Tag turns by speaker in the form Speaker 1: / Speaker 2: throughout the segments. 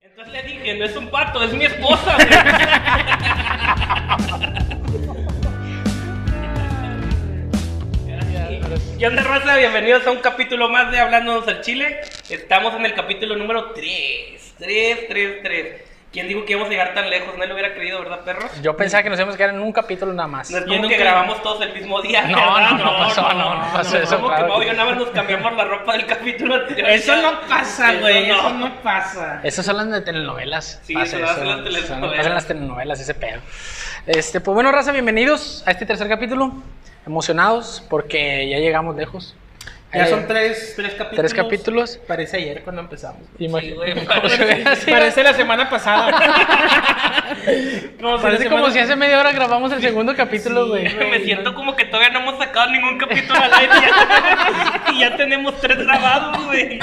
Speaker 1: Entonces le dije, no es un pato, es mi esposa. güey. ¿Qué onda, raza? Bienvenidos a un capítulo más de Hablándonos al Chile. Estamos en el capítulo número 3. 3, 3, 3. ¿Quién dijo que íbamos a llegar tan lejos? Nadie lo hubiera creído, ¿verdad, perro?
Speaker 2: Yo pensaba que nos íbamos a quedar en un capítulo nada más.
Speaker 1: No es
Speaker 2: No,
Speaker 1: como que grabamos todos el mismo día.
Speaker 2: No,
Speaker 1: ¿verdad?
Speaker 2: no, no pasó, no, no pasó eso,
Speaker 1: Como
Speaker 2: claro.
Speaker 1: que Mau y yo nada más nos cambiamos la ropa del capítulo anterior.
Speaker 3: Eso no pasa,
Speaker 1: Eso
Speaker 3: güey.
Speaker 1: no.
Speaker 3: Eso no pasa.
Speaker 2: Esas son las de telenovelas.
Speaker 1: Sí, esas
Speaker 2: Pasa eso,
Speaker 1: son las telenovelas.
Speaker 2: son- pasan las telenovelas, ese pedo. Este, pues bueno, raza, bienvenidos a este tercer capítulo. Emocionados porque ya llegamos lejos. Eh,
Speaker 3: Ya son tres, tres capítulos.
Speaker 2: tres capítulos.
Speaker 3: Parece ayer cuando empezamos.
Speaker 2: Imagínate
Speaker 1: güey,
Speaker 2: cómo se ve así.
Speaker 3: Parece la semana pasada.
Speaker 2: Parece como si hace media hora grabamos el segundo capítulo, güey.
Speaker 1: Me siento como que todavía no hemos sacado ningún capítulo al aire y ya, y ya tenemos tres grabados, güey.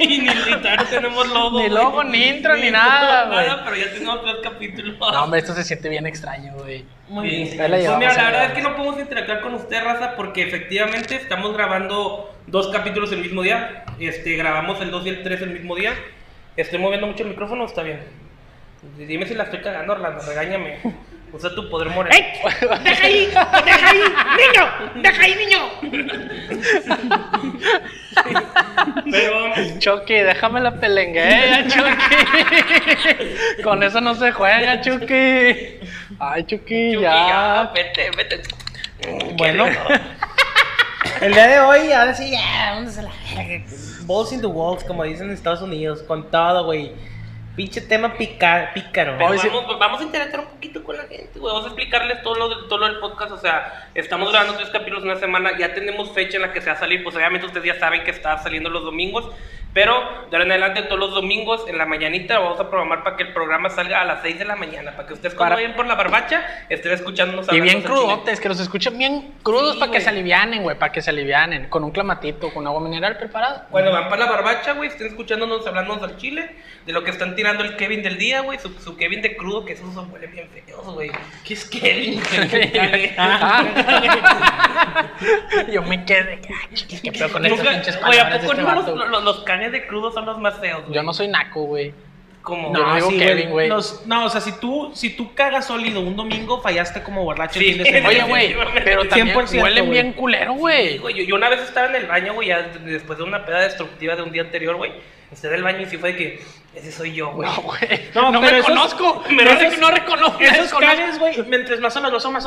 Speaker 1: Y ni literal tenemos logo.
Speaker 2: Ni
Speaker 1: güey.
Speaker 2: logo, ni intro, ni
Speaker 1: intro,
Speaker 2: nada, güey.
Speaker 1: pero ya tenemos tres capítulos.
Speaker 2: No, hombre, esto se siente bien extraño, güey.
Speaker 3: Muy
Speaker 1: Sí.
Speaker 3: bien.
Speaker 2: Ahí la
Speaker 1: Pues
Speaker 2: llevamos,
Speaker 1: mira,
Speaker 2: ahí
Speaker 1: la
Speaker 2: la
Speaker 1: verdad es que no podemos interactuar con usted, raza, porque efectivamente estamos grabando dos capítulos el mismo día. Este, grabamos el 2 y el 3 el mismo día. Estoy moviendo mucho el micrófono, está bien. Dime si la estoy cagando, Orlando, regáñame. Usa tu poder moral.
Speaker 3: ¡Deja ahí! ¡Deja ahí! ¡Niño! ¡Deja ahí, niño!
Speaker 1: Pero
Speaker 2: Chucky, déjame la pelenguea, Chucky. Con eso no se juega, Chucky. Ay, Chucky,
Speaker 1: Chucky,
Speaker 2: ya.
Speaker 1: vete, vete.
Speaker 3: Bueno. El día de hoy, ahora sí, ya, vamos a la verga. Balls in the walls, como dicen en Estados Unidos, con todo, güey. Pinche tema pica- pícaro.
Speaker 1: Pero
Speaker 2: Hoy sí-
Speaker 1: vamos, vamos a interactuar un poquito con la gente, güey. Vamos a explicarles todo lo, de- todo lo del podcast. O sea, estamos grabando tres capítulos en una semana. Ya tenemos fecha en la que se va a salir. Pues obviamente ustedes ya saben que está saliendo los domingos. Pero de ahora en adelante, todos los domingos en la mañanita, vamos a programar para que el programa salga a las 6 de la mañana. Para que ustedes, cuando
Speaker 2: Para-
Speaker 1: vayan por la barbacha, estén escuchándonos.
Speaker 2: Y bien
Speaker 1: hablándonos al chile.
Speaker 2: crudotes, que los escuchen bien crudos
Speaker 1: Sí,
Speaker 2: para que
Speaker 1: güey.
Speaker 2: se alivianen, güey, para que se alivianen. Con un clamatito, con agua mineral preparada.
Speaker 1: Cuando van para la barbacha, güey, estén escuchándonos hablándonos al chile, de lo que están tirando el Kevin del día, güey, su, su Kevin de crudo, que esos son huelen bien feos, güey. ¿Qué es Kevin?
Speaker 2: Yo me quedé. ay, Chucky, ¿Qué pedo Ah. con estas
Speaker 1: Nunca-
Speaker 2: pinches
Speaker 1: Oye, ¿a
Speaker 2: palabras de
Speaker 1: poco
Speaker 2: este
Speaker 1: no los,
Speaker 2: vato?
Speaker 1: los, los canes de crudo son los más feos? güey?
Speaker 2: Yo no soy naco, güey.
Speaker 1: Como...
Speaker 2: Yo no digo Kevin, güey.
Speaker 3: Los- No, o sea, si tú, si tú cagas sólido un domingo, fallaste como borracho.
Speaker 1: Sí.
Speaker 3: el fin de semana.
Speaker 2: Oye, güey, pero también
Speaker 3: 100%,
Speaker 2: huelen
Speaker 3: güey.
Speaker 2: bien culero, güey.
Speaker 1: Güey, yo, yo una vez estaba en el baño, güey, ya después de una peda destructiva de un día anterior, güey, esté del baño y sí fue de que, ese soy yo, güey.
Speaker 2: No, güey.
Speaker 3: No,
Speaker 2: No, me
Speaker 3: pero esos-
Speaker 2: conozco.
Speaker 1: pero
Speaker 2: no,
Speaker 1: esos-
Speaker 2: no reconozco. me
Speaker 3: Esos
Speaker 2: desconozco.
Speaker 3: canes, güey, mientras más oloroso, más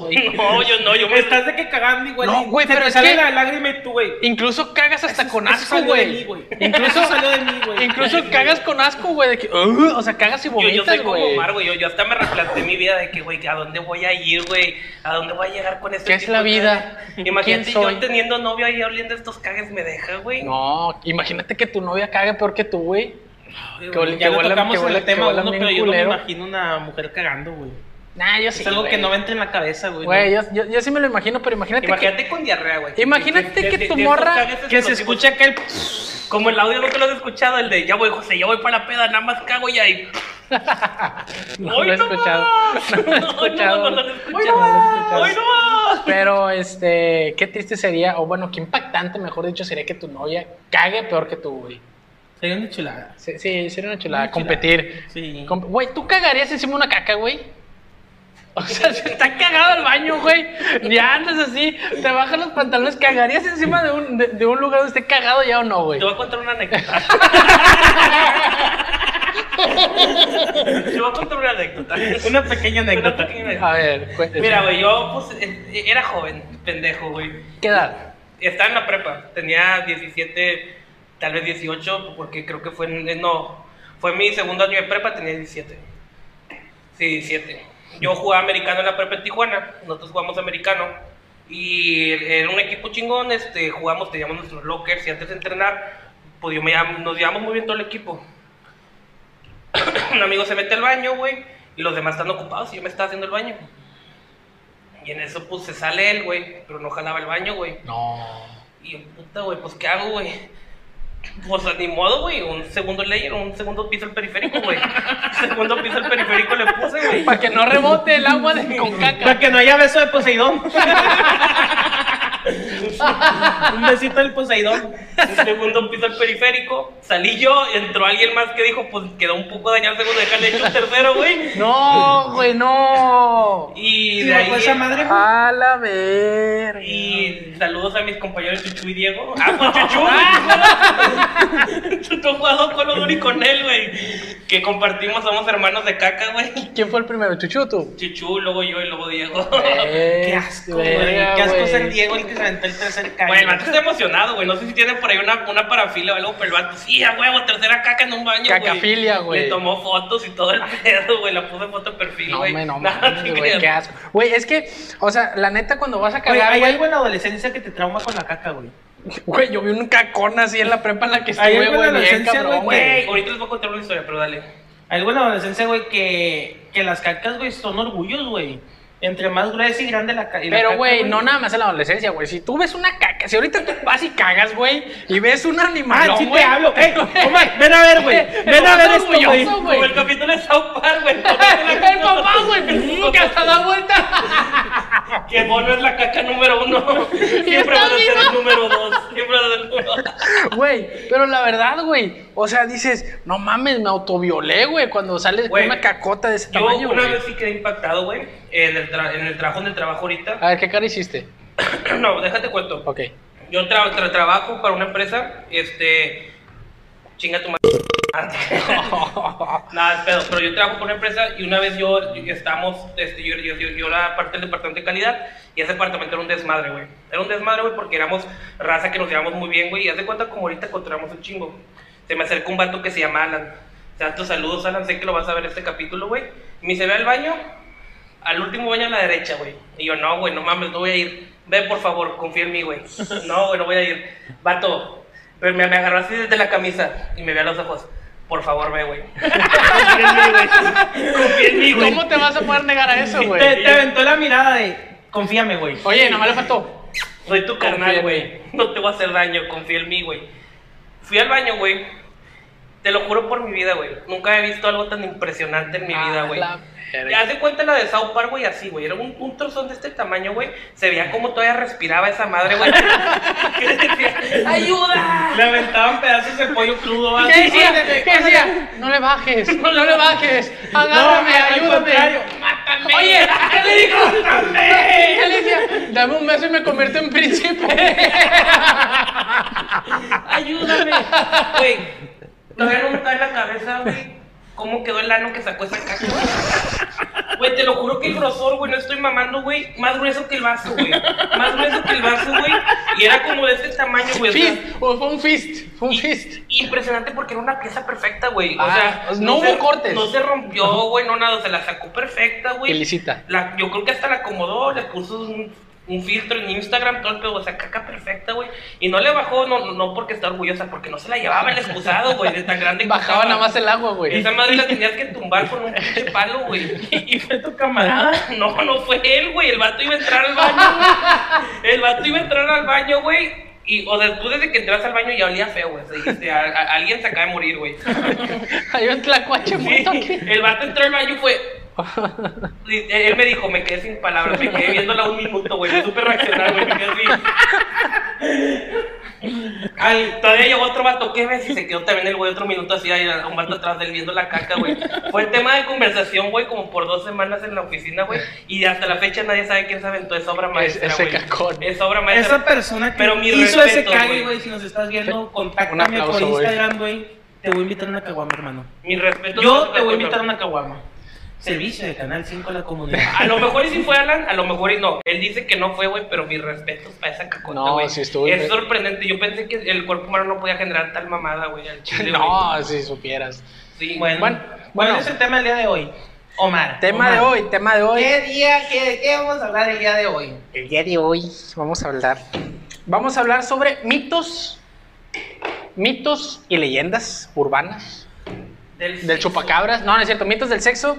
Speaker 3: güey.
Speaker 1: No, yo no, yo me...
Speaker 3: Estás de que cagando, güey.
Speaker 2: No, güey,
Speaker 3: se
Speaker 2: pero
Speaker 3: te
Speaker 2: es
Speaker 3: sale
Speaker 2: que-
Speaker 3: la lágrima y tú, güey.
Speaker 2: Incluso cagas hasta con
Speaker 3: eso
Speaker 2: asco,
Speaker 3: salió de mí,
Speaker 2: güey.
Speaker 3: güey.
Speaker 2: Incluso
Speaker 3: Eso salió de mí, güey.
Speaker 2: Incluso cagas con asco, güey. de que, "Ugh", o sea, cagas y
Speaker 1: Yo, yo soy
Speaker 2: vomitas,
Speaker 1: como
Speaker 2: güey.
Speaker 1: Omar, güey. Yo, yo hasta me replanteé mi vida de que, güey, ¿a dónde voy a ir, güey? ¿A dónde voy a llegar con este
Speaker 2: ¿Qué es
Speaker 1: tipo
Speaker 2: la
Speaker 1: de
Speaker 2: vida?
Speaker 1: cagas?
Speaker 2: ¿Quién
Speaker 1: Imagínate
Speaker 2: soy?
Speaker 1: yo teniendo novio ahí oliendo estos cagues, ¿me deja, güey?
Speaker 2: No, imagínate que tu novia cague peor que tú, güey.
Speaker 3: Ay,
Speaker 2: que
Speaker 3: güey,
Speaker 2: huele-
Speaker 3: ya
Speaker 2: que
Speaker 3: lo
Speaker 2: huele-
Speaker 3: tocamos
Speaker 2: que
Speaker 3: en
Speaker 2: huele-
Speaker 3: el
Speaker 2: que
Speaker 3: tema
Speaker 2: huele
Speaker 3: uno,
Speaker 2: bien
Speaker 3: pero yo no me
Speaker 2: culero.
Speaker 3: imagino una mujer cagando, güey.
Speaker 2: Nah, yo sí.
Speaker 3: es algo
Speaker 2: güey.
Speaker 3: que no me entra en la cabeza, güey.
Speaker 2: Güey, yo, yo, yo sí me lo imagino, pero imagínate,
Speaker 1: Imagínate con diarrea, güey.
Speaker 2: Imagínate que tu
Speaker 1: estos
Speaker 2: morra-
Speaker 1: cagues
Speaker 3: Que se
Speaker 1: explosivos.
Speaker 3: escucha aquel...
Speaker 1: Como el audio, nunca lo has escuchado, el de ya voy, José, ya voy para la peda, nada más cago y ahí.
Speaker 2: que. No
Speaker 1: ¡Ay,
Speaker 2: lo he
Speaker 1: no
Speaker 2: escuchado.
Speaker 1: más!
Speaker 2: No lo he
Speaker 1: No, no, no
Speaker 2: escuchado.
Speaker 1: lo he escuchado.
Speaker 2: escuchado.
Speaker 1: ¡Ay, no más!
Speaker 2: Pero, este, qué triste sería, o bueno, qué impactante, mejor dicho, sería que tu novia cague peor que tú, güey.
Speaker 3: Sería una chulada.
Speaker 2: Sí, sí, sería una
Speaker 3: Una
Speaker 2: chulada.
Speaker 3: chulada.
Speaker 2: Competir.
Speaker 3: Sí.
Speaker 2: Com- Güey, ¿tú cagarías encima de una caca, güey? O sea, si está cagado al baño, güey. Ya andas así, te bajas los pantalones. ¿Cagarías encima de un, de, de un lugar donde esté cagado ya o no, güey?
Speaker 1: Te voy a contar una anécdota. Te voy a contar una anécdota.
Speaker 3: Una pequeña
Speaker 1: Una
Speaker 3: anécdota.
Speaker 1: pequeña
Speaker 2: A ver, cuéntame.
Speaker 1: Mira, güey, yo pues eh, era joven, pendejo, güey.
Speaker 2: ¿Qué edad?
Speaker 1: Estaba en la prepa, tenía 17, tal vez 18, porque creo que fue, en- no, fue mi segundo año de prepa, tenía 17. Sí, 17. Yo jugaba americano en la prepa en Tijuana, nosotros jugamos americano. Y era un equipo chingón, este, jugamos, teníamos nuestros lockers y antes de entrenar, pues yo me llam- nos llevamos muy bien todo el equipo. un amigo se mete al baño, güey, y los demás están ocupados y yo me estaba haciendo el baño. Y en eso, pues se sale él, güey, pero no jalaba el baño, güey.
Speaker 2: No.
Speaker 1: Y yo, puta, güey, pues ¿qué hago, güey? Pues ni modo, güey, un segundo layer, un segundo piso al periférico, güey. segundo piso al periférico le puse, güey.
Speaker 2: Para que no rebote el agua de, con caca.
Speaker 3: Para que no haya beso de Poseidón. Un besito del Poseidón.
Speaker 1: Un segundo piso al periférico. Salí yo, entró alguien más que dijo, pues quedó un poco dañado el segundo, déjale hecho un tercero, güey.
Speaker 2: No, güey, no.
Speaker 1: Y
Speaker 3: Y
Speaker 1: de ahí.
Speaker 3: bajó pues, esa madre, güey.
Speaker 2: A la verga.
Speaker 1: Y saludos a mis compañeros Chuchu y Diego. ¡Ah, con Chuchu! Chuchu ha jugado con Odor y con él, güey. Que compartimos, somos hermanos de caca, güey.
Speaker 2: ¿Quién fue el primero? ¿Chuchutu?
Speaker 1: Chuchu, luego yo y luego Diego.
Speaker 2: Eh,
Speaker 3: Qué
Speaker 2: Este,
Speaker 3: asco, güey. Qué asco es el Diego el que se aventó el tercer caño.
Speaker 1: Güey, el vato está emocionado, güey. No sé si tiene por ahí una, una parafila o algo, pero el vato, sí, a huevo, tercera caca en un baño, güey.
Speaker 2: Cacafilia, güey.
Speaker 1: Le tomó fotos y todo el pedo, güey. La puse en foto de perfil,
Speaker 2: No,
Speaker 1: güey.
Speaker 2: me, no,
Speaker 1: Nada,
Speaker 2: mames,
Speaker 1: te
Speaker 2: güey,
Speaker 1: creas.
Speaker 2: qué asco. Güey, es que, o sea, la neta, cuando vas a
Speaker 3: Güey,
Speaker 2: cagar,
Speaker 3: hay
Speaker 2: güey,
Speaker 3: algo en la adolescencia que te trauma con la caca, güey.
Speaker 2: güey, yo vi un cacón así en la prepa en la que
Speaker 3: Hay
Speaker 2: estuve,
Speaker 3: algo en
Speaker 2: güey,
Speaker 3: la
Speaker 2: bien
Speaker 3: adolescencia,
Speaker 2: cabrón,
Speaker 3: güey, que-
Speaker 2: güey.
Speaker 1: Güey, ahorita les voy a contar una historia, pero dale.
Speaker 3: Algo en la adolescencia, güey, que, que las cacas, güey, son orgullos, güey. Entre más gruesa y grande la, ca y la caca.
Speaker 2: Pero, güey, no nada más en la adolescencia, güey. Si tú ves una caca, si ahorita tú vas y cagas, güey, y ves un
Speaker 3: Ah,
Speaker 2: animal,
Speaker 3: sí
Speaker 2: güey.
Speaker 3: te hablo. Ey, Omar, ven a ver, güey.
Speaker 2: El
Speaker 3: Ven a
Speaker 2: vato
Speaker 3: ver esto, güey.
Speaker 2: orgulloso,
Speaker 1: Como el capítulo de South Park, güey.
Speaker 2: El papá, güey, que hasta da vuelta.
Speaker 1: Que Bono es la caca número uno. Siempre
Speaker 2: está
Speaker 1: van a ser
Speaker 2: viva.
Speaker 1: el número dos. Siempre van a ser el número dos.
Speaker 2: Güey, pero la verdad, güey, o sea, dices, no mames, me autoviolé, güey, cuando sales con
Speaker 1: Güey,
Speaker 2: una cacota de ese
Speaker 1: Yo
Speaker 2: tamaño,
Speaker 1: una
Speaker 2: güey.
Speaker 1: vez sí quedé impactado, güey. En el, tra- en el trabajo del trabajo ahorita.
Speaker 2: A ver, ¿qué cara hiciste?
Speaker 1: no, déjate cuento.
Speaker 2: Ok.
Speaker 1: Yo tra- tra- trabajo para una empresa, este. Chinga tu madre. Nada, es pedo, pero yo trabajo para una empresa y una vez yo, yo- estamos, este, yo, yo, yo, yo era parte del departamento de calidad y ese departamento era un desmadre, güey. Era un desmadre, güey, porque éramos raza que nos llevamos muy bien, güey. Y haz de cuenta como ahorita encontramos un chingo. Se me acercó un vato que se llama Alan. Santos saludos, Alan, sé que lo vas a ver este capítulo, güey. Me dice, ve al baño, al último baño a la derecha, güey. Y yo, no, güey, no mames, no voy a ir. Ve, por favor, confía en mí, güey. No, güey, no voy a ir. Vato, me, me agarró así desde la camisa y me ve a los ojos. Por favor, ve, güey. Confía en mí, güey. Confía en mí, güey.
Speaker 2: ¿Cómo te vas a poder negar a eso,
Speaker 3: Te,
Speaker 2: güey?
Speaker 3: te aventó la mirada de, confíame, güey.
Speaker 2: Oye, nomás le faltó.
Speaker 1: Soy tu carnal,
Speaker 2: en
Speaker 1: güey. No te voy a hacer daño, confía en mí, güey. Fui al baño, güey. Te lo juro por mi vida, güey. Nunca he visto algo tan impresionante en mi vida, güey.
Speaker 2: A Ah, la verga.
Speaker 1: Ya de cuenta la de South Park, güey, así, güey. Era un, un trozón de este tamaño, güey. Se veía como todavía respiraba esa madre, güey. Que decía, ¡Ayuda!
Speaker 3: Le aventaban pedazos de pollo crudo, vato.
Speaker 2: ¿Qué decía? ¿Qué decía? No le bajes, no le bajes. Agárrame,
Speaker 3: al- al contrario.
Speaker 2: ayúdame. Oye, ¿qué le dijo? ¿Qué le decía? Dame un beso y me convierto en príncipe.
Speaker 1: ¡Ayúdame! Güey, todavía no me cae en la cabeza, güey. ¿Cómo quedó el ano que sacó esa caja? güey? Güey, te lo juro que el grosor, güey, no estoy mamando, güey. Más grueso que el vaso, güey. Más grueso que el vaso, güey. Y era como de ese tamaño, güey. o sea,
Speaker 2: Fist, o fue un fist, fue un fist.
Speaker 1: Impresionante porque era una pieza perfecta, güey. o
Speaker 2: Ah,
Speaker 1: sea,
Speaker 2: no hubo
Speaker 1: se-
Speaker 2: cortes.
Speaker 1: No se rompió, güey, no nada, se la sacó perfecta, güey.
Speaker 2: Y lisita.
Speaker 1: La- yo creo que hasta la acomodó, le puso un, un filtro en Instagram, todo el pedo, o sea, caca perfecta, güey. Y no le bajó, no, no- no porque está orgullosa, porque no se la llevaba el excusado, güey, de tan grande que
Speaker 2: Bajaba
Speaker 1: estaba.
Speaker 2: nada más el agua, güey.
Speaker 1: Esa madre la tenías que tumbar con un pinche palo, güey.
Speaker 3: Y fue tu camarada.
Speaker 1: No, no fue él, güey. El vato iba a entrar al baño, güey. El vato iba a entrar al baño, güey. Y, o sea, tú desde que entras al baño ya olía feo, güey. Se dice, a- a- alguien se acaba de morir, güey.
Speaker 2: Hay un tlacuache
Speaker 1: Sí,
Speaker 2: muerto aquí.
Speaker 1: el vato entró al baño y fue. y eh, Él me dijo, me quedé sin palabras, me quedé viéndola un minuto, güey. No supe reaccionar, güey. Me quedé así. Ay, todavía llegó otro vato, ¿qué ves? Y se quedó también el güey otro minuto así, ahí, un vato atrás de él viendo la caca, güey. Fue el tema de conversación, güey, como por dos semanas en la oficina, güey. Y hasta la fecha nadie sabe quién se aventó esa obra maestra,
Speaker 2: ese
Speaker 1: güey.
Speaker 2: cacón.
Speaker 1: Esa obra maestra.
Speaker 3: Esa persona que
Speaker 1: Pero mi
Speaker 3: hizo ese
Speaker 1: respeto,
Speaker 3: cague,
Speaker 1: güey.
Speaker 3: güey, si nos estás
Speaker 2: Un
Speaker 3: viendo, contáctame por
Speaker 2: aplauso, güey.
Speaker 3: Instagram, güey. Te voy a invitar a una caguama, hermano.
Speaker 1: Mi respeto.
Speaker 3: Yo te voy a invitar a una caguama. Servicio de Canal 5 a la comunidad.
Speaker 1: A lo mejor y si fue Alan, a lo mejor y no. Él dice que no fue, güey, pero mis respetos para esa cacota,
Speaker 2: No,
Speaker 1: güey.
Speaker 2: sí estuvo
Speaker 1: Es
Speaker 2: bien.
Speaker 1: sorprendente. Yo pensé que el cuerpo humano no podía generar tal mamada, güey, al chile, güey.
Speaker 2: No, si supieras.
Speaker 1: Sí,
Speaker 3: Bueno,
Speaker 2: Bueno, bueno.
Speaker 3: ¿cuál es el tema del día de hoy? Omar.
Speaker 2: Tema de
Speaker 3: Omar.
Speaker 2: hoy, tema de hoy.
Speaker 3: ¿Qué día, qué, qué vamos a hablar el día de hoy?
Speaker 2: El día de hoy vamos a hablar. Vamos a hablar sobre mitos, mitos y leyendas urbanas
Speaker 1: Del,
Speaker 2: del chupacabras. No, no es cierto, mitos del sexo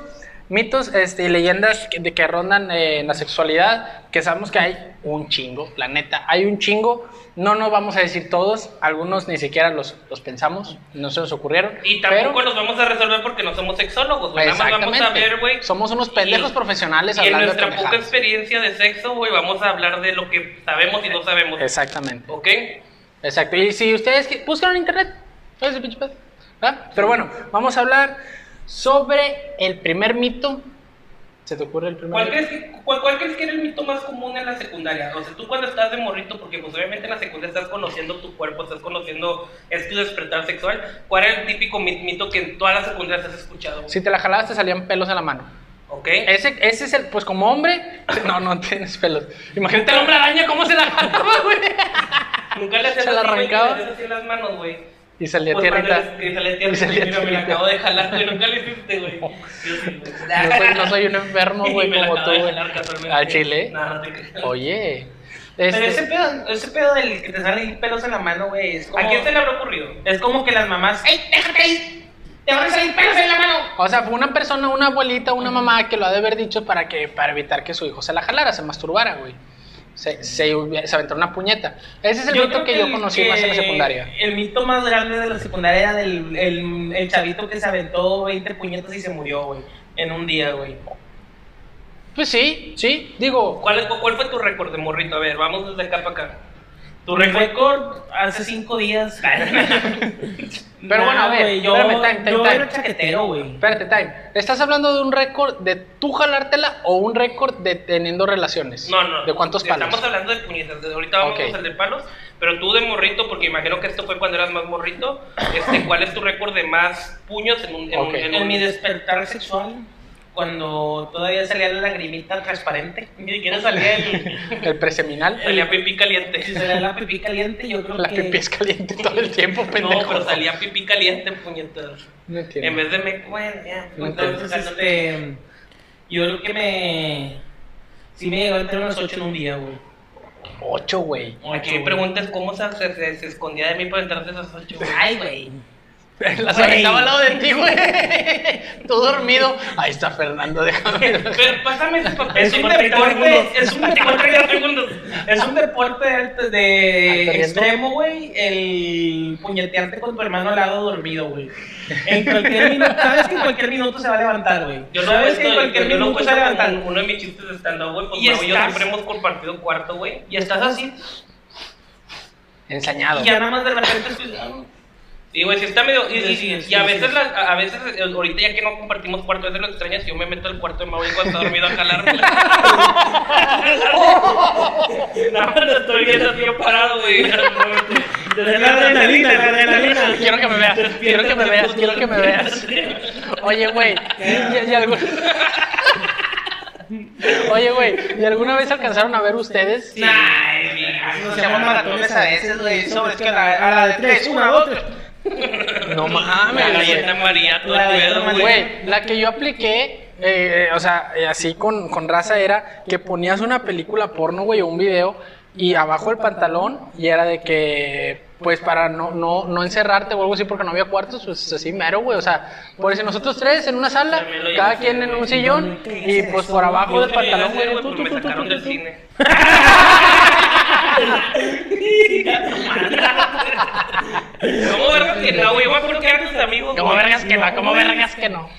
Speaker 2: mitos este, y leyendas que, de que rondan eh, en la sexualidad, que sabemos que hay un chingo, la neta, hay un chingo. No nos vamos a decir todos, algunos ni siquiera los, los pensamos, no se nos ocurrieron.
Speaker 1: Y tampoco
Speaker 2: pero-
Speaker 1: los vamos a resolver porque no somos sexólogos, güey. Nada más vamos a
Speaker 2: Exactamente.
Speaker 1: ver, güey.
Speaker 2: Somos unos pendejos
Speaker 1: y-
Speaker 2: profesionales
Speaker 1: Y en
Speaker 2: hablando de
Speaker 1: nuestra poca
Speaker 2: pendejadas.
Speaker 1: experiencia de sexo, güey, vamos a hablar de lo que sabemos y no sabemos.
Speaker 2: Exactamente.
Speaker 1: ¿Ok?
Speaker 2: Exacto. Y si ustedes que- buscan en internet, ¿cuál es el pinche pedo? ¿Verdad? Pero bueno, vamos a hablar sobre el primer mito. ¿Se te ocurre el primer
Speaker 1: ¿Cuál
Speaker 2: mito?
Speaker 1: crees, que, cuál, cuál crees que era el mito más común en la secundaria? O sea, tú cuando estás de morrito, porque pues obviamente en la secundaria estás conociendo tu cuerpo, estás conociendo es tu despertar sexual. ¿Cuál era el típico mi- mito que en todas las secundarias has escuchado? güey?
Speaker 2: Si te la jalabas te salían pelos en la mano.
Speaker 1: ¿Ok?
Speaker 2: Ese, ese es el, pues como hombre, no, no tienes pelos. Imagínate el hombre araña cómo se la jalaba, güey.
Speaker 1: Nunca le hacías
Speaker 2: se la
Speaker 1: así, güey, y le
Speaker 2: arrancaba.
Speaker 1: hacías así en las manos, güey.
Speaker 2: Y salía
Speaker 1: Pues,
Speaker 2: tierrita.
Speaker 1: cuando le- que salía
Speaker 2: Y
Speaker 1: tierrita, mira,
Speaker 2: salía
Speaker 1: me la
Speaker 2: tierrita.
Speaker 1: acabo de jalar, güey. Nunca le hiciste, güey. Yo sí, güey.
Speaker 2: No soy, no soy un enfermo, güey,
Speaker 1: Y me la
Speaker 2: como
Speaker 1: acabo
Speaker 2: tú,
Speaker 1: de
Speaker 2: güey.
Speaker 1: jalar casualmente.
Speaker 2: Al chile.
Speaker 1: No, no te creas.
Speaker 2: Oye.
Speaker 3: Pero
Speaker 2: este-
Speaker 3: ese pedo, ese pedo del que te salen pelos en la mano, güey, es como...
Speaker 1: ¿A quién se le habrá ocurrido?
Speaker 3: Es como que las mamás... ¡Ey, déjate ahí! ¡Te van a salir pelos en la mano!
Speaker 2: O sea, fue una persona, una abuelita, una mamá que lo ha de haber dicho para que para evitar que su hijo se la jalara, se masturbara, güey. Se, se, hubiera- se aventó una puñeta. Ese es el mito
Speaker 3: creo
Speaker 2: que, yo
Speaker 3: el
Speaker 2: conocí más en la
Speaker 3: que-
Speaker 2: secundaria.
Speaker 3: El mito más grande de la secundaria era del el, el chavito que se aventó 20 puñetas y se murió, güey. En un día, güey.
Speaker 2: Pues sí, sí. Digo,
Speaker 1: ¿Cuál, es- ¿Cuál fue tu récord de morrito? A ver, vamos desde acá para acá.
Speaker 3: Tu récord hace 5 días.
Speaker 2: Pero bueno, a ver,
Speaker 3: güey, yo,
Speaker 2: espérame, time, time,
Speaker 3: yo
Speaker 2: time.
Speaker 3: era chaquetero, güey.
Speaker 2: espérate, Time. ¿Estás hablando de un récord de tú jalártela o un récord de teniendo relaciones?
Speaker 1: No, no.
Speaker 2: ¿De cuántos palos?
Speaker 1: Estamos hablando de puñetas. de- Ahorita vamos
Speaker 2: Ok.
Speaker 1: al de palos. Pero tú de morrito, porque imagino que esto fue cuando eras más morrito. Este, ¿Cuál es tu récord de más puños en un. En, un-
Speaker 2: Ok.
Speaker 1: en un-
Speaker 3: En mi despertar sexual, cuando todavía salía la lagrimita transparente, ni siquiera salía el...
Speaker 2: El preseminal.
Speaker 1: Salía pipí caliente.
Speaker 3: si salía la pipí caliente, yo creo
Speaker 2: La
Speaker 3: que...
Speaker 2: pipí es caliente todo el tiempo, pendejo.
Speaker 1: No, pero salía pipí caliente, puñetas.
Speaker 2: No
Speaker 1: En
Speaker 2: entiendo.
Speaker 1: vez de me. Bueno, ya.
Speaker 2: No
Speaker 1: Entonces,
Speaker 3: Entonces,
Speaker 1: este.
Speaker 3: este... Yo creo que me... Sí me llegó entre unos 8 en un día, güey.
Speaker 2: Ocho, güey.
Speaker 1: Aquí me preguntas cómo se, se- se- se escondía de mí para entrarte esas ocho. güey.
Speaker 3: Ay, güey.
Speaker 2: Las
Speaker 3: Güey.
Speaker 2: aventaba al lado de ti, güey. Tú dormido. Ahí está Fernando, déjame.
Speaker 1: Pero pásame ese papel.
Speaker 3: Es un
Speaker 1: para quitarle segundos.
Speaker 3: deporte, es un
Speaker 1: Para
Speaker 3: deporte,
Speaker 1: quitarle segundos.
Speaker 3: es un deporte de, alto- de
Speaker 2: Alto riesgo.
Speaker 3: extremo, güey, el puñetearte con tu hermano al lado dormido, güey. En cualquier minuto, sabes que en cualquier minuto se va a levantar, güey.
Speaker 1: Yo no
Speaker 3: sabes
Speaker 1: sabes
Speaker 3: que en cualquier
Speaker 1: yo no
Speaker 3: minuto se va a
Speaker 1: cuento
Speaker 3: levantar.
Speaker 1: como uno de mis chistes de stand-up, güey. Pues
Speaker 3: Y
Speaker 1: Mau y yo
Speaker 3: estás-
Speaker 1: siempre hemos compartido cuarto, güey.
Speaker 3: Y estás así,
Speaker 2: Ensañado.
Speaker 3: y ya nada más de repente estoy-
Speaker 1: Sí, güey, sí está medio. Y,
Speaker 3: Sí,
Speaker 1: y-
Speaker 3: sí,
Speaker 1: y
Speaker 3: sí,
Speaker 1: a
Speaker 3: sí.
Speaker 1: veces, las- a a veces, eh, ahorita ya que no compartimos cuarto, a veces lo extrañas. Yo me meto al cuarto de Mau y cuando está dormido a jalar. Nada más lo estoy viendo así yo parado, güey.
Speaker 3: Es la adrenalina, la adrenalina.
Speaker 2: Quiero que me veas, quiero que me veas, quiero que me veas. Oye, güey, y- y algún- Oye, güey, ¿y alguna vez alcanzaron a ver ustedes?
Speaker 3: Ay, mira,
Speaker 4: Nos
Speaker 3: se llaman maratones a veces, güey. Sobre es que a la, a la de tres, una, dos, tres.
Speaker 2: No
Speaker 1: La
Speaker 2: mames, güey.
Speaker 1: galleta María, todo
Speaker 3: La
Speaker 1: el
Speaker 3: galleta
Speaker 1: pedo,
Speaker 3: María.
Speaker 1: güey.
Speaker 2: Güey, la que yo apliqué, eh, eh, o sea, eh, así con, con raza era que ponías una película porno, güey, o un video, y abajo el pantalón, y era de que, pues para no, no, no encerrarte o algo así porque no había cuartos, pues así mero, güey, o sea, por si nosotros tres en una sala,
Speaker 1: También lo
Speaker 2: cada
Speaker 1: hice,
Speaker 2: quien en un sillón, y pues por abajo del
Speaker 1: Yo quería
Speaker 2: pantalón,
Speaker 1: hacer,
Speaker 2: güey,
Speaker 1: güey, pero
Speaker 2: tú,
Speaker 1: me
Speaker 2: tú, tú,
Speaker 1: sacaron
Speaker 2: tú,
Speaker 1: del
Speaker 2: tú,
Speaker 1: cine. ¿Cómo vergas que no, güey? Yo me acuerdo que eran tus amigos.
Speaker 2: ¿Cómo
Speaker 1: güey.
Speaker 2: vergas que no? ¿Cómo vergas que no?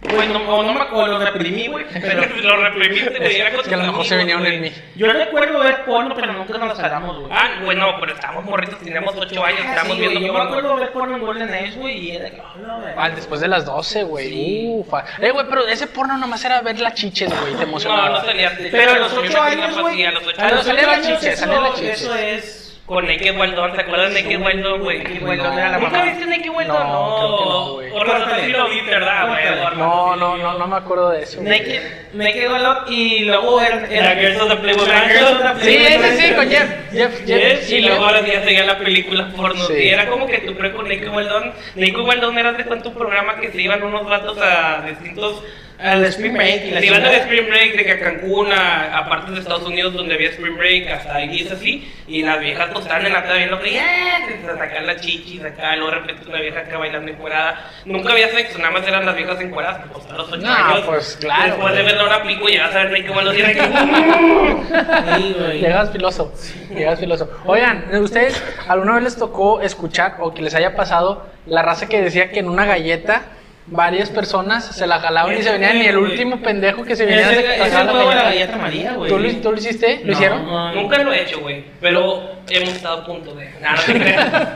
Speaker 1: Güey, no, no, no me acuerdo, lo reprimí, güey. Pero lo reprimiste, güey. Era con
Speaker 2: Que a lo
Speaker 1: tus
Speaker 2: mejor se
Speaker 1: amigos,
Speaker 2: vinieron
Speaker 1: güey.
Speaker 2: en mí.
Speaker 3: Yo recuerdo ver porno, pero nunca nos jalamos, güey.
Speaker 1: Ah, güey, no, pero estábamos morritos, teníamos 8 años, estábamos
Speaker 3: Ah, Sí, güey,
Speaker 1: viendo
Speaker 3: yo me
Speaker 1: porno.
Speaker 3: acuerdo ver porno en Golden Age, güey, y era de que, "Hola, güey".
Speaker 2: Ah, después de las 12, güey.
Speaker 3: Sí.
Speaker 2: Ufa. Eh, güey, pero ese porno nomás era ver las chiches, güey. Te
Speaker 1: No, no
Speaker 2: emocionaba.
Speaker 1: salía.
Speaker 3: Pero a los ocho años, güey.
Speaker 1: A los 8
Speaker 2: a los
Speaker 1: años.
Speaker 2: salía la
Speaker 3: ocho años
Speaker 2: chiche,
Speaker 3: eso-
Speaker 2: salía la chiche.
Speaker 3: Eso es...
Speaker 1: Con Naked Wild Dawn, ¿se acuerdan de Naked Wild Dawn, güey?
Speaker 3: Naked Wild Dawn era la
Speaker 1: ¿Nunca
Speaker 3: mamá.
Speaker 1: viste Naked Wild
Speaker 2: No,
Speaker 1: Dawn?
Speaker 2: creo que no,
Speaker 1: No,
Speaker 2: güey.
Speaker 1: O Rafa sí lo viste, ¿verdad, güey?
Speaker 2: No, no, no, no me acuerdo de eso. güey.
Speaker 3: Naked, Naked Wild Love y luego era...
Speaker 1: La Girls of the Playboy
Speaker 3: La Girls of the
Speaker 1: Mansion.
Speaker 2: Sí,
Speaker 3: Playboy
Speaker 2: ese
Speaker 3: Mansion.
Speaker 2: sí, con Jeff. Jeff, Jeff.
Speaker 1: Yes,
Speaker 2: sí,
Speaker 1: y luego
Speaker 2: Jeff.
Speaker 1: ahora sí ya seguía la película porno.
Speaker 2: Sí.
Speaker 1: Y era como que tu pre con Nico Waldón. Nico Waldón era de cuenta un programa que se iban unos vatos a distintos
Speaker 2: Al Spring Break. y la
Speaker 1: Si van al
Speaker 2: chingada.
Speaker 1: Spring Break, de que a Cancún, a, a partes de Estados Unidos donde había Spring Break, hasta ahí es así, y las viejas pues están en la tarde viendo que ya, que se sacan las chichis acá, luego de repente una vieja acá bailando encuerada. Nunca había sexo, nada más eran las viejas encueradas, pues a los ocho
Speaker 2: No,
Speaker 1: años.
Speaker 2: pues, claro,
Speaker 1: Después de
Speaker 2: güey.
Speaker 1: verla una pico ya vas a ver ahí cómo lo tienen que...
Speaker 3: Sí, güey.
Speaker 2: Llegas filoso, llegas filoso. Oigan, ¿ustedes alguna vez les tocó escuchar o que les haya pasado la raza que decía que en una galleta varias personas se la jalaban y se venían y el último pendejo que se venía
Speaker 3: Ese-
Speaker 2: se
Speaker 3: ese
Speaker 2: tragaba
Speaker 3: juego de la
Speaker 2: galleta?
Speaker 3: galleta María, güey.
Speaker 2: ¿Tú lo, tú lo hiciste? ¿Lo
Speaker 3: No,
Speaker 2: hicieron?
Speaker 3: no.
Speaker 1: Nunca lo he hecho, güey, pero hemos estado a punto de... Nah, no te creas.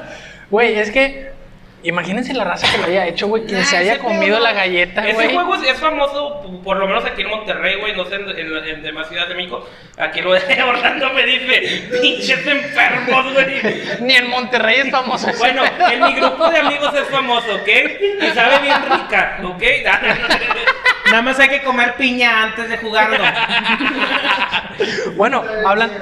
Speaker 2: Güey, es que imagínense la raza que lo haya hecho, güey, quien
Speaker 3: Ah,
Speaker 2: se haya
Speaker 3: ese pedo,
Speaker 2: comido
Speaker 3: no.
Speaker 2: la galleta,
Speaker 1: Ese
Speaker 2: güey.
Speaker 1: juego es, es famoso, p- por lo menos aquí en Monterrey, güey, no sé, en, en- en demás ciudades de México. Aquí lo de Orlando me dice, pinches enfermos, güey.
Speaker 2: Ni en Monterrey es famoso ese
Speaker 1: Bueno,
Speaker 2: pedo.
Speaker 1: en mi grupo de amigos es famoso, ¿ok? Y sabe bien rica, ¿ok?
Speaker 3: Nada más hay que comer piña antes de jugarlo.
Speaker 2: Bueno, hablan-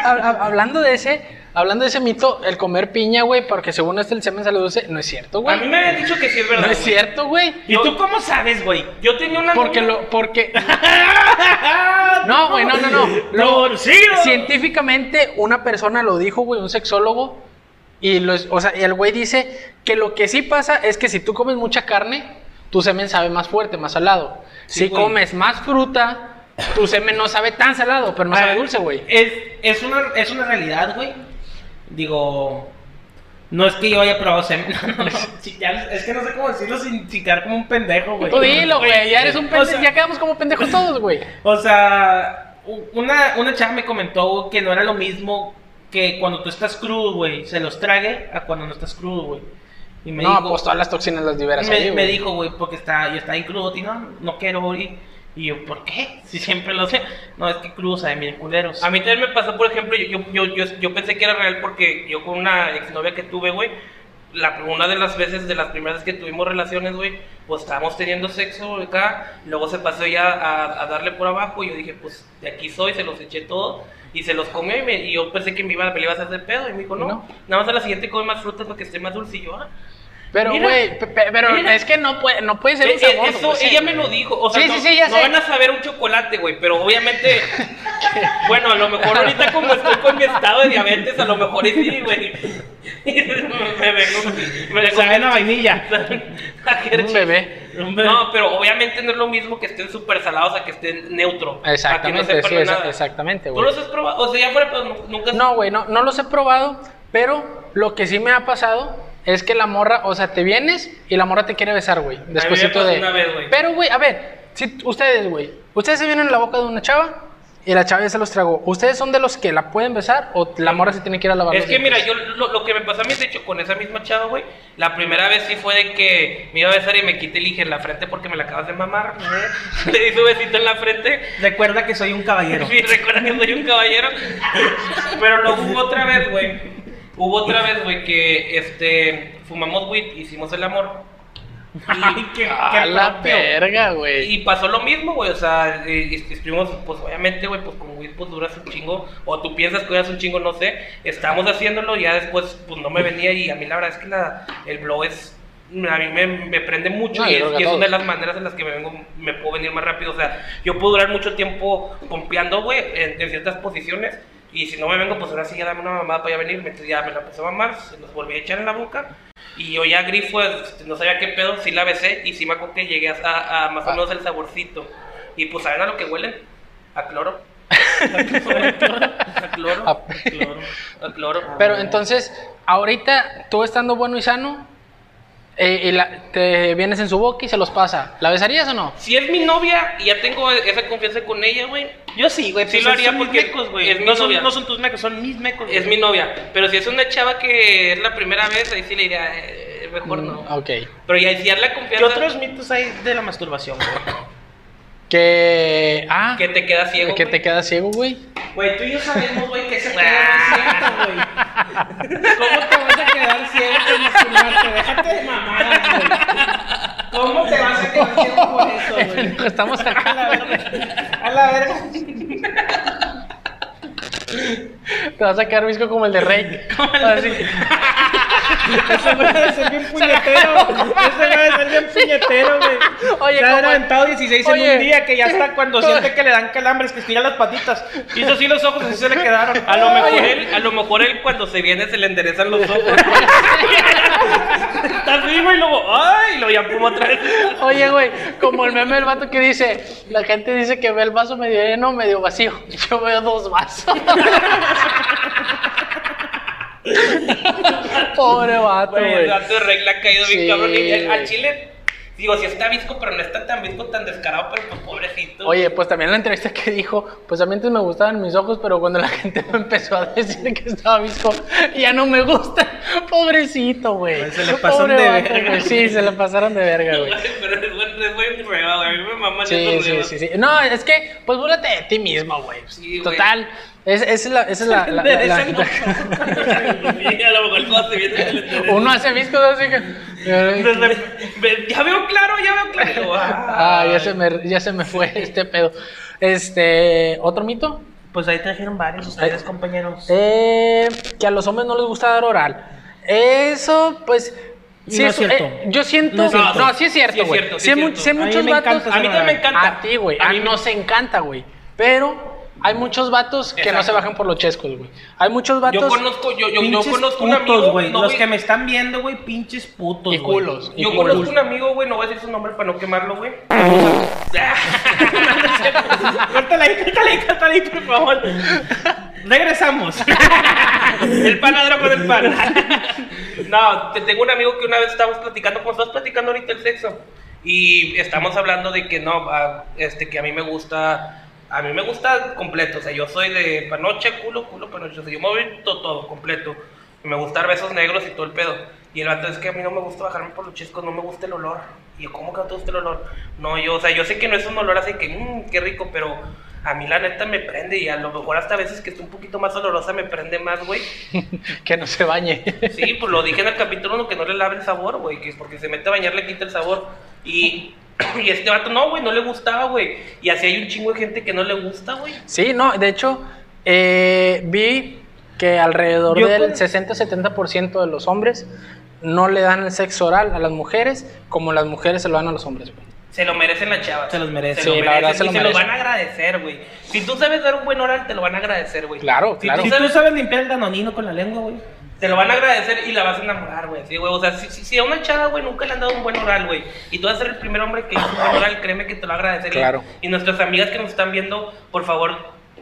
Speaker 2: hab- hab- hablando de ese, hablando de ese mito, el comer piña, güey, porque según este el semen sale dulce, no es cierto,
Speaker 1: A mí
Speaker 2: güey.
Speaker 1: me habían dicho que sí es verdad.
Speaker 2: No es
Speaker 1: güey.
Speaker 2: cierto, güey.
Speaker 3: ¿Y tú cómo sabes, güey?
Speaker 1: Yo tenía una
Speaker 2: Porque
Speaker 1: novia-
Speaker 2: lo, porque. No, güey, no, no, no. Lo-
Speaker 3: Torcido.
Speaker 2: científicamente, una persona lo dijo, güey, un sexólogo. Y los, o sea, y el güey dice que lo que sí pasa es que si tú comes mucha carne, tu semen sabe más fuerte, más salado.
Speaker 3: Sí,
Speaker 2: si
Speaker 3: güey.
Speaker 2: comes más fruta, tu semen no sabe tan salado, pero no
Speaker 3: Ah,
Speaker 2: sabe dulce, güey.
Speaker 3: Es, es, una, es una realidad, güey. Digo, no es que yo haya probado semen. no, no, sí, ya, es que no sé cómo decirlo sin chicar como un pendejo, güey.
Speaker 2: Tú dilo, güey, ya eres un pendejo,
Speaker 3: O sea-
Speaker 2: ya quedamos como pendejos todos, güey.
Speaker 3: O sea, u- una, una chava me comentó que no era lo mismo que cuando tú estás crudo, güey, se los trague a cuando no estás crudo, güey. Y me
Speaker 2: No,
Speaker 3: dijo,
Speaker 2: pues todas las toxinas las liberas
Speaker 3: me,
Speaker 2: ahí,
Speaker 3: me
Speaker 2: güey.
Speaker 3: dijo, güey, porque está, yo estaba en crudo, y no, no quiero güey. Y yo, ¿por qué? Si siempre lo sé. No, es que crudo sabe bien culeros.
Speaker 1: A mí también me pasó, por ejemplo, yo, yo, yo, yo- yo pensé que era real porque yo con una exnovia que tuve, güey, la, una de las veces, de las primeras que tuvimos relaciones, güey, pues estábamos teniendo sexo acá, luego se pasó ella a, a darle por abajo y yo dije, pues de aquí soy, se los eché todo y se los comió y, me- y yo pensé que me iba, me le iba a hacer de pedo y me dijo, no,
Speaker 2: No.
Speaker 1: nada más a la siguiente come más frutas porque esté más dulce y yo, ah.
Speaker 2: Pero,
Speaker 1: Mira.
Speaker 2: güey, pe- pe- pero
Speaker 1: Mira.
Speaker 2: es que no puede, no puede ser
Speaker 1: Eh,
Speaker 2: un
Speaker 1: eh,
Speaker 2: sabor.
Speaker 1: eso
Speaker 2: dulce,
Speaker 1: ella
Speaker 2: güey.
Speaker 1: me lo dijo. O sea,
Speaker 2: Sí,
Speaker 1: no,
Speaker 2: sí, sí, ya
Speaker 1: no
Speaker 2: sé.
Speaker 1: van a saber un chocolate, güey, pero obviamente. bueno, a lo mejor ahorita como estoy con mi estado de diabetes, a lo mejor y sí, güey. me vengo. Me vengo
Speaker 3: Sabe a vainilla.
Speaker 1: a querer
Speaker 2: Un bebé.
Speaker 3: Un bebé.
Speaker 1: No, pero obviamente no es lo mismo que estén súper salados a que estén neutro. a que no
Speaker 2: Exactamente,
Speaker 1: sepan
Speaker 2: sí,
Speaker 1: de
Speaker 2: exa-
Speaker 1: nada.
Speaker 2: exactamente,
Speaker 1: ¿Tú
Speaker 2: güey.
Speaker 1: los has probado? O sea, ya fuera, pues nu- nunca.
Speaker 2: No, güey, no, no los he probado, pero lo que sí me ha pasado es que la morra, o sea, te vienes y la morra te quiere besar, güey. Despuésito
Speaker 1: pasó
Speaker 2: de.
Speaker 1: una vez, güey.
Speaker 2: pero, güey, a ver, si ustedes, güey, ustedes se vienen en la boca de una chava y la chava ya se los tragó. ¿Ustedes son de los que la pueden besar o la morra se tiene que ir a lavar
Speaker 1: Es
Speaker 2: los
Speaker 1: que mira,
Speaker 2: dientes?
Speaker 1: yo lo, lo que me pasó a mí, de hecho, con esa misma chava, güey, la primera vez sí fue de que me iba a besar y me quité el dije en la frente porque me la acabas de mamar. ¿eh? Le hice un besito en la frente.
Speaker 3: Recuerda que soy un caballero.
Speaker 1: Sí, recuerda que soy un caballero. Pero lo hubo otra vez, güey. Hubo otra vez, güey, que este, fumamos weed, hicimos el amor.
Speaker 3: Ay, qué,
Speaker 2: A la
Speaker 3: propio.
Speaker 2: verga, güey.
Speaker 1: Y pasó lo mismo, güey, o sea, eh, est- estuvimos, pues obviamente, güey, pues con Will, pues duras un chingo, o tú piensas que duras un chingo, no sé, estábamos haciéndolo, y ya después, pues no me venía, y a mí la verdad es que la, el blow es, a mí me, me prende mucho,
Speaker 2: No,
Speaker 1: y
Speaker 2: yo
Speaker 1: es,
Speaker 2: creo que
Speaker 1: y es
Speaker 2: a
Speaker 1: una de
Speaker 2: todos.
Speaker 1: las maneras en las que me vengo, me puedo venir más rápido, o sea, yo puedo durar mucho tiempo pompeando, güey, en, en ciertas posiciones, y si no me vengo, pues ahora sí ya dame una mamada para ya venirme, entonces ya me la empezó a mamar, se los volví a echar en la boca, y yo ya grifo, este, no sabía qué pedo, sí la besé y sí me acuerdo que llegué a, a- a más o
Speaker 2: Ah.
Speaker 1: menos el saborcito. Y pues, ¿saben a lo que huelen? A cloro. A cloro, a cloro, a cloro.
Speaker 2: Pero entonces, ahorita tú estando bueno y sano, eh, y la- te vienes en su boca y se los pasa. ¿La besarías o no?
Speaker 1: Si es mi novia y ya tengo esa confianza con ella, güey,
Speaker 3: Yo sí, güey.
Speaker 1: Sí
Speaker 3: pues
Speaker 1: lo
Speaker 3: son-
Speaker 1: haría
Speaker 3: son mis
Speaker 1: porque
Speaker 3: mecos, güey.
Speaker 1: es mi
Speaker 3: No son,
Speaker 1: novia.
Speaker 3: no son tus mecos, son mis mecos.
Speaker 1: es mi
Speaker 3: güey.
Speaker 1: novia. Pero si es una chava que es la primera vez, ahí sí le diría, eh, mejor no.
Speaker 2: Mm, ok.
Speaker 1: Pero ya si es la
Speaker 3: ¿Qué
Speaker 1: confianza,
Speaker 3: otros mitos hay de la masturbación, güey?
Speaker 2: Que. Ah,
Speaker 1: que te quedas ciego.
Speaker 2: que
Speaker 1: güey.
Speaker 2: te quedas ciego, güey.
Speaker 3: Güey, tú y yo sabemos, güey, que ese pedo no es cierto, güey. ¿Cómo te vas a quedar ciego con masturbarte? Déjate de mamadas, güey. ¿Cómo te vas a quedar ciego con eso, güey?
Speaker 2: Estamos
Speaker 3: A
Speaker 2: acá.
Speaker 3: la verga. A la verga.
Speaker 2: Te vas a quedar visco como el de Rey. Así.
Speaker 3: Ese güey debe ser bien puñetero. Ese güey debe ser bien bien puñetero, güey.
Speaker 2: Oye,
Speaker 3: Se ha
Speaker 2: ¿cómo?
Speaker 3: adelantado 16 en
Speaker 2: Oye.
Speaker 3: un día que ya está cuando siente que le dan calambres, que estira las patitas. Hizo así los ojos, así se le quedaron.
Speaker 1: A lo mejor él, a lo mejor él cuando se viene se le enderezan los ojos. Está arriba y luego, ay, y lo ya puma otra vez.
Speaker 2: Oye, güey, como el meme del vato que dice, la gente dice que ve el vaso medio lleno, medio vacío. Yo veo dos vasos. Pobre vato,
Speaker 1: Güey,
Speaker 2: güey.
Speaker 1: el vato de Rey le ha caído
Speaker 2: Sí,
Speaker 1: bien cabrón. Y al, al
Speaker 2: güey.
Speaker 1: Chile, digo, si está visco, pero no está tan visco, tan descarado, pero pues pobrecito.
Speaker 2: Oye, pues también la entrevista que dijo, pues a mí antes me gustaban mis ojos, pero cuando la gente me empezó a decir que estaba visco, ya no me gusta. Pobrecito, güey.
Speaker 3: Pues se le pasó de
Speaker 2: vato,
Speaker 3: verga,
Speaker 2: güey. Sí, se le pasaron de verga, güey.
Speaker 1: pero es buen, es buen prueba, güey. A mí me maman
Speaker 2: Sí,
Speaker 1: esos
Speaker 2: sí,
Speaker 1: pruebas.
Speaker 2: sí, sí. No, es que, pues búrate de ti mismo, güey.
Speaker 1: Sí, güey.
Speaker 2: Total. es- Esa es la. Esa es la, la- la- la-
Speaker 1: Enderezan los ojos. Sí, a lo mejor todo se viene se le endereza.
Speaker 2: uno hace viscos así que.
Speaker 1: Desde- ve- ya veo claro, ya veo claro. Y luego,
Speaker 2: Ah, ya se me, ya se me fue este pedo. Este. ¿Otro mito?
Speaker 1: Pues ahí trajeron varios ustedes, compañeros.
Speaker 2: Eh, que a los hombres no les gusta dar oral. Eso, pues.
Speaker 3: No
Speaker 2: es
Speaker 3: es cierto.
Speaker 2: eh, yo siento.
Speaker 1: No
Speaker 2: No,
Speaker 1: es cierto.
Speaker 2: no, sí es
Speaker 1: Sí
Speaker 2: cierto,
Speaker 1: es
Speaker 2: güey.
Speaker 1: cierto, sí
Speaker 2: sé
Speaker 1: es
Speaker 2: mu-
Speaker 1: cierto.
Speaker 2: sé
Speaker 1: A
Speaker 3: mí
Speaker 2: muchos
Speaker 3: me
Speaker 2: vatos.
Speaker 3: encanta
Speaker 1: A mí también me encanta.
Speaker 2: A ti, güey.
Speaker 1: A
Speaker 2: A
Speaker 1: mí
Speaker 2: mí
Speaker 1: me-
Speaker 2: nos encanta, güey. Pero hay muchos vatos que no se
Speaker 1: Exacto.
Speaker 2: bajan por los chescos, güey. Hay muchos vatos.
Speaker 1: Yo conozco, yo, yo, yo
Speaker 3: Pinches
Speaker 1: conozco un
Speaker 3: putos,
Speaker 1: amigo,
Speaker 3: güey.
Speaker 1: no
Speaker 3: los
Speaker 1: voy-
Speaker 3: que me están viendo, güey, pinches putos,
Speaker 2: Y
Speaker 3: güey.
Speaker 2: culos.
Speaker 1: yo
Speaker 2: y
Speaker 1: conozco
Speaker 2: culos.
Speaker 1: un amigo, güey, no voy a decir su nombre para no quemarlo, güey.
Speaker 3: Córtale ahí, córtale ahí, córtale ahí, por favor. Regresamos.
Speaker 1: el panadero con el pan. no, te- tengo un amigo que una vez estábamos platicando, como estás platicando ahorita el sexo, y estamos hablando de que no, a- este, que a mí me gusta, a mí me gusta completo, o sea, yo soy de panoche, culo, culo, panoche, o sea, yo me voy todo, todo completo. Me gusta dar besos negros y todo el pedo. Y el vato es que a mí no me gusta bajarme por los chiscos, no me gusta el olor. Y yo, ¿cómo que no te gusta el olor? No, yo, o sea, yo sé que no es un olor así que, mmm, qué rico, pero a mí la neta me prende y a lo mejor hasta a veces que está un poquito más olorosa me prende más, güey.
Speaker 2: Que no se bañe.
Speaker 1: Sí, pues lo dije en el capítulo 1 que no le lave el sabor, güey, que porque se mete a bañar le quita el sabor. Y, y este vato, no, güey, no le gustaba, güey. Y así hay un chingo de gente que no le gusta, güey.
Speaker 2: Sí, no, de hecho, eh, vi que alrededor
Speaker 3: Yo
Speaker 2: del
Speaker 3: con-
Speaker 2: 60-70% de los hombres no le dan el sexo oral a las mujeres como las mujeres se lo dan a los hombres, güey.
Speaker 1: Se lo merecen las chavas.
Speaker 3: Se los merecen.
Speaker 1: Se lo
Speaker 2: Sí, la
Speaker 1: merecen
Speaker 2: verdad, se
Speaker 1: y
Speaker 2: lo
Speaker 1: se lo
Speaker 2: merecen.
Speaker 1: van a agradecer, güey. Si tú sabes dar un buen oral, te lo van a agradecer, güey.
Speaker 2: Claro,
Speaker 1: Si
Speaker 2: claro.
Speaker 1: tú
Speaker 3: Si
Speaker 1: sabes-
Speaker 3: tú sabes limpiar el danonino con la lengua, güey.
Speaker 1: Te lo van a agradecer y la vas a enamorar, güey. Sí, güey. O sea, si, si, si a una chava, güey, nunca le han dado un buen oral, güey. Y tú vas a ser el primer hombre que hizo un buen oral, créeme que te lo va a agradecer.
Speaker 2: Claro.
Speaker 1: Y nuestras amigas que nos están viendo, por favor,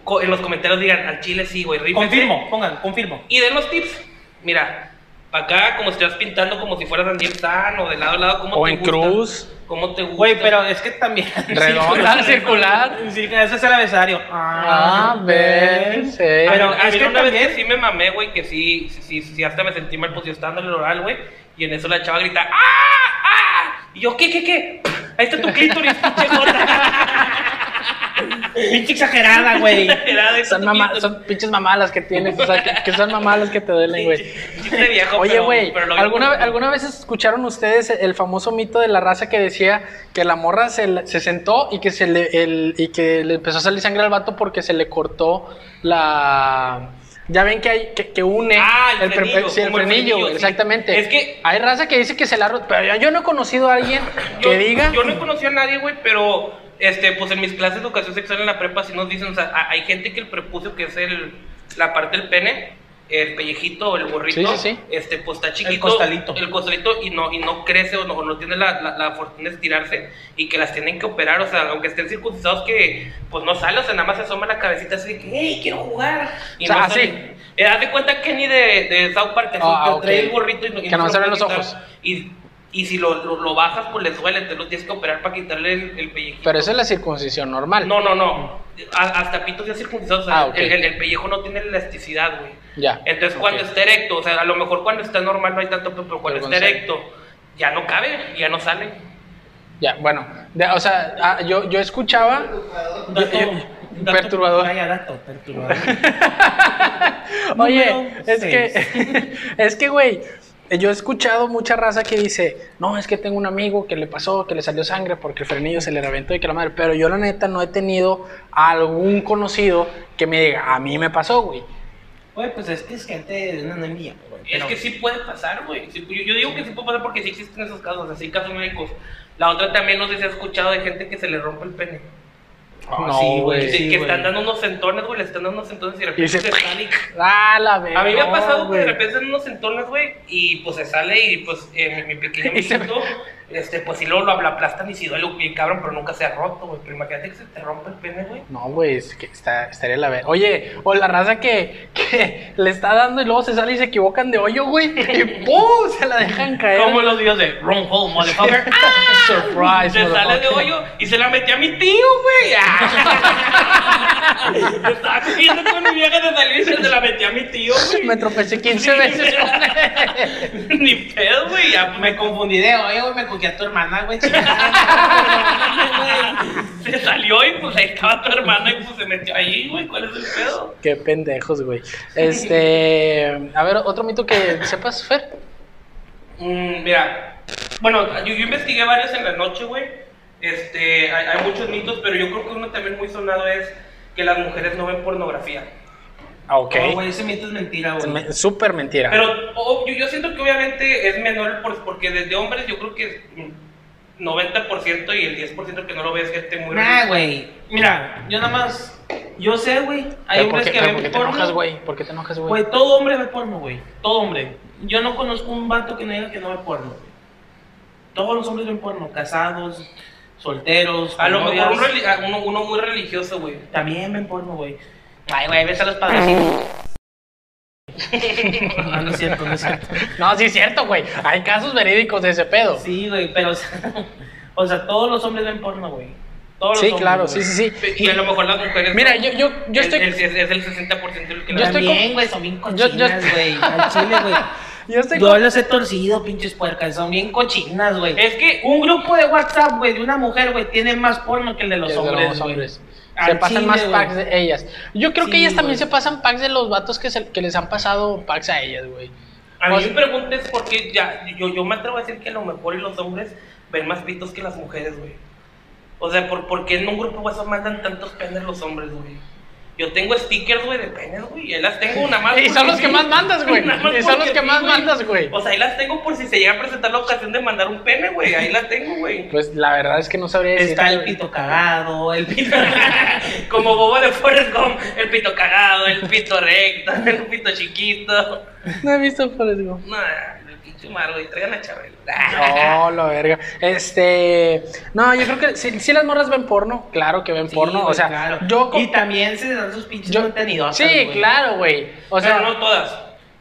Speaker 1: co- en los comentarios digan, al chile sí, güey. rífense".
Speaker 3: Confirmo, pongan, confirmo.
Speaker 1: Y den los tips. Mira, para acá, como estás pintando como si fueras Daniel San o de lado a lado, ¿cómo
Speaker 2: O
Speaker 1: te
Speaker 2: en
Speaker 1: gusta?
Speaker 2: cruz.
Speaker 1: ¿Cómo te gusta?
Speaker 3: Güey, pero es que también.
Speaker 2: Redonda, circular.
Speaker 3: Sí, ese es el avesario.
Speaker 2: Ah, ves, sí.
Speaker 3: Pero
Speaker 1: Pero a
Speaker 3: es
Speaker 1: mí
Speaker 3: que
Speaker 1: una vez que
Speaker 3: también.
Speaker 1: sí me mamé, güey, que sí, sí, sí, sí, hasta me sentí mal posicionando en el oral, güey. Y en eso la chava grita, ¡ah! ¡ah! Y yo, ¿qué, qué, qué? Ahí está tu clítoris, pinche jota.
Speaker 3: Pinche exagerada, güey.
Speaker 1: Era de
Speaker 2: Son,
Speaker 1: tu
Speaker 2: mamá-
Speaker 1: clítoris.
Speaker 2: son pinches mamadas que tienes, o sea, que, que son mamadas que te duelen, güey.
Speaker 1: Chiste viejo,
Speaker 2: Oye,
Speaker 1: pero-
Speaker 2: güey,
Speaker 1: pero lo vi
Speaker 2: ¿alguna,
Speaker 1: como-
Speaker 2: ¿alguna vez escucharon ustedes el famoso mito de la raza que decía que la morra se, la- se sentó y que, se le, el- y que le empezó a salir sangre al vato porque se le cortó la... Ya ven que hay que, que une
Speaker 1: Ah, el
Speaker 2: per-
Speaker 1: frenillo,
Speaker 2: sí, el
Speaker 1: como el
Speaker 2: frenillo,
Speaker 1: frenillo,
Speaker 2: güey,
Speaker 1: sí.
Speaker 2: exactamente.
Speaker 1: Es que-
Speaker 2: hay raza que dice que se la ro- pero yo, yo no he conocido a alguien que
Speaker 1: yo,
Speaker 2: diga
Speaker 1: Yo no conocí a nadie, güey, pero este, pues en mis clases de educación sexual en la prepa sí nos dicen, o sea, a- hay gente que el prepucio, que es el, la parte del pene, el pellejito o el gorrito,
Speaker 2: Sí, sí, sí.
Speaker 1: este, pues está chiquito.
Speaker 3: costalito.
Speaker 1: El costalito y no, y no crece o no, o no tiene la, la, la fortuna de estirarse y que las tienen que operar, o sea, aunque estén circuncidados que pues no sale, o sea, nada más se asoma la cabecita así de que, hey, quiero jugar. Y
Speaker 2: O sea,
Speaker 1: no
Speaker 2: así.
Speaker 1: sale. Eh, haz de cuenta que ni de, de South Park, que
Speaker 2: Ah,
Speaker 1: sí, que
Speaker 2: ok.
Speaker 1: trae el gorrito y, no- y
Speaker 2: Que no se
Speaker 1: lo
Speaker 2: abren
Speaker 1: puede
Speaker 2: los
Speaker 1: quitar.
Speaker 2: ojos.
Speaker 1: Y, y si lo, lo, lo bajas, pues le duele, te lo tienes que operar para quitarle el, el pellejito.
Speaker 2: Pero eso es la circuncisión normal.
Speaker 1: No, no, no. A- hasta pitos ya circuncidados, o sea,
Speaker 2: Ah, ok.
Speaker 1: el, el- el pellejo no tiene elasticidad, güey.
Speaker 2: Ya.
Speaker 1: Entonces, cuando
Speaker 2: Ok.
Speaker 1: está erecto, o sea, a lo mejor cuando está normal no hay tanto, pero cuando
Speaker 2: Pero
Speaker 1: está
Speaker 2: cuando sale.
Speaker 1: erecto, ya no cabe, ya no sale.
Speaker 2: Ya, bueno, de- o sea, ah, yo, yo escuchaba
Speaker 3: Dato-
Speaker 2: yo-
Speaker 3: dato-
Speaker 2: perturbador.
Speaker 3: Vaya dato, perturbador.
Speaker 2: Oye,
Speaker 3: Número
Speaker 2: es
Speaker 3: seis.
Speaker 2: que, es que, güey, yo he escuchado mucha raza que dice, no, es que tengo un amigo que le pasó, que le salió sangre porque el frenillo se le reventó y que la madre, pero yo la neta no he tenido algún conocido que me diga, a mí me pasó, güey.
Speaker 3: Güey, pues es que es gente de una anemia, güey.
Speaker 1: Es que sí puede pasar, güey. Sí, yo, yo digo que sí puede pasar porque sí existen esos casos, así casos médicos. La otra también, no sé si has escuchado de gente que se le rompe el pene.
Speaker 3: Ah,
Speaker 2: No, güey,
Speaker 1: que que están dando unos sentones, güey, le están dando unos sentones y de repente
Speaker 2: Y se-
Speaker 1: se sale. y-
Speaker 2: Ah, la verga.
Speaker 1: A mí me ha pasado que
Speaker 2: güey.
Speaker 1: de repente dan unos sentones, güey, y pues se sale y pues eh, mi, mi pequeño
Speaker 2: Y se-
Speaker 1: amiguito, este, pues sí lo, lo aplastan y si duele bien cabrón, pero nunca se ha roto, güey. Pero imagínate que se te rompe el pene, güey.
Speaker 2: No, güey, es que está, estaría la verga. Oye, o la raza que, que le está dando y luego se sale y se equivocan de hoyo, güey. Y ¡pum! Se la dejan caer.
Speaker 1: Como los videos de Ron Hole, motherfucker. ¡Ah!
Speaker 2: Surprise,
Speaker 1: Se sale de
Speaker 2: motherfucker.
Speaker 1: hoyo y se la metí a mi tío, güey. ¡Ah! Estaba cogiendo con mi vieja de salir y se la metí a mi tío, güey.
Speaker 2: Me tropecé 15 veces con él.
Speaker 1: Ni pedo, güey. Ya me
Speaker 3: Me confundí de oye, güey, me cogí a tu hermana, güey. chingada.
Speaker 1: Se salió y pues ahí estaba tu hermana y pues se metió ahí, güey. ¿Cuál es el pedo?
Speaker 2: Qué pendejos, güey. Este. A ver, otro mito que sepas, Fer.
Speaker 1: Mm, mira, bueno, yo, yo investigué varios en la noche, güey. Este, hay, hay muchos mitos, pero yo creo que uno también muy sonado es que las mujeres no ven pornografía.
Speaker 2: Ah, ok.
Speaker 3: No, güey, ese mito es mentira, güey.
Speaker 2: Me- Súper mentira.
Speaker 1: Pero o- yo, yo siento que obviamente es menor por- porque desde hombres yo creo que es mm, 90% y el 10% que no lo ve es gente muy...
Speaker 3: Nah, güey. Mira, yo nada más. Yo sé, güey. Hay
Speaker 2: Pero ¿por
Speaker 3: hombres
Speaker 2: qué-
Speaker 3: que
Speaker 2: pero
Speaker 3: ven
Speaker 2: ¿Por qué te
Speaker 3: porno.
Speaker 2: enojas, güey? ¿Por qué te enojas, güey?
Speaker 3: Güey, todo hombre ve porno, güey. Todo hombre. Yo no conozco un vato que no diga que no ve porno. güey. Todos los hombres ven porno. Casados, solteros.
Speaker 1: A lo
Speaker 3: con
Speaker 1: mejor un
Speaker 3: novias,
Speaker 1: reli- a uno, uno muy religioso, güey.
Speaker 3: También ven porno, güey. Ay, güey, ves a los padrecitos. Ah, no, no es cierto, no es cierto.
Speaker 2: No, sí es cierto, güey. Hay casos verídicos de ese pedo. Sí,
Speaker 3: Sí, güey, pero. o sea, O sea, todos los hombres ven porno, güey. Todos los hombres,
Speaker 2: claro,
Speaker 3: güey.
Speaker 2: sí, sí, sí.
Speaker 1: Y a lo mejor las mujeres...
Speaker 2: Mira,
Speaker 1: no.
Speaker 2: yo, yo, yo
Speaker 1: Es-
Speaker 2: estoy.
Speaker 1: Es, es- es el 60% el que
Speaker 2: Yo
Speaker 1: la
Speaker 2: estoy
Speaker 1: ve.
Speaker 2: con-
Speaker 3: También, güey, son bien
Speaker 2: Yo- yo-
Speaker 3: cochinas, güey. Al chile, güey.
Speaker 2: Yo estoy
Speaker 3: Yo los he torcido, pinches puercas. Son bien cochinas, güey.
Speaker 1: Es que
Speaker 3: Un grupo de WhatsApp, güey, de una mujer, güey, tiene más porno que el de los hombres,
Speaker 2: los
Speaker 3: güey.
Speaker 2: hombres. Se
Speaker 3: Al
Speaker 2: pasan
Speaker 3: chile,
Speaker 2: más
Speaker 3: güey.
Speaker 2: packs de ellas. Yo creo que
Speaker 3: Sí,
Speaker 2: ellas también se
Speaker 3: güey.
Speaker 2: pasan packs de los vatos que, se- que les han pasado packs a ellas, güey.
Speaker 1: A mí
Speaker 2: O sea-
Speaker 1: me preguntes por qué ya, yo, yo me atrevo a decir que a lo mejor los hombres ven más pitos que las mujeres, güey. O sea, ¿por, por qué en un grupo WhatsApp mandan tantos penes los hombres, güey? Yo tengo stickers, güey, de penes, güey. Ahí las tengo una más.
Speaker 2: Y son
Speaker 1: porque
Speaker 2: los que
Speaker 1: sí.
Speaker 2: más mandas, güey.
Speaker 1: Nada más
Speaker 2: Y son los
Speaker 1: porque
Speaker 2: que
Speaker 1: sí,
Speaker 2: más mandas, güey.
Speaker 1: O sea, ahí las tengo por si se llega a presentar la ocasión de mandar un pene, güey. Ahí las tengo, güey.
Speaker 2: Pues la verdad es que no sabría decir.
Speaker 3: Está el pito cagado, el pito.
Speaker 1: Como bobo de Forrest Gump, el pito cagado, el pito recto, el pito chiquito.
Speaker 2: No he visto por eso.
Speaker 1: No, el pinche mar, güey. Traigan a Chabelo.
Speaker 2: No, la verga. Este. No, yo creo que sí, sí las morras ven porno. Claro que ven
Speaker 3: Sí,
Speaker 2: porno.
Speaker 3: güey,
Speaker 2: o sea,
Speaker 3: claro.
Speaker 2: yo.
Speaker 3: Y también se dan sus pinches
Speaker 2: yo-
Speaker 3: contenidos.
Speaker 2: Sí, claro, güey. O
Speaker 1: O
Speaker 2: sea,
Speaker 1: sea, no todas.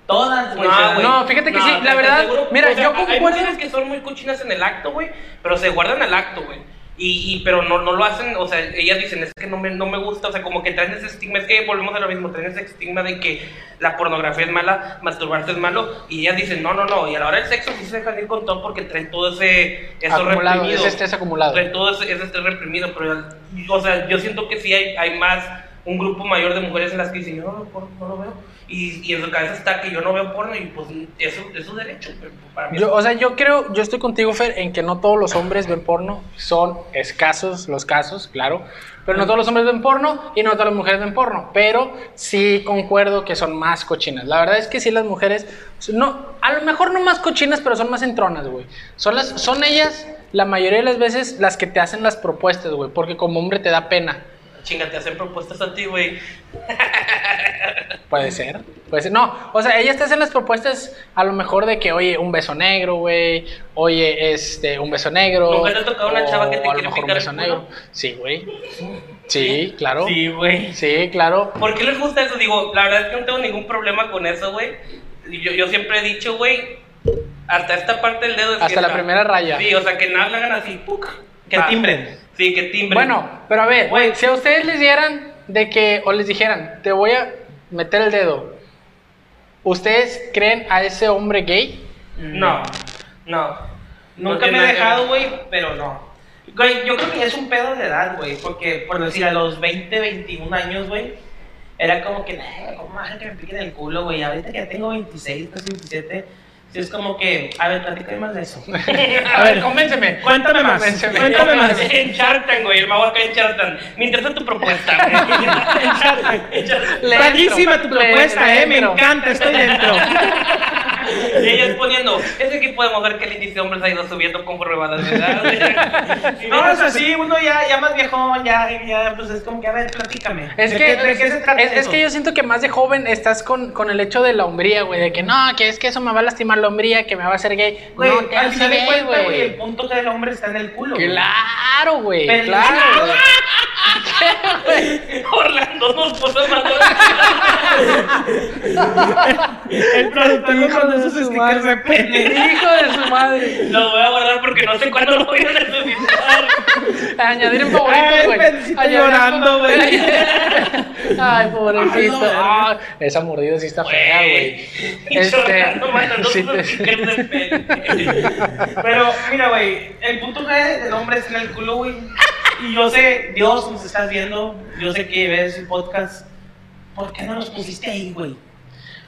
Speaker 3: Todas, güey.
Speaker 1: No,
Speaker 3: se dan.
Speaker 1: Pues güey.
Speaker 2: no, fíjate que sí, la
Speaker 1: te
Speaker 2: verdad, mira, yo
Speaker 1: Hay
Speaker 2: concuerdo-
Speaker 1: mujeres que son muy cochinas en el acto, güey, pero se guardan al acto, güey. Y, y- pero no, no lo hacen, o sea, ellas dicen, es que no me, no me gusta, o sea, como que traen ese estigma, es que volvemos a lo mismo, traen ese estigma de que la pornografía es mala, masturbarse es malo, y ellas dicen, no, no, no, y a la hora del sexo sí se dejan ir con todo porque traen todo ese, eso
Speaker 2: acumulado, este
Speaker 1: reprimido.
Speaker 2: ese estrés acumulado.
Speaker 1: Sobre todo es, es estar reprimido, pero, o sea, yo siento que sí hay, hay más, un grupo mayor de mujeres en las que dicen, yo no veo porno, no lo veo, y, y en su cabeza está que yo no veo porno, y pues eso es su derecho, pero para mí
Speaker 2: Yo, o sea, yo creo, yo estoy contigo, Fer, en que no todos los hombres ven porno. Son escasos los casos, claro. Pero no todos los hombres ven porno y no todas las mujeres ven porno. Pero sí concuerdo que son más cochinas. La verdad es que sí las mujeres, no, a lo mejor no más cochinas, pero son más entronas, güey. Son, las, son ellas, la mayoría de las veces, las que te hacen las propuestas, güey. Porque como hombre te da pena.
Speaker 1: es- chinga, te hacen propuestas a ti, güey,
Speaker 2: Puede ser, puede ser. No, o sea, ellas te hacen las propuestas a lo mejor de que, oye, un beso negro, güey. Oye, este, un beso negro.
Speaker 1: ¿Nunca te ha tocado una chava que te
Speaker 2: o a lo
Speaker 1: quiere
Speaker 2: mejor un
Speaker 1: picar el
Speaker 2: beso
Speaker 1: culo?
Speaker 2: negro. Sí, güey. Sí, claro. Sí,
Speaker 3: Sí, güey.
Speaker 2: claro.
Speaker 1: ¿Por qué les gusta eso? Digo, la verdad es que no tengo ningún problema con eso, güey, Y yo, yo siempre he dicho, güey, hasta esta parte del dedo
Speaker 2: Hasta la primera raya.
Speaker 1: Sí, o sea, que nada, la hagan así, ¡puc!
Speaker 3: Que
Speaker 1: Ah,
Speaker 3: timbren.
Speaker 1: Sí, que timbre.
Speaker 2: Bueno, pero a ver,
Speaker 3: Güey.
Speaker 2: si a ustedes les dieran de que, o les dijeran, te voy a meter el dedo, ¿ustedes creen a ese hombre gay?
Speaker 1: No, no.
Speaker 3: Nunca
Speaker 1: Porque
Speaker 3: me
Speaker 1: no-
Speaker 3: he dejado, güey, pero no. Güey, yo creo que es un pedo de edad, güey, porque por decir a los 20, 21 años, güey, era como que, nah, ¿cómo vas a que me piquen el culo, güey? Ahorita que tengo 26, casi 27, Sí, es como que, a ver, platícame más de eso.
Speaker 2: A ver, convénceme.
Speaker 3: Cuéntame más.
Speaker 2: Convénceme.
Speaker 3: Cuéntame más.
Speaker 1: En Chartan, güey, el mago acá en Chartan. Me interesa tu propuesta, güey. En Chartan, en Chartan.
Speaker 2: Le
Speaker 3: Padrísima
Speaker 2: entro,
Speaker 3: tu
Speaker 2: le
Speaker 3: propuesta, eh, me
Speaker 2: entro.
Speaker 3: encanta, estoy dentro.
Speaker 1: Y ellos poniendo, ese equipo de mujer que el índice de hombres ha ido subiendo conforme va las edades.
Speaker 3: No, es así, uno ya, ya más viejón, ya, ya, pues es como que, a ver, platícame.
Speaker 2: Es
Speaker 3: ¿De
Speaker 2: que,
Speaker 3: qué- ¿de qué se trata
Speaker 2: es, es
Speaker 3: eso?
Speaker 2: que yo siento que más de joven estás con, con el hecho de la hombría, güey. De que no, que es que eso me va a lastimar la hombría, que me va a hacer gay.
Speaker 3: Güey,
Speaker 2: no, te
Speaker 3: al
Speaker 2: hace
Speaker 3: final de
Speaker 2: gay,
Speaker 3: cuentas, güey, el punto del hombre está en el culo. güey.
Speaker 2: Claro, güey.
Speaker 3: Pero-
Speaker 2: Claro. güey.
Speaker 1: Orlando nos puso más
Speaker 3: El productor nos mandó esos stickers de pene.
Speaker 2: Hijo de su madre.
Speaker 1: Lo voy a guardar porque no sé cuándo lo voy a necesitar.
Speaker 2: Añadir en favoritos,
Speaker 3: Ay,
Speaker 2: güey.
Speaker 3: Pencito
Speaker 2: Añadir en
Speaker 3: llorando, güey.
Speaker 2: favoritos. Ay, pobrecito.
Speaker 3: Ay, Ah, no,
Speaker 2: Ay, esa mordida sí está fea, güey. Este,
Speaker 1: Y Orlando mandando
Speaker 2: sí pues,
Speaker 1: sus
Speaker 2: te-
Speaker 1: stickers de pene.
Speaker 3: Pero, mira, güey, el punto G del hombre está en el culo, güey. Y yo sé, Dios, nos estás viendo. Yo sé que ves el podcast. ¿Por qué no nos pusiste ahí, güey?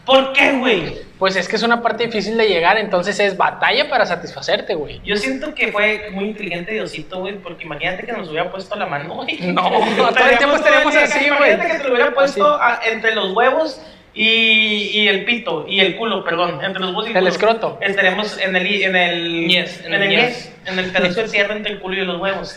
Speaker 3: ¿Por qué, güey?
Speaker 2: Pues es que es una parte difícil de llegar, entonces es batalla para satisfacerte, güey.
Speaker 3: Yo siento que fue muy inteligente Diosito, güey, porque imagínate que nos hubiera puesto la mano, güey.
Speaker 2: No, todo el tiempo
Speaker 3: todo
Speaker 2: estaríamos
Speaker 3: día acá.
Speaker 2: así,
Speaker 3: Imagínate
Speaker 2: güey.
Speaker 3: que te lo hubiera puesto a- entre los huevos y, y el pito, y el culo, perdón, entre los huevos y el
Speaker 2: El
Speaker 3: culo.
Speaker 2: escroto.
Speaker 3: Estaremos en el, i- en el...
Speaker 1: Ñez,
Speaker 3: en el ñez, en el pedazo de cierre entre el culo y los huevos.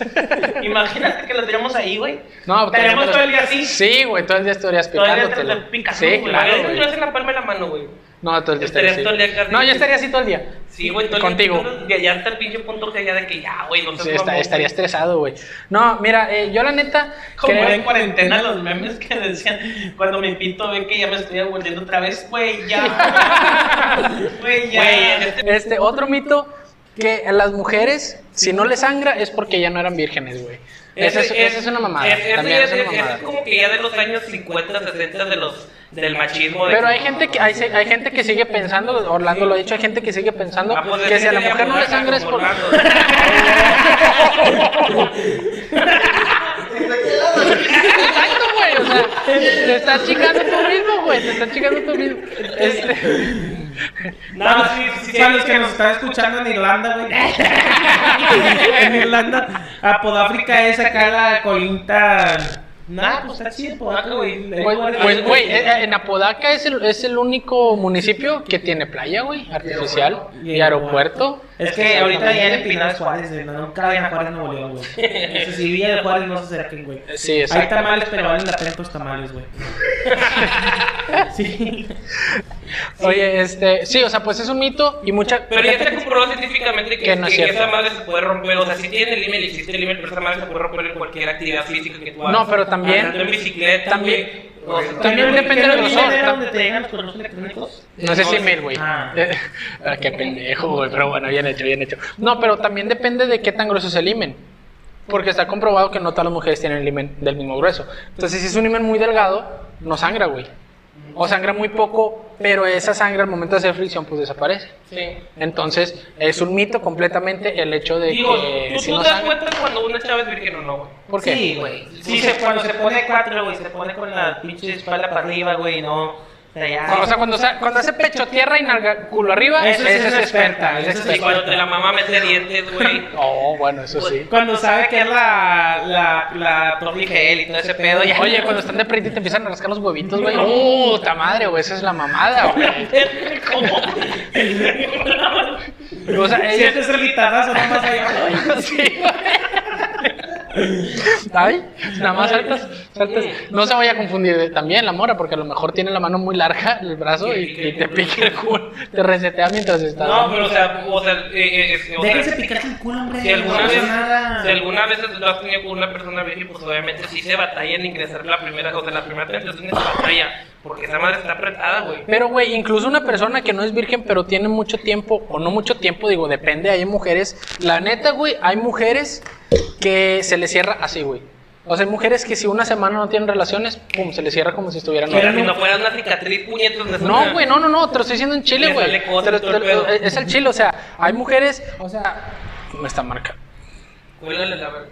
Speaker 3: imagínate que lo teníamos ahí, güey.
Speaker 2: No, pues,
Speaker 3: Estaríamos
Speaker 2: pero-
Speaker 3: todo el día así.
Speaker 2: Sí, güey, todo el día estarías
Speaker 3: Todo el día te-
Speaker 2: picándotelo.
Speaker 3: te picas,
Speaker 2: Sí,
Speaker 3: ¿no, güey?
Speaker 2: claro,
Speaker 1: Yo
Speaker 2: güey.
Speaker 1: en la palma de la mano, güey.
Speaker 2: No, todo el día
Speaker 1: Estarías
Speaker 2: estaría
Speaker 1: todo el día
Speaker 2: así.
Speaker 1: casi-
Speaker 2: No, yo estaría así todo el día.
Speaker 1: Sí, güey, todo el-
Speaker 2: Contigo.
Speaker 1: De allá hasta el pinche punto G ya de que ya, güey, no sé
Speaker 2: Sí, esta- estaría estresado, güey. No, mira, eh, yo la neta.
Speaker 3: Como
Speaker 2: creo-
Speaker 3: en cuarentena los memes que decían, cuando me pinto ven que ya me estoy volviendo otra vez, güey, ya. Güey, ya.
Speaker 1: Güey, en este-
Speaker 2: Este, otro mito que a las mujeres, si no les sangra, es porque ya no eran vírgenes, güey. Esa es, esa es una mamada.
Speaker 1: es- ese
Speaker 2: también
Speaker 1: ya-
Speaker 2: es una
Speaker 1: ese
Speaker 2: mamada.
Speaker 1: es como que ya de los años 50, 60 de los, del machismo. de
Speaker 2: Pero
Speaker 1: que-
Speaker 2: hay gente que hay, hay gente que sigue pensando, Orlando lo ha dicho, hay gente que sigue pensando
Speaker 1: Ah, pues,
Speaker 2: que
Speaker 1: es
Speaker 2: si a la
Speaker 1: ya
Speaker 2: mujer no le
Speaker 1: Morata,
Speaker 2: sangra es
Speaker 1: como
Speaker 2: por
Speaker 1: Orlando.
Speaker 2: Exacto, güey, o sea, te estás chingando tú mismo, güey, te estás chingando tú mismo. Este,
Speaker 3: No, sí, sí, sí, a los que nos están escuchando en Irlanda, güey. en Irlanda, a Podáfrica es acá la colinta. Nada, pues está chido Podaca, güey.
Speaker 2: pues, pues, güey, eh, en Apodaca es el, es el único municipio que tiene playa, güey, artificial y aeropuerto.
Speaker 3: Es que ahorita ya en Pinar Juárez, güey. No, nunca vayan a Juárez, Nuevo León, güey. Eso sí, Villa de Juárez no se acerquen, güey.
Speaker 2: Sí,
Speaker 3: Hay
Speaker 2: exacto.
Speaker 3: tamales, pero valen la pena tus tamales, güey. sí.
Speaker 2: Oye, este, sí, o sea, pues es un mito y mucha
Speaker 1: Pero ya se comprobó científicamente que,
Speaker 2: Que no es
Speaker 1: que
Speaker 2: cierto.
Speaker 1: esa madre se puede romper. O sea, si tiene el límite, existe el límite, pero esa madre se puede romper en cualquier actividad física que tú hagas.
Speaker 2: No, pero también-
Speaker 1: Andando en bicicleta,
Speaker 2: también-
Speaker 1: güey. O sea,
Speaker 2: También
Speaker 1: güey,
Speaker 2: depende
Speaker 1: ¿qué
Speaker 2: del
Speaker 1: no
Speaker 2: grosor.
Speaker 1: viene?
Speaker 3: ¿Era donde te llegan los correos electrónicos?
Speaker 2: No sé si mail, güey.
Speaker 3: Ah.
Speaker 2: Eh, ah, qué pendejo, güey. Pero bueno, bien hecho, bien hecho. No, pero también depende de qué tan grueso es el imen. Porque está comprobado que no todas las mujeres tienen el imen del mismo grueso. Entonces, si es un imen muy delgado, no sangra, güey. O sangra muy poco, pero esa sangre al momento de hacer fricción, pues desaparece.
Speaker 1: Sí.
Speaker 2: Entonces, es un mito completamente el hecho de
Speaker 1: Digo,
Speaker 2: que
Speaker 1: ¿tú,
Speaker 2: si
Speaker 1: tú
Speaker 2: no
Speaker 1: te das
Speaker 2: sangra.
Speaker 1: cuenta cuando una chava es virgen o no, güey?
Speaker 2: ¿Por qué?
Speaker 3: Sí, güey. Sí, se, cuando se pone cuatro, güey, se pone con la pinche espalda para arriba, güey, no. O sea, ya.
Speaker 2: Ah, O sea, cuando, sa- cuando hace pecho tierra y nalga culo arriba,
Speaker 3: Eso sí
Speaker 2: esa
Speaker 3: es
Speaker 2: es experta.
Speaker 3: experta,
Speaker 2: esa es
Speaker 3: eso sí.
Speaker 1: Y
Speaker 2: experta.
Speaker 1: cuando te la mamá mete dientes, güey.
Speaker 2: Oh, bueno, eso sí.
Speaker 3: cuando sabe que es la, la, la Torre Eiffel y todo ese pedo, ya.
Speaker 2: Oye, cuando están de frente y te empiezan a rascar los huevitos, güey. Puta madre, güey, esa es la mamada, güey.
Speaker 1: ¿Cómo?
Speaker 2: O sea,
Speaker 3: si
Speaker 2: ellos-
Speaker 3: este es el guitarrazo, no más allá.
Speaker 2: Sí, güey. Ay, nada más saltas, saltas. No se vaya a confundir de- también la mora, porque a lo mejor tiene la mano muy larga, el brazo, y, y te pica el culo. Te resetea mientras estás.
Speaker 1: No, pero o sea, o sea, eh, eh, eh, o sea,
Speaker 3: Déjense picarse el culo, hombre.
Speaker 1: Si alguna,
Speaker 3: no
Speaker 1: vez,
Speaker 3: pasa Pues, nada.
Speaker 1: si alguna vez lo has tenido con una persona virgen, pues obviamente sí se batalla en ingresar la primera, o sea, la primera tentación es batalla, porque esa madre está apretada, güey.
Speaker 2: Pero, güey, incluso una persona que no es virgen, pero tiene mucho tiempo, o no mucho tiempo, digo, depende, hay mujeres. La neta, güey, hay mujeres que se les cierra así, güey. O sea, hay mujeres que si una semana no tienen relaciones, pum, se les cierra como si estuvieran.
Speaker 1: Pero si
Speaker 2: no,
Speaker 1: no fuera una cicatriz, puñetos de
Speaker 2: no, güey, no, no, no, te lo estoy diciendo en Chile,
Speaker 1: Le
Speaker 2: güey.
Speaker 1: sale cosa
Speaker 2: Te lo-
Speaker 1: y todo el
Speaker 2: te lo-
Speaker 1: pedo.
Speaker 2: Es el Chile, o sea, hay mujeres, o sea, esta marca.
Speaker 1: Cuélale la verga.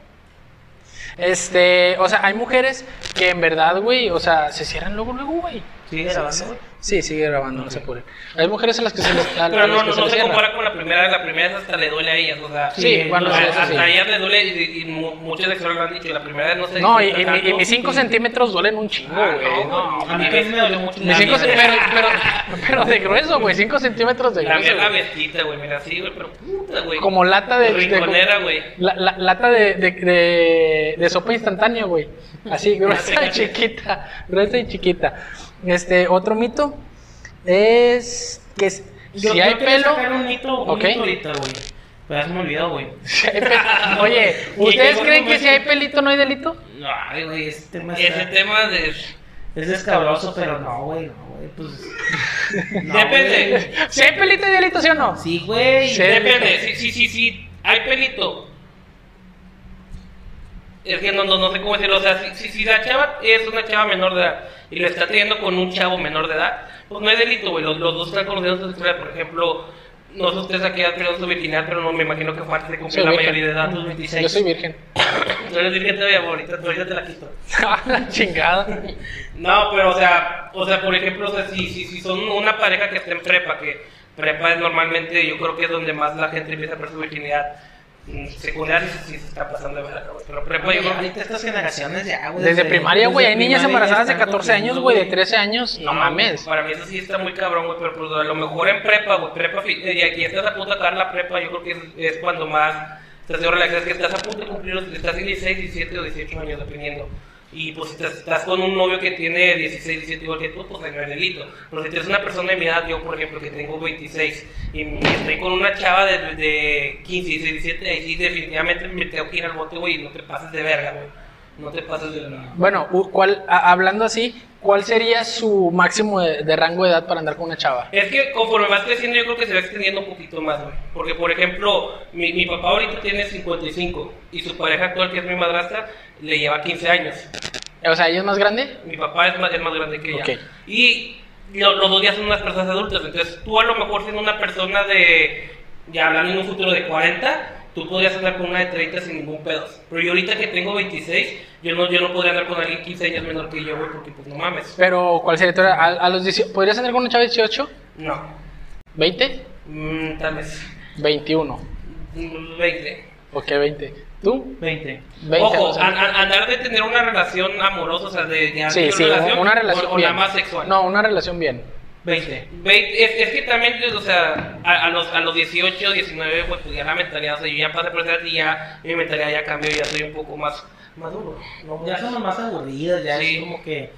Speaker 2: Este, o sea, hay mujeres que en verdad, güey, o sea, se cierran luego, luego, güey.
Speaker 1: Sí,
Speaker 2: Sí,
Speaker 1: grabando,
Speaker 2: sí,
Speaker 1: güey.
Speaker 2: sí, sigue grabando, no se apure. Hay mujeres a las que se les. a
Speaker 1: Pero
Speaker 2: las
Speaker 1: no,
Speaker 2: que
Speaker 1: no,
Speaker 2: se
Speaker 1: no
Speaker 2: les
Speaker 1: se
Speaker 2: cierra.
Speaker 1: compara con la primera, la primera hasta le duele a ellas, o sea.
Speaker 2: Sí, bueno,
Speaker 1: a-
Speaker 2: sí, eso sí.
Speaker 1: hasta a ellas le duele y, y mu- muchas de lo han dicho, la primera no se
Speaker 2: No, y, y
Speaker 1: disfruta
Speaker 2: mi- y
Speaker 1: tanto.
Speaker 2: mis 5 centímetros duelen un chingo,
Speaker 1: Ah,
Speaker 2: güey.
Speaker 1: no,
Speaker 2: no.
Speaker 1: no,
Speaker 3: A
Speaker 1: mi
Speaker 3: mí también me
Speaker 1: vez-
Speaker 3: dolió mucho.
Speaker 2: Mis cinco ce- pero, pero, pero de grueso, güey. 5 centímetros de
Speaker 1: La
Speaker 2: grueso.
Speaker 1: mierda
Speaker 2: güey.
Speaker 1: vestita, güey, mira así, güey, pero puta, güey.
Speaker 2: Como lata de. de-
Speaker 1: Rinconera, güey.
Speaker 2: la, la- lata de, de, de, de sopa instantánea, güey. Así, gruesa y
Speaker 1: Gracias.
Speaker 2: chiquita. Gruesa y chiquita. Este, otro mito es que s-
Speaker 3: Yo-
Speaker 2: si
Speaker 3: yo
Speaker 2: hay
Speaker 3: quería
Speaker 2: pelo.
Speaker 3: sacar un mito, un
Speaker 2: Ok.
Speaker 3: mito ahorita, güey. Pero ya se me olvidó, güey.
Speaker 2: si hay pe- Oye, ¿ustedes
Speaker 3: llegó
Speaker 2: creen
Speaker 3: el
Speaker 2: que si
Speaker 3: momento.
Speaker 2: hay pelito no hay delito?
Speaker 3: No, ay, güey, ese tema
Speaker 1: Y ese
Speaker 3: está-
Speaker 1: tema de...
Speaker 3: es escabroso, pero no, güey, no, güey, pues... no,
Speaker 1: Depende.
Speaker 2: Si hay pelito hay delito, ¿sí o no?
Speaker 3: güey. Sí, güey.
Speaker 2: Sí.
Speaker 1: Depende, sí, sí, sí, sí, hay pelito. Es que no, no, no sé cómo decirlo, o sea, si, si, si la chava es una chava menor de edad y lo está teniendo con un chavo menor de edad, pues no es delito, güey, los, los dos están conociendo su sexualidad, por ejemplo, no sé ustedes a qué edad perdieron su virginidad, pero no me imagino que fue antes de cumplir
Speaker 2: Soy
Speaker 1: la
Speaker 2: virgen.
Speaker 1: mayoría de edad, los
Speaker 2: Yo
Speaker 1: 26.
Speaker 2: soy virgen.
Speaker 1: No les dije todavía, ahorita, ahorita te la quito.
Speaker 2: Ah, la chingada.
Speaker 1: No, pero o sea, o sea, por ejemplo, o sea, si, si, si son una pareja que está en prepa, que prepa es normalmente, yo creo que es donde más la gente empieza a perder su virginidad. Mm, Secundaria sí se está pasando de verdad, güey, pero prepa
Speaker 3: Oye,
Speaker 1: yo creo que...
Speaker 3: ahorita estas generaciones ya, güey.
Speaker 2: Desde primaria, güey, hay
Speaker 3: desde
Speaker 2: niñas
Speaker 3: primaria ya
Speaker 2: embarazadas de
Speaker 3: están
Speaker 2: 14 años,
Speaker 3: cogiendo,
Speaker 2: güey, de 13 años. pues, No mames.
Speaker 1: Para mí eso sí está muy cabrón, güey, pero pues, a lo mejor en prepa, güey, prepa, fi- eh, y aquí estás a punto de acabar la prepa, yo creo que es, es cuando más estás de relax, que estás a punto de cumplir, los- estás en 16, 17 o 18 años, dependiendo. Y pues si estás, estás con un novio que tiene 16, 17 igual que tú, pues ahí no hay delito. Pero si tienes una persona de mi edad, yo por ejemplo que tengo 26 y me- estoy con una chava de, de 15, 16, 17, ahí sí definitivamente me tengo que ir al bote, güey, y no te pases de verga, güey. No te pases de verga.
Speaker 2: Bueno, u- ¿cuál, a- hablando así, ¿cuál sería su máximo de, de rango de edad para andar con una chava?
Speaker 1: Es que conforme vas creciendo, yo creo que se va extendiendo un poquito más, güey. Porque, por ejemplo, mi, mi papá ahorita tiene 55 y su pareja actual, que es mi madrastra, le lleva 15 años.
Speaker 2: O sea, ¿ella es más grande?
Speaker 1: Mi papá es más, es más grande que ella.
Speaker 2: Ok.
Speaker 1: Y lo- los dos ya son unas personas adultas. Entonces, tú a lo mejor siendo una persona de, ya hablando en un futuro de 40, tú podrías andar con una de 30 sin ningún pedo. Pero yo ahorita que tengo 26, yo no, yo no podría andar con alguien 15 años menor que yo, güey, porque pues no mames.
Speaker 2: Pero, ¿cuál sería tu edad? A, a los 18, ¿Podrías andar con una chava de 18?
Speaker 1: No.
Speaker 2: ¿20?
Speaker 1: Mm, tal vez.
Speaker 2: 21.
Speaker 1: Mm, 20.
Speaker 2: Ok, 20. ¿Tú?
Speaker 3: 20.
Speaker 2: 20. o
Speaker 1: Ojo,
Speaker 2: sea,
Speaker 1: an- an- andar de tener una relación amorosa, o sea, de, de
Speaker 2: sí,
Speaker 1: hacer
Speaker 2: sí, una relación
Speaker 1: o, o
Speaker 2: bien.
Speaker 1: nada más sexual.
Speaker 2: No, una relación bien.
Speaker 3: 20.
Speaker 1: Ve- Es, es que también, pues, o sea, a, a los, a los 18, 19, pues, pues, ya la mentalidad, o sea, yo ya pasé por esa edad y ya mi mentalidad ya cambió, ya soy un poco más maduro. ¿no?
Speaker 3: Ya somos más aburridas, ya
Speaker 1: Sí.
Speaker 3: es como que...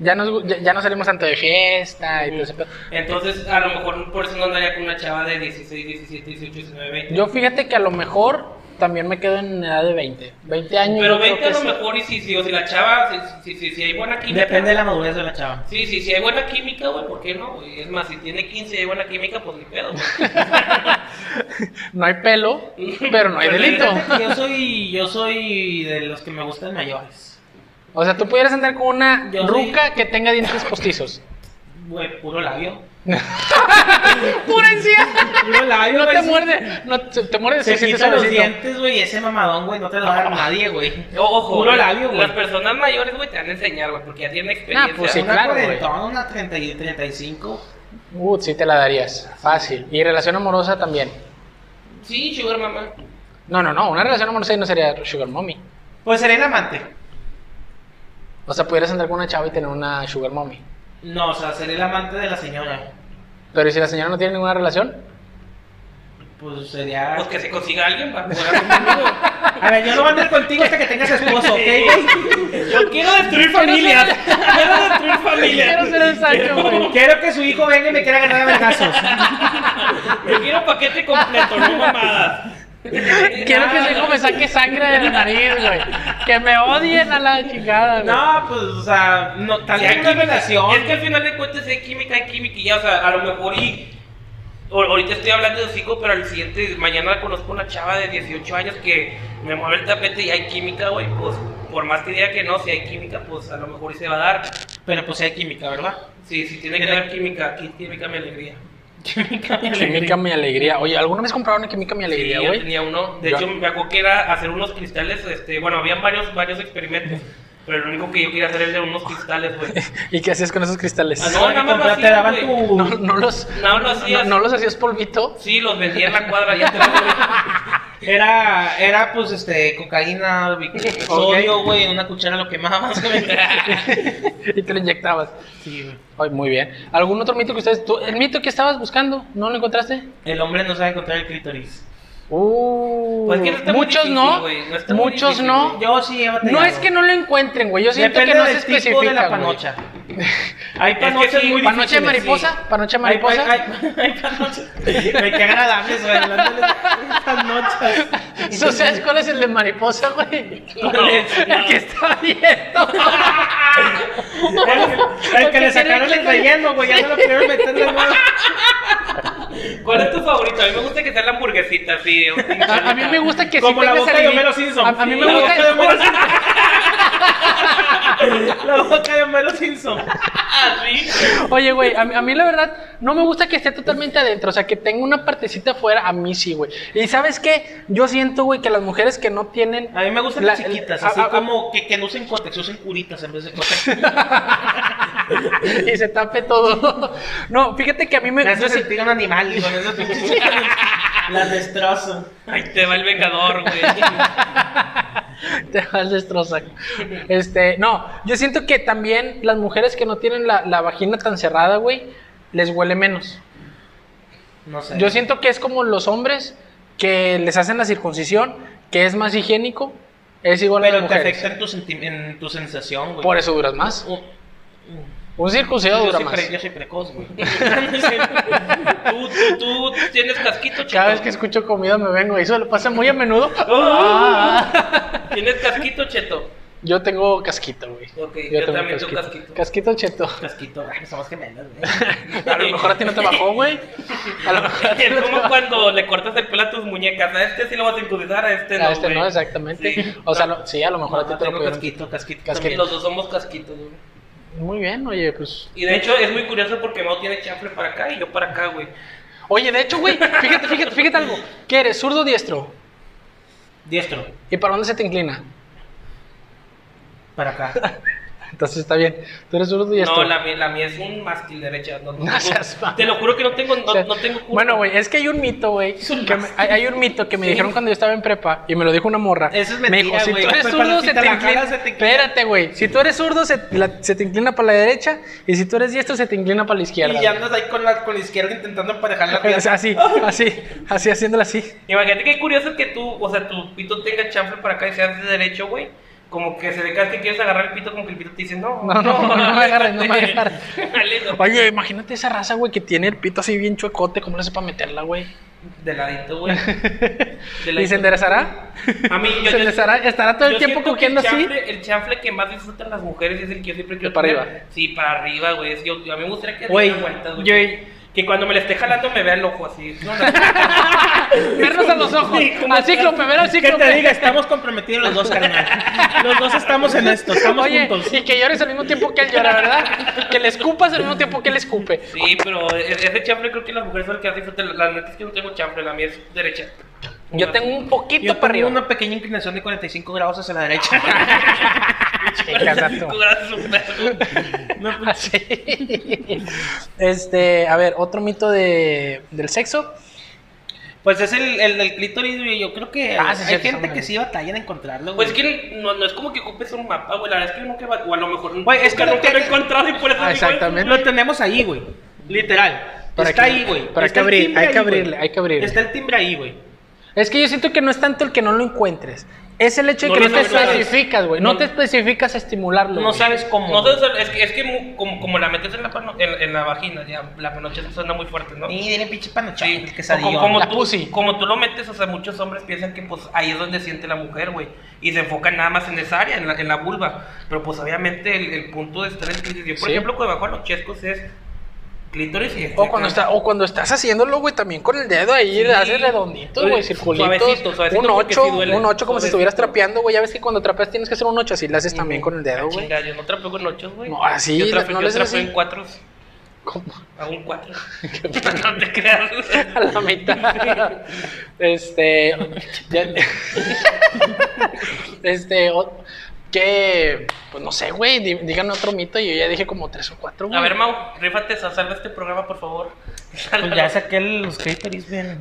Speaker 2: Ya, nos, ya, ya no salimos tanto de fiesta y todo ese pedo.
Speaker 1: Entonces, a lo mejor por eso no andaría con una chava de 16, 17, 18, 19, 20.
Speaker 2: Yo fíjate que a lo mejor también me quedo en edad de 20. 20 años.
Speaker 1: Pero
Speaker 2: yo creo
Speaker 1: 20 a
Speaker 2: que
Speaker 1: lo
Speaker 2: sí.
Speaker 1: mejor, y si, si, o si la chava, si, si, si, si hay buena química.
Speaker 3: Depende de la madurez de la chava.
Speaker 1: Sí, sí, si hay buena química, güey, ¿por qué no? güey? Es más, si tiene 15 y hay buena química, pues ni pedo, güey.
Speaker 2: No hay pelo, pero no hay
Speaker 1: Pero
Speaker 2: delito.
Speaker 3: Fíjate que Yo soy, yo soy de los que me gustan mayores.
Speaker 2: O sea, tú pudieras andar con una
Speaker 3: Yo
Speaker 2: ruca que tenga dientes postizos.
Speaker 3: Güey, puro labio.
Speaker 2: ¡Purencia!
Speaker 3: Puro labio,
Speaker 2: No
Speaker 3: güey,
Speaker 2: te
Speaker 3: sí.
Speaker 2: muerde, no te, te muerde
Speaker 3: Se
Speaker 2: si sientes
Speaker 3: quita los
Speaker 2: suavecito.
Speaker 3: dientes, güey, ese mamadón, güey, no te lo va a dar nadie, güey.
Speaker 1: O- Ojo,
Speaker 3: Puro
Speaker 1: güey,
Speaker 3: labio, güey. Ah,
Speaker 1: Las personas mayores, güey, te van a enseñar, güey, porque ya tienen experiencia.
Speaker 2: pues sí.
Speaker 3: una
Speaker 2: claro, güey.
Speaker 3: cuarentona, una 30 y 35.
Speaker 2: Uh, sí te la darías. Fácil. Y relación amorosa también.
Speaker 1: Sí, sugar mamá.
Speaker 2: No, no, no. Una relación amorosa ahí no sería sugar mommy.
Speaker 3: Pues seré el amante.
Speaker 2: O sea, pudieras andar con una chava y tener una sugar mommy.
Speaker 3: No, o sea, seré el amante de la señora.
Speaker 2: Pero ¿y si la señora no tiene ninguna relación?
Speaker 3: Pues sería.
Speaker 1: Pues que se consiga alguien para jugar conmigo.
Speaker 3: A ver, yo no voy a andar contigo hasta que tengas esposo, ¿ok? güey? Yo quiero destruir familia. Quiero destruir
Speaker 2: Quiero
Speaker 3: familia.
Speaker 2: ser el Sancho, güey.
Speaker 3: Quiero que su hijo venga y me quiera ganar a vergazos.
Speaker 1: Yo quiero paquete completo, no mamadas.
Speaker 2: Quiero que su hijo me saque sangre de la nariz, güey. Que me odien a la chingada, güey.
Speaker 3: No, pues, o sea, no, tal
Speaker 1: Si
Speaker 3: vez
Speaker 1: hay química,
Speaker 3: una
Speaker 1: Es
Speaker 3: relación.
Speaker 1: que al final de cuentas hay química, hay química y ya, o sea, a lo mejor y... o- Ahorita estoy hablando de hocico, pero al siguiente, mañana conozco una chava de 18 años que me mueve el tapete y hay química, güey, pues por más que diga que no, si hay química, pues a lo mejor y se va a dar.
Speaker 3: Pero pues hay química, ¿verdad?
Speaker 1: Sí, sí, tiene que haber química, aquí química me alegría.
Speaker 3: Química,
Speaker 2: Química mi alegría. Oye, ¿alguna vez compraron una química mi alegría,
Speaker 1: Sí, yo
Speaker 2: güey?
Speaker 1: tenía uno. De
Speaker 2: Yo-
Speaker 1: hecho, me acuerdo que era hacer unos cristales, este, bueno, habían varios, varios experimentos. Pero lo único que yo quería hacer era unos cristales, güey.
Speaker 2: ¿Y qué hacías con esos cristales?
Speaker 1: Ah,
Speaker 3: No,
Speaker 1: nada más
Speaker 3: no,
Speaker 1: así,
Speaker 3: te daban
Speaker 1: güey.
Speaker 3: tu.
Speaker 2: No, no los,
Speaker 1: No lo hacías.
Speaker 2: no los hacías polvito.
Speaker 1: Sí, los vendía en la cuadra, ya te los
Speaker 3: Era, era pues este, cocaína, bi- sodio, güey, en una cuchara lo quemabas. güey.
Speaker 2: y te lo inyectabas.
Speaker 3: Sí, güey.
Speaker 2: Ay, muy bien. ¿Algún otro mito que ustedes... tú- el mito que estabas buscando, ¿no lo encontraste?
Speaker 3: El hombre no sabe encontrar el clítoris.
Speaker 2: Uh,
Speaker 1: Pues que no está muy
Speaker 2: muchos
Speaker 1: difícil,
Speaker 2: no,
Speaker 1: güey, no está muy
Speaker 2: muchos
Speaker 1: difícil,
Speaker 2: Pues, no.
Speaker 1: güey.
Speaker 3: Yo sí he batallado.
Speaker 2: No es que no lo encuentren, güey. Yo siento
Speaker 3: Depende
Speaker 2: que no se
Speaker 3: del tipo de
Speaker 2: especifica.
Speaker 3: la
Speaker 2: güey.
Speaker 3: panocha. Hay
Speaker 1: que
Speaker 3: panochas
Speaker 1: sí,
Speaker 3: muy
Speaker 2: ¿Panocha de
Speaker 3: difíciles,
Speaker 2: mariposa?
Speaker 3: sí.
Speaker 2: ¿Panocha de
Speaker 3: Hay-
Speaker 2: mariposa?
Speaker 3: Hay, hay, hay panochas. Güey, qué agradables, güey. hablando de Panochas.
Speaker 2: ¿Tú sabes cuál es el de mariposa, güey?
Speaker 1: ¿Cuál es?
Speaker 2: El que está abierto.
Speaker 3: El que- El que le sacaron el relleno, güey. Ya no lo pudieron meter de nuevo.
Speaker 1: ¿Cuál es tu favorito? A mí me gusta que sea la hamburguesita, así. un pinche-
Speaker 2: A, a mí me gusta que
Speaker 3: Como
Speaker 2: sí
Speaker 3: la
Speaker 2: tengas
Speaker 3: boca
Speaker 2: el
Speaker 3: de
Speaker 2: di-
Speaker 3: Homero Simpson.
Speaker 2: A, a mí
Speaker 3: Sí,
Speaker 2: me
Speaker 3: la
Speaker 2: gusta
Speaker 3: boca de
Speaker 2: el-
Speaker 3: Homero Simpson. La boca de Homero Simpson.
Speaker 1: Así.
Speaker 2: Oye, güey, a, mí- a mí la verdad no me gusta que esté totalmente adentro, o sea, que tenga una partecita afuera, a mí sí, güey. Y ¿sabes qué? Yo siento, güey, que las mujeres que no tienen...
Speaker 3: A mí me gustan las
Speaker 2: La-
Speaker 3: chiquitas,
Speaker 2: a-
Speaker 3: así
Speaker 2: a-
Speaker 3: como que, que no usen cótex, usen curitas en vez de cótex.
Speaker 2: y se tape todo. No, fíjate que a mí me...
Speaker 3: Me hace
Speaker 2: yo sí-
Speaker 3: sentir un animal y con esas pinches chicas las destrozo.
Speaker 1: Ahí te va el vengador, güey.
Speaker 2: Te vas destrozar. Este, no, yo siento que también las mujeres que no tienen la, la vagina tan cerrada, güey, les huele menos.
Speaker 3: No sé.
Speaker 2: Yo siento que es como los hombres que les hacen la circuncisión, que es más higiénico, es igual a
Speaker 3: Pero
Speaker 2: las
Speaker 3: te
Speaker 2: mujeres.
Speaker 3: afecta en tu, senti- en tu sensación, güey.
Speaker 2: Por eso duras más.
Speaker 3: Uh,
Speaker 2: Un circuncidado
Speaker 3: Yo
Speaker 2: dura
Speaker 3: soy,
Speaker 2: más.
Speaker 3: pre- yo soy precoz, güey.
Speaker 1: ¿Tú, tú, tú tienes casquito, chico.
Speaker 2: Cada vez que escucho comida me vengo. Eso le pasa muy a menudo.
Speaker 1: Ah. ¿Tienes casquito, Cheto?
Speaker 2: Yo tengo casquito, güey.
Speaker 1: Ok, yo también tengo casquito.
Speaker 2: Casquito cheto.
Speaker 3: Casquito, ay, somos gemelos, güey.
Speaker 2: A lo mejor a ti no te bajó, güey. A lo mejor a ti
Speaker 1: Es
Speaker 2: no te
Speaker 1: como
Speaker 2: bajó.
Speaker 1: cuando le cortas el pelo a tus muñecas. A este sí lo vas a incudizar, a este no.
Speaker 2: A este
Speaker 1: güey.
Speaker 2: no, exactamente.
Speaker 1: Sí.
Speaker 2: O sea, lo- sí, a lo mejor a ti
Speaker 3: No,
Speaker 2: te lo
Speaker 3: tengo
Speaker 2: pudieron-
Speaker 3: casquito, casquito.
Speaker 2: Casquito.
Speaker 1: También Los dos somos casquitos, güey.
Speaker 2: Muy bien, oye, pues.
Speaker 1: Y de hecho es muy curioso porque Mao tiene chanfle para acá y yo para acá, güey.
Speaker 2: Oye, de hecho, güey, fíjate, fíjate, fíjate algo. ¿Qué eres, zurdo o diestro?
Speaker 3: Diestro,
Speaker 2: ¿Y para dónde se te inclina?
Speaker 3: para acá.
Speaker 2: Entonces está bien. Tú eres zurdo o
Speaker 1: No,
Speaker 2: diestro.
Speaker 1: la mía, la mía es un mástil derecha. No, no
Speaker 2: No
Speaker 1: tengo-
Speaker 2: seas mamón.
Speaker 1: te lo juro que no tengo, no,
Speaker 2: O sea,
Speaker 1: no tengo culpa.
Speaker 2: Bueno, güey, es que hay un mito, güey. que me- Hay, hay un mito que me dijeron cuando yo estaba en prepa y me lo dijo una morra.
Speaker 3: Eso es
Speaker 2: me
Speaker 3: mentira,
Speaker 2: dijo, si
Speaker 3: güey.
Speaker 2: tú eres
Speaker 3: Pues,
Speaker 2: zurdo,
Speaker 3: cuando
Speaker 2: se
Speaker 3: si
Speaker 2: te,
Speaker 3: te la
Speaker 2: inclina.
Speaker 3: jalas, se te inclina.
Speaker 2: Espérate, güey. Si tú eres zurdo, se, la- se te inclina para la derecha y si tú eres diestro, se te inclina para la izquierda.
Speaker 3: Y ya
Speaker 2: güey.
Speaker 3: andas ahí con la, con la izquierda intentando emparejar la
Speaker 2: O sea, así, así, así, haciéndola así.
Speaker 1: Imagínate qué curioso que tú, o sea, tu pito tenga chanfle para acá y seas de derecho, güey. Como que se ve casi que quieres agarrar el pito, como que el pito te dice, no,
Speaker 2: No, no, no me agarres, no me agarres.
Speaker 1: Dale, no.
Speaker 2: Oye, imagínate esa raza, güey, que tiene el pito así bien chuecote, ¿cómo le hace para meterla, güey?
Speaker 1: De ladito, güey. De
Speaker 2: ¿Y
Speaker 1: ladito.
Speaker 2: se enderezará?
Speaker 1: A mí, yo,
Speaker 2: ¿Se
Speaker 1: yo-
Speaker 2: enderezará? ¿Estará todo el
Speaker 1: yo
Speaker 2: tiempo
Speaker 1: siento que el
Speaker 2: cogiendo así?
Speaker 1: chanfle- El chanfle que más disfrutan las mujeres es el que yo siempre quiero
Speaker 2: Para
Speaker 1: tener.
Speaker 2: arriba.
Speaker 1: Sí, para arriba, güey. Es- yo- yo- a mí me gustaría que
Speaker 3: Güey,
Speaker 1: dieran vueltas, güey.
Speaker 3: yo-
Speaker 1: Que cuando me la esté jalando me vea el ojo así. No, no,
Speaker 2: Vernos a los ojos.
Speaker 3: Sí, como-
Speaker 2: Al cíclope, ver al
Speaker 3: Que
Speaker 2: cíclope.
Speaker 3: te diga, estamos comprometidos los dos, carnal. Los dos estamos en esto, estamos
Speaker 2: Oye,
Speaker 3: juntos.
Speaker 2: y que llores al mismo tiempo que él llora, ¿verdad? Que le escupas al mismo tiempo que él escupe.
Speaker 1: Sí, pero e- ese chanfle creo que las mujeres son las que más disfrutan. La neta es que no tengo chanfle, la mía es derecha.
Speaker 2: Yo tengo un poquito
Speaker 3: Yo
Speaker 2: para
Speaker 3: tengo
Speaker 2: arriba.
Speaker 3: una pequeña inclinación de 45 grados hacia la derecha.
Speaker 2: Chicas, a tu-
Speaker 1: Tú gracias, super.
Speaker 2: Así. Ah, Este, a ver, otro mito de, del sexo.
Speaker 3: Pues es el, el del clítoris, güey. Yo creo que
Speaker 2: Ah,
Speaker 3: hay
Speaker 2: sí, cierto,
Speaker 3: gente
Speaker 2: hombre.
Speaker 3: que sí batalla en encontrarlo,
Speaker 1: Pues
Speaker 3: güey.
Speaker 1: es que no, no es como que ocupes un mapa, güey. La verdad es que nunca va, o a lo mejor
Speaker 3: Güey, es
Speaker 1: nunca,
Speaker 3: que lo
Speaker 1: nunca
Speaker 3: que-
Speaker 1: lo he encontrado y por eso
Speaker 2: Ah,
Speaker 1: digo,
Speaker 2: exactamente.
Speaker 1: "Ay,
Speaker 3: Lo tenemos ahí, güey. Literal.
Speaker 2: Para
Speaker 3: Está
Speaker 2: que-
Speaker 3: ahí, güey.
Speaker 2: para
Speaker 3: Está
Speaker 2: que
Speaker 3: el
Speaker 2: abrir,
Speaker 3: timbre
Speaker 2: hay
Speaker 3: ahí,
Speaker 2: que
Speaker 3: güey.
Speaker 2: abrirle, hay que abrirle.
Speaker 3: Está el timbre ahí, güey.
Speaker 2: Es que yo siento que no es tanto el que no lo encuentres. Es el hecho de
Speaker 1: No
Speaker 2: que
Speaker 1: lo
Speaker 2: no te
Speaker 1: sabes.
Speaker 2: especificas, güey. No,
Speaker 1: No.
Speaker 2: te especificas a estimularlo.
Speaker 3: No
Speaker 2: güey.
Speaker 3: sabes cómo.
Speaker 1: No,
Speaker 3: güey.
Speaker 1: o sea, es que, es que mu- como, como la metes en la, pano- en, en la vagina, ya, la panocha suena muy fuerte, ¿no?
Speaker 3: Y dile pinche panochón,
Speaker 1: Sí,
Speaker 3: el
Speaker 1: o como,
Speaker 3: quesadillo.
Speaker 1: como
Speaker 2: la
Speaker 1: tú,
Speaker 2: pussy.
Speaker 1: como tú lo metes, o sea, muchos hombres piensan que pues ahí es donde siente la mujer, güey. Y se enfocan nada más en esa área, en la, en la vulva. Pero pues obviamente el, el punto de estar en clítoris. Yo, por
Speaker 2: Sí.
Speaker 1: ejemplo, cuando bajo a los chescos es clítoris y
Speaker 2: O cuando, está, o cuando estás haciéndolo, güey, también con el dedo ahí, le haces redondito, güey,
Speaker 1: Oye,
Speaker 2: circulitos.
Speaker 1: suavecito, suavecito,
Speaker 2: un
Speaker 1: porque
Speaker 2: 8,
Speaker 1: sí duele.
Speaker 2: un 8 como si
Speaker 1: Suavecito.
Speaker 2: estuvieras trapeando, güey. Ya ves que cuando trapeas tienes que hacer un 8, así le haces también con el dedo,
Speaker 1: Ah,
Speaker 2: güey.
Speaker 1: chinga, Yo no trapeo con ocho, güey.
Speaker 2: No, así,
Speaker 1: yo
Speaker 2: la-
Speaker 1: trapeo,
Speaker 2: no
Speaker 1: yo
Speaker 2: les haces
Speaker 1: trapeo
Speaker 2: así.
Speaker 1: en cuatros.
Speaker 2: ¿Cómo?
Speaker 1: Hago un cuatro. no te creas.
Speaker 2: A la mitad. este. ya- este. o- ¿Qué. Pues no sé, güey, di- díganme otro mito y yo ya dije como tres o cuatro, güey.
Speaker 1: A ver, Mau, rífate, sa- salva este programa, por favor.
Speaker 3: Pues ya saqué los criterios bien.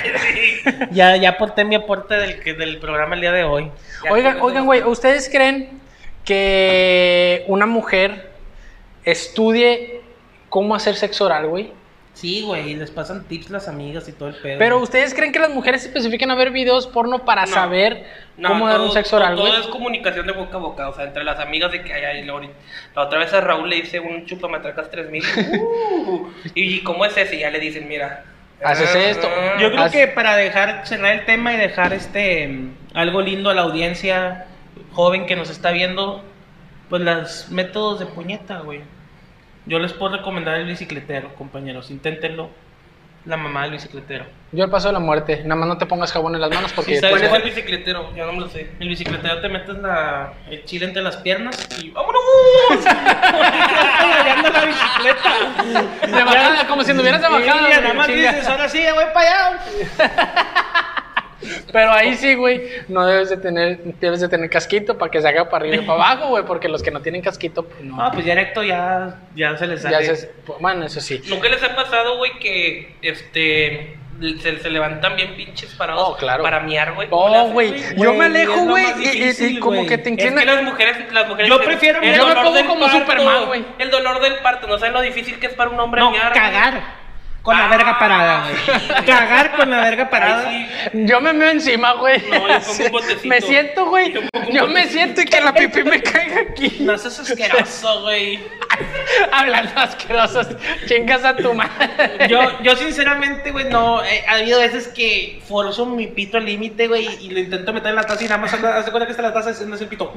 Speaker 1: Sí.
Speaker 3: Ya, ya aporté mi aporte del, que- del programa el día de hoy.
Speaker 1: Ya
Speaker 2: Oigan,
Speaker 1: tienes
Speaker 2: oigan,
Speaker 1: los-
Speaker 2: güey, ¿ustedes creen que una mujer estudie cómo hacer sexo oral, güey?
Speaker 3: Sí, güey, y les pasan tips las amigas y todo el pedo.
Speaker 2: Pero
Speaker 3: güey.
Speaker 2: ustedes creen que las mujeres se especifican a ver videos porno para
Speaker 1: No.
Speaker 2: saber
Speaker 1: No,
Speaker 2: cómo dar un
Speaker 1: todo-
Speaker 2: sexo oral,
Speaker 1: Todo
Speaker 2: güey.
Speaker 1: es comunicación de boca a boca, o sea, entre las amigas de que hay ahí, Lori. La otra vez a Raúl le hice un chupamatracas 3000. Uh, y ¿cómo es ese? Y ya le dicen, mira.
Speaker 2: Haces esto.
Speaker 3: Yo creo
Speaker 2: As-
Speaker 3: que para dejar cerrar el tema y dejar este mm, algo lindo a la audiencia joven que nos está viendo, pues los métodos de puñeta, güey. Yo les puedo recomendar el bicicletero, compañeros, inténtenlo. La mamá del bicicletero.
Speaker 2: Yo el paso de la muerte, nada más no te pongas jabón en las manos porque
Speaker 3: Sí,
Speaker 2: después-
Speaker 1: ¿Cuál
Speaker 3: ¿sabes?
Speaker 1: es el bicicletero? Yo no me lo sé.
Speaker 3: El bicicletero te metes la, el chile entre las piernas y ¡vámonos! Bailando la bicicleta.
Speaker 2: de bajada, como si anduvieras de bajada,
Speaker 3: Y ya
Speaker 2: güey,
Speaker 3: nada más
Speaker 2: chinga.
Speaker 3: dices, ahora sí, ya voy para allá.
Speaker 2: Pero ahí sí, güey, no debes de tener, debes de tener casquito para que se haga para arriba y para abajo, güey, porque los que no tienen casquito, pues no.
Speaker 3: Ah, pues ya recto ya, ya se les sale.
Speaker 2: ya se, bueno, eso sí.
Speaker 1: ¿Nunca les ha pasado, güey, que este se, se levantan bien pinches parados
Speaker 2: Oh, claro.
Speaker 1: para miar, güey? ¿Cómo le
Speaker 2: Oh,
Speaker 1: haces,
Speaker 2: güey, yo
Speaker 3: Güey,
Speaker 2: me
Speaker 3: es
Speaker 2: alejo,
Speaker 3: lo
Speaker 2: güey,
Speaker 3: más
Speaker 2: y- y- y,
Speaker 3: difícil,
Speaker 2: como
Speaker 3: güey.
Speaker 2: que te
Speaker 1: Es
Speaker 2: inclinas.
Speaker 1: que las mujeres, las mujeres.
Speaker 3: Yo prefiero
Speaker 1: el
Speaker 3: miar. Yo me
Speaker 1: dolor
Speaker 2: pongo
Speaker 1: del
Speaker 2: como
Speaker 1: parto,
Speaker 2: Superman, güey.
Speaker 1: El dolor del parto, no sabes lo difícil que es para un hombre
Speaker 3: No,
Speaker 1: miar, güey.
Speaker 3: cagar. Con la
Speaker 1: Ah,
Speaker 3: verga parada, güey. Cagar con la verga parada.
Speaker 1: Ay, sí.
Speaker 2: Yo me meo encima, güey.
Speaker 1: No, yo pongo un botecito.
Speaker 2: me siento, güey.
Speaker 1: Yo pongo un
Speaker 2: Yo me siento y que la pipí me caiga aquí.
Speaker 3: No, eso es asqueroso, güey.
Speaker 2: Hablando asquerosos. Chingas a tu madre.
Speaker 3: Yo, yo sinceramente, güey, no. eh, ha habido veces que forzo mi pito al límite, güey, y lo intento meter en la taza y nada más anda- haz de cuenta que está la taza no es el pito.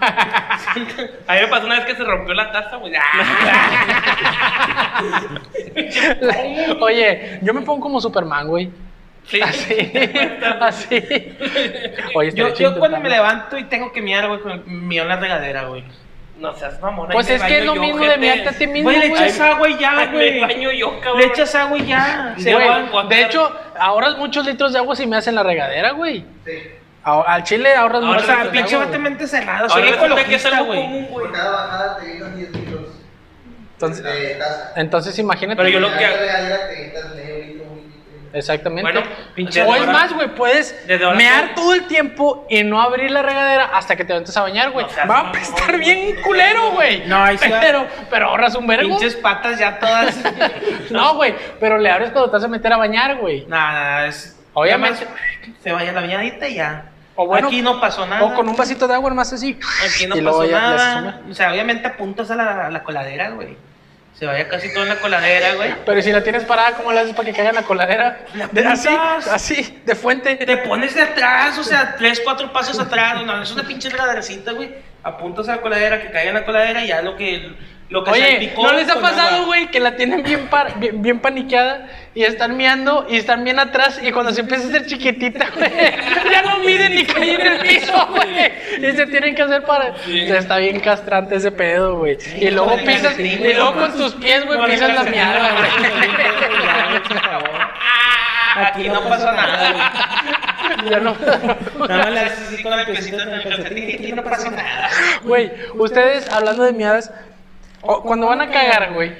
Speaker 1: A mí me pasó una vez que se rompió la taza, güey. Ah,
Speaker 2: La- Oye, yo me pongo como Superman, güey.
Speaker 1: sí.
Speaker 2: Así. Así. Oye, estaría
Speaker 3: Yo, yo
Speaker 2: chido
Speaker 3: cuando
Speaker 2: intentarlo.
Speaker 3: me levanto y tengo que miar, güey, con- mío en la regadera, güey.
Speaker 1: No seas mamona.
Speaker 2: Pues
Speaker 1: ahí
Speaker 2: es
Speaker 1: me
Speaker 2: que es
Speaker 1: baño
Speaker 2: lo
Speaker 1: yo,
Speaker 2: mismo de
Speaker 1: gente.
Speaker 2: miarte a ti mismo,
Speaker 3: Güey, le
Speaker 2: güey.
Speaker 3: echas agua y ya,
Speaker 1: Ay,
Speaker 3: güey.
Speaker 1: Me baño yo, cabrón.
Speaker 3: Le echas agua y ya. Se
Speaker 2: Güey,
Speaker 3: va.
Speaker 2: de hecho, ahorras muchos litros de agua si me hacen la regadera, güey. Ah, Al chile ahorras
Speaker 1: Ahora
Speaker 3: O
Speaker 2: muchos
Speaker 1: resulta
Speaker 3: sea,
Speaker 2: litros de agua, güey.
Speaker 3: flexibilmente cerrado.
Speaker 1: Ahora
Speaker 3: Soy
Speaker 1: resulta que es
Speaker 3: ecologista,
Speaker 1: algo
Speaker 3: güey.
Speaker 1: común, güey.
Speaker 4: Por cada bajada te quitas 10 litros
Speaker 2: Entonces, eh,
Speaker 4: de taza.
Speaker 2: entonces imagínate.
Speaker 1: Pero yo lo-
Speaker 4: Cada
Speaker 1: que hago-
Speaker 4: regadera te quitas medio litro, un litro.
Speaker 2: Exactamente.
Speaker 1: Bueno,
Speaker 2: Pinche-
Speaker 1: desde
Speaker 2: o es
Speaker 1: ahora-
Speaker 2: más, güey, puedes
Speaker 1: desde ahora
Speaker 2: mear
Speaker 1: soy-
Speaker 2: todo el tiempo y no abrir la regadera hasta que te ventes a bañar, güey.
Speaker 1: No seas
Speaker 2: Va a
Speaker 1: mamón,
Speaker 2: estar
Speaker 1: güey.
Speaker 2: bien culero, güey.
Speaker 3: No, ahí sí va.
Speaker 2: pero, pero ahorras un vergo.
Speaker 3: Pinches patas ya todas.
Speaker 2: No, güey, pero le abres cuando te vas a meter a bañar, güey.
Speaker 3: Nada, es.
Speaker 2: Obviamente.
Speaker 3: nada más Se vaya la bañadita y ya.
Speaker 2: O bueno,
Speaker 3: Aquí no pasó nada.
Speaker 2: O con un vasito de agua nomás así.
Speaker 3: Aquí no
Speaker 2: y luego
Speaker 3: pasó
Speaker 2: ya- ya se
Speaker 3: nada.
Speaker 2: suma.
Speaker 3: O sea, obviamente apuntas a la, a la coladera, güey. Se vaya casi todo en la coladera, güey.
Speaker 2: Pero si la tienes parada, ¿cómo la haces para que caiga en la coladera?
Speaker 3: La
Speaker 2: De- así,
Speaker 3: apuntas.
Speaker 2: así, de fuente.
Speaker 3: Te pones de atrás, o sea, tres, cuatro pasos atrás. No, es una pinche regadercita, güey. Apuntas a la coladera, que caiga en la coladera y ya lo que. Lo que
Speaker 2: Oye,
Speaker 3: salpicó pues,
Speaker 2: ¿no les ha
Speaker 3: con agua.
Speaker 2: pasado, güey, que la tienen bien, par- bien, bien paniqueada y están miando y están bien atrás y cuando se empieza a hacer chiquitita, güey, ya no miden ni caen en el piso, güey, y se tienen que hacer para... Está bien castrante ese pedo, güey. Y luego
Speaker 3: Con el
Speaker 2: pisas,
Speaker 3: calcetín,
Speaker 2: y luego
Speaker 3: güey.
Speaker 2: con tus pies, güey,
Speaker 3: Con el
Speaker 2: pisas la
Speaker 3: calcetín,
Speaker 2: miada, güey.
Speaker 3: güey, por favor. Aquí no pasa nada, güey.
Speaker 2: Ya no...
Speaker 3: Nada más le haces así con el piecito en el calcetín y aquí no pasa nada.
Speaker 2: Güey, ustedes hablando de miadas, o- cuando van a cagar, güey,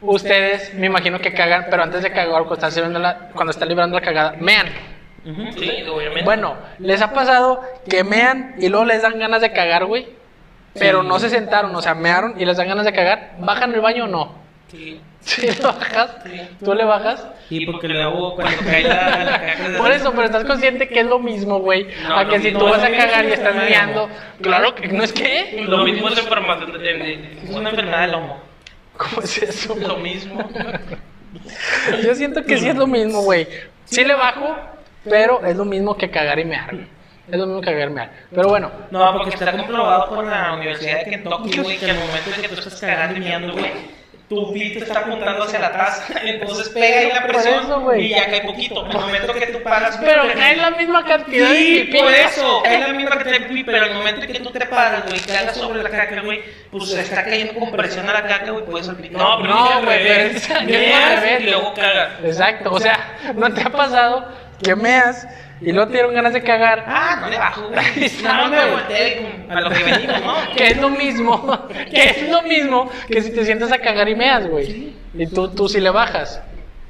Speaker 2: ustedes me imagino que cagan, pero antes de cagar, cuando están, sirviendo la- cuando están librando la cagada, mean.
Speaker 1: Sí, obviamente.
Speaker 2: Bueno, les ha pasado que mean y luego les dan ganas de cagar, güey, pero no se sentaron, o sea, mearon y les dan ganas de cagar, ¿bajan el baño o no?
Speaker 1: Sí.
Speaker 2: Si le bajas, tú le bajas.
Speaker 3: Y porque
Speaker 1: le
Speaker 3: luego
Speaker 1: hago
Speaker 3: cuando cae la, la caca de-
Speaker 2: Por eso, pero estás consciente que es lo mismo, güey,
Speaker 1: No,
Speaker 2: a que
Speaker 1: no,
Speaker 2: si
Speaker 1: no,
Speaker 2: tú vas a
Speaker 3: no,
Speaker 2: cagar y
Speaker 3: no,
Speaker 2: estás
Speaker 3: no, no.
Speaker 2: meando, claro que no es que,
Speaker 1: Lo mismo es información de de-
Speaker 3: Es una enfermedad del lomo.
Speaker 2: ¿cómo es eso?
Speaker 1: Lo mismo.
Speaker 2: Yo siento que sí es lo mismo, güey. Sí le bajo, pero es lo mismo que cagar y mear. güey. Es lo mismo que cagar y mear. Pero bueno,
Speaker 1: No, porque, está, comprobado por la Universidad de Kentucky, güey, que al momento en que tú estás cagando y meando, güey, tu pito está apuntando hacia la taza, entonces pega ahí la
Speaker 2: Por
Speaker 1: presión
Speaker 2: eso, güey.
Speaker 1: y ya cae poquito. En el momento que tú paras,
Speaker 2: pero es la misma cantidad de
Speaker 1: Sí,
Speaker 2: pipí.
Speaker 1: por eso, es la misma que te pero en el momento en que tú te paras, güey, cagas sobre la caca, güey, pues se está cayendo con presión a la caca, güey, puedes salpicar.
Speaker 3: No,
Speaker 2: pero No, es al güey, revés. pero es- es al
Speaker 1: Meas
Speaker 2: revés.
Speaker 1: Y luego cagas.
Speaker 2: Exacto, o sea, ¿no te ha pasado que meas y luego te dieron ganas de cagar,
Speaker 1: Ah, no le bajo. No, me volteé pum, a lo que venimos, ¿no?
Speaker 2: Ah, que es lo mismo, que es lo mismo que si te sientas a cagar y meas, güey. Y tú, tú sí le bajas.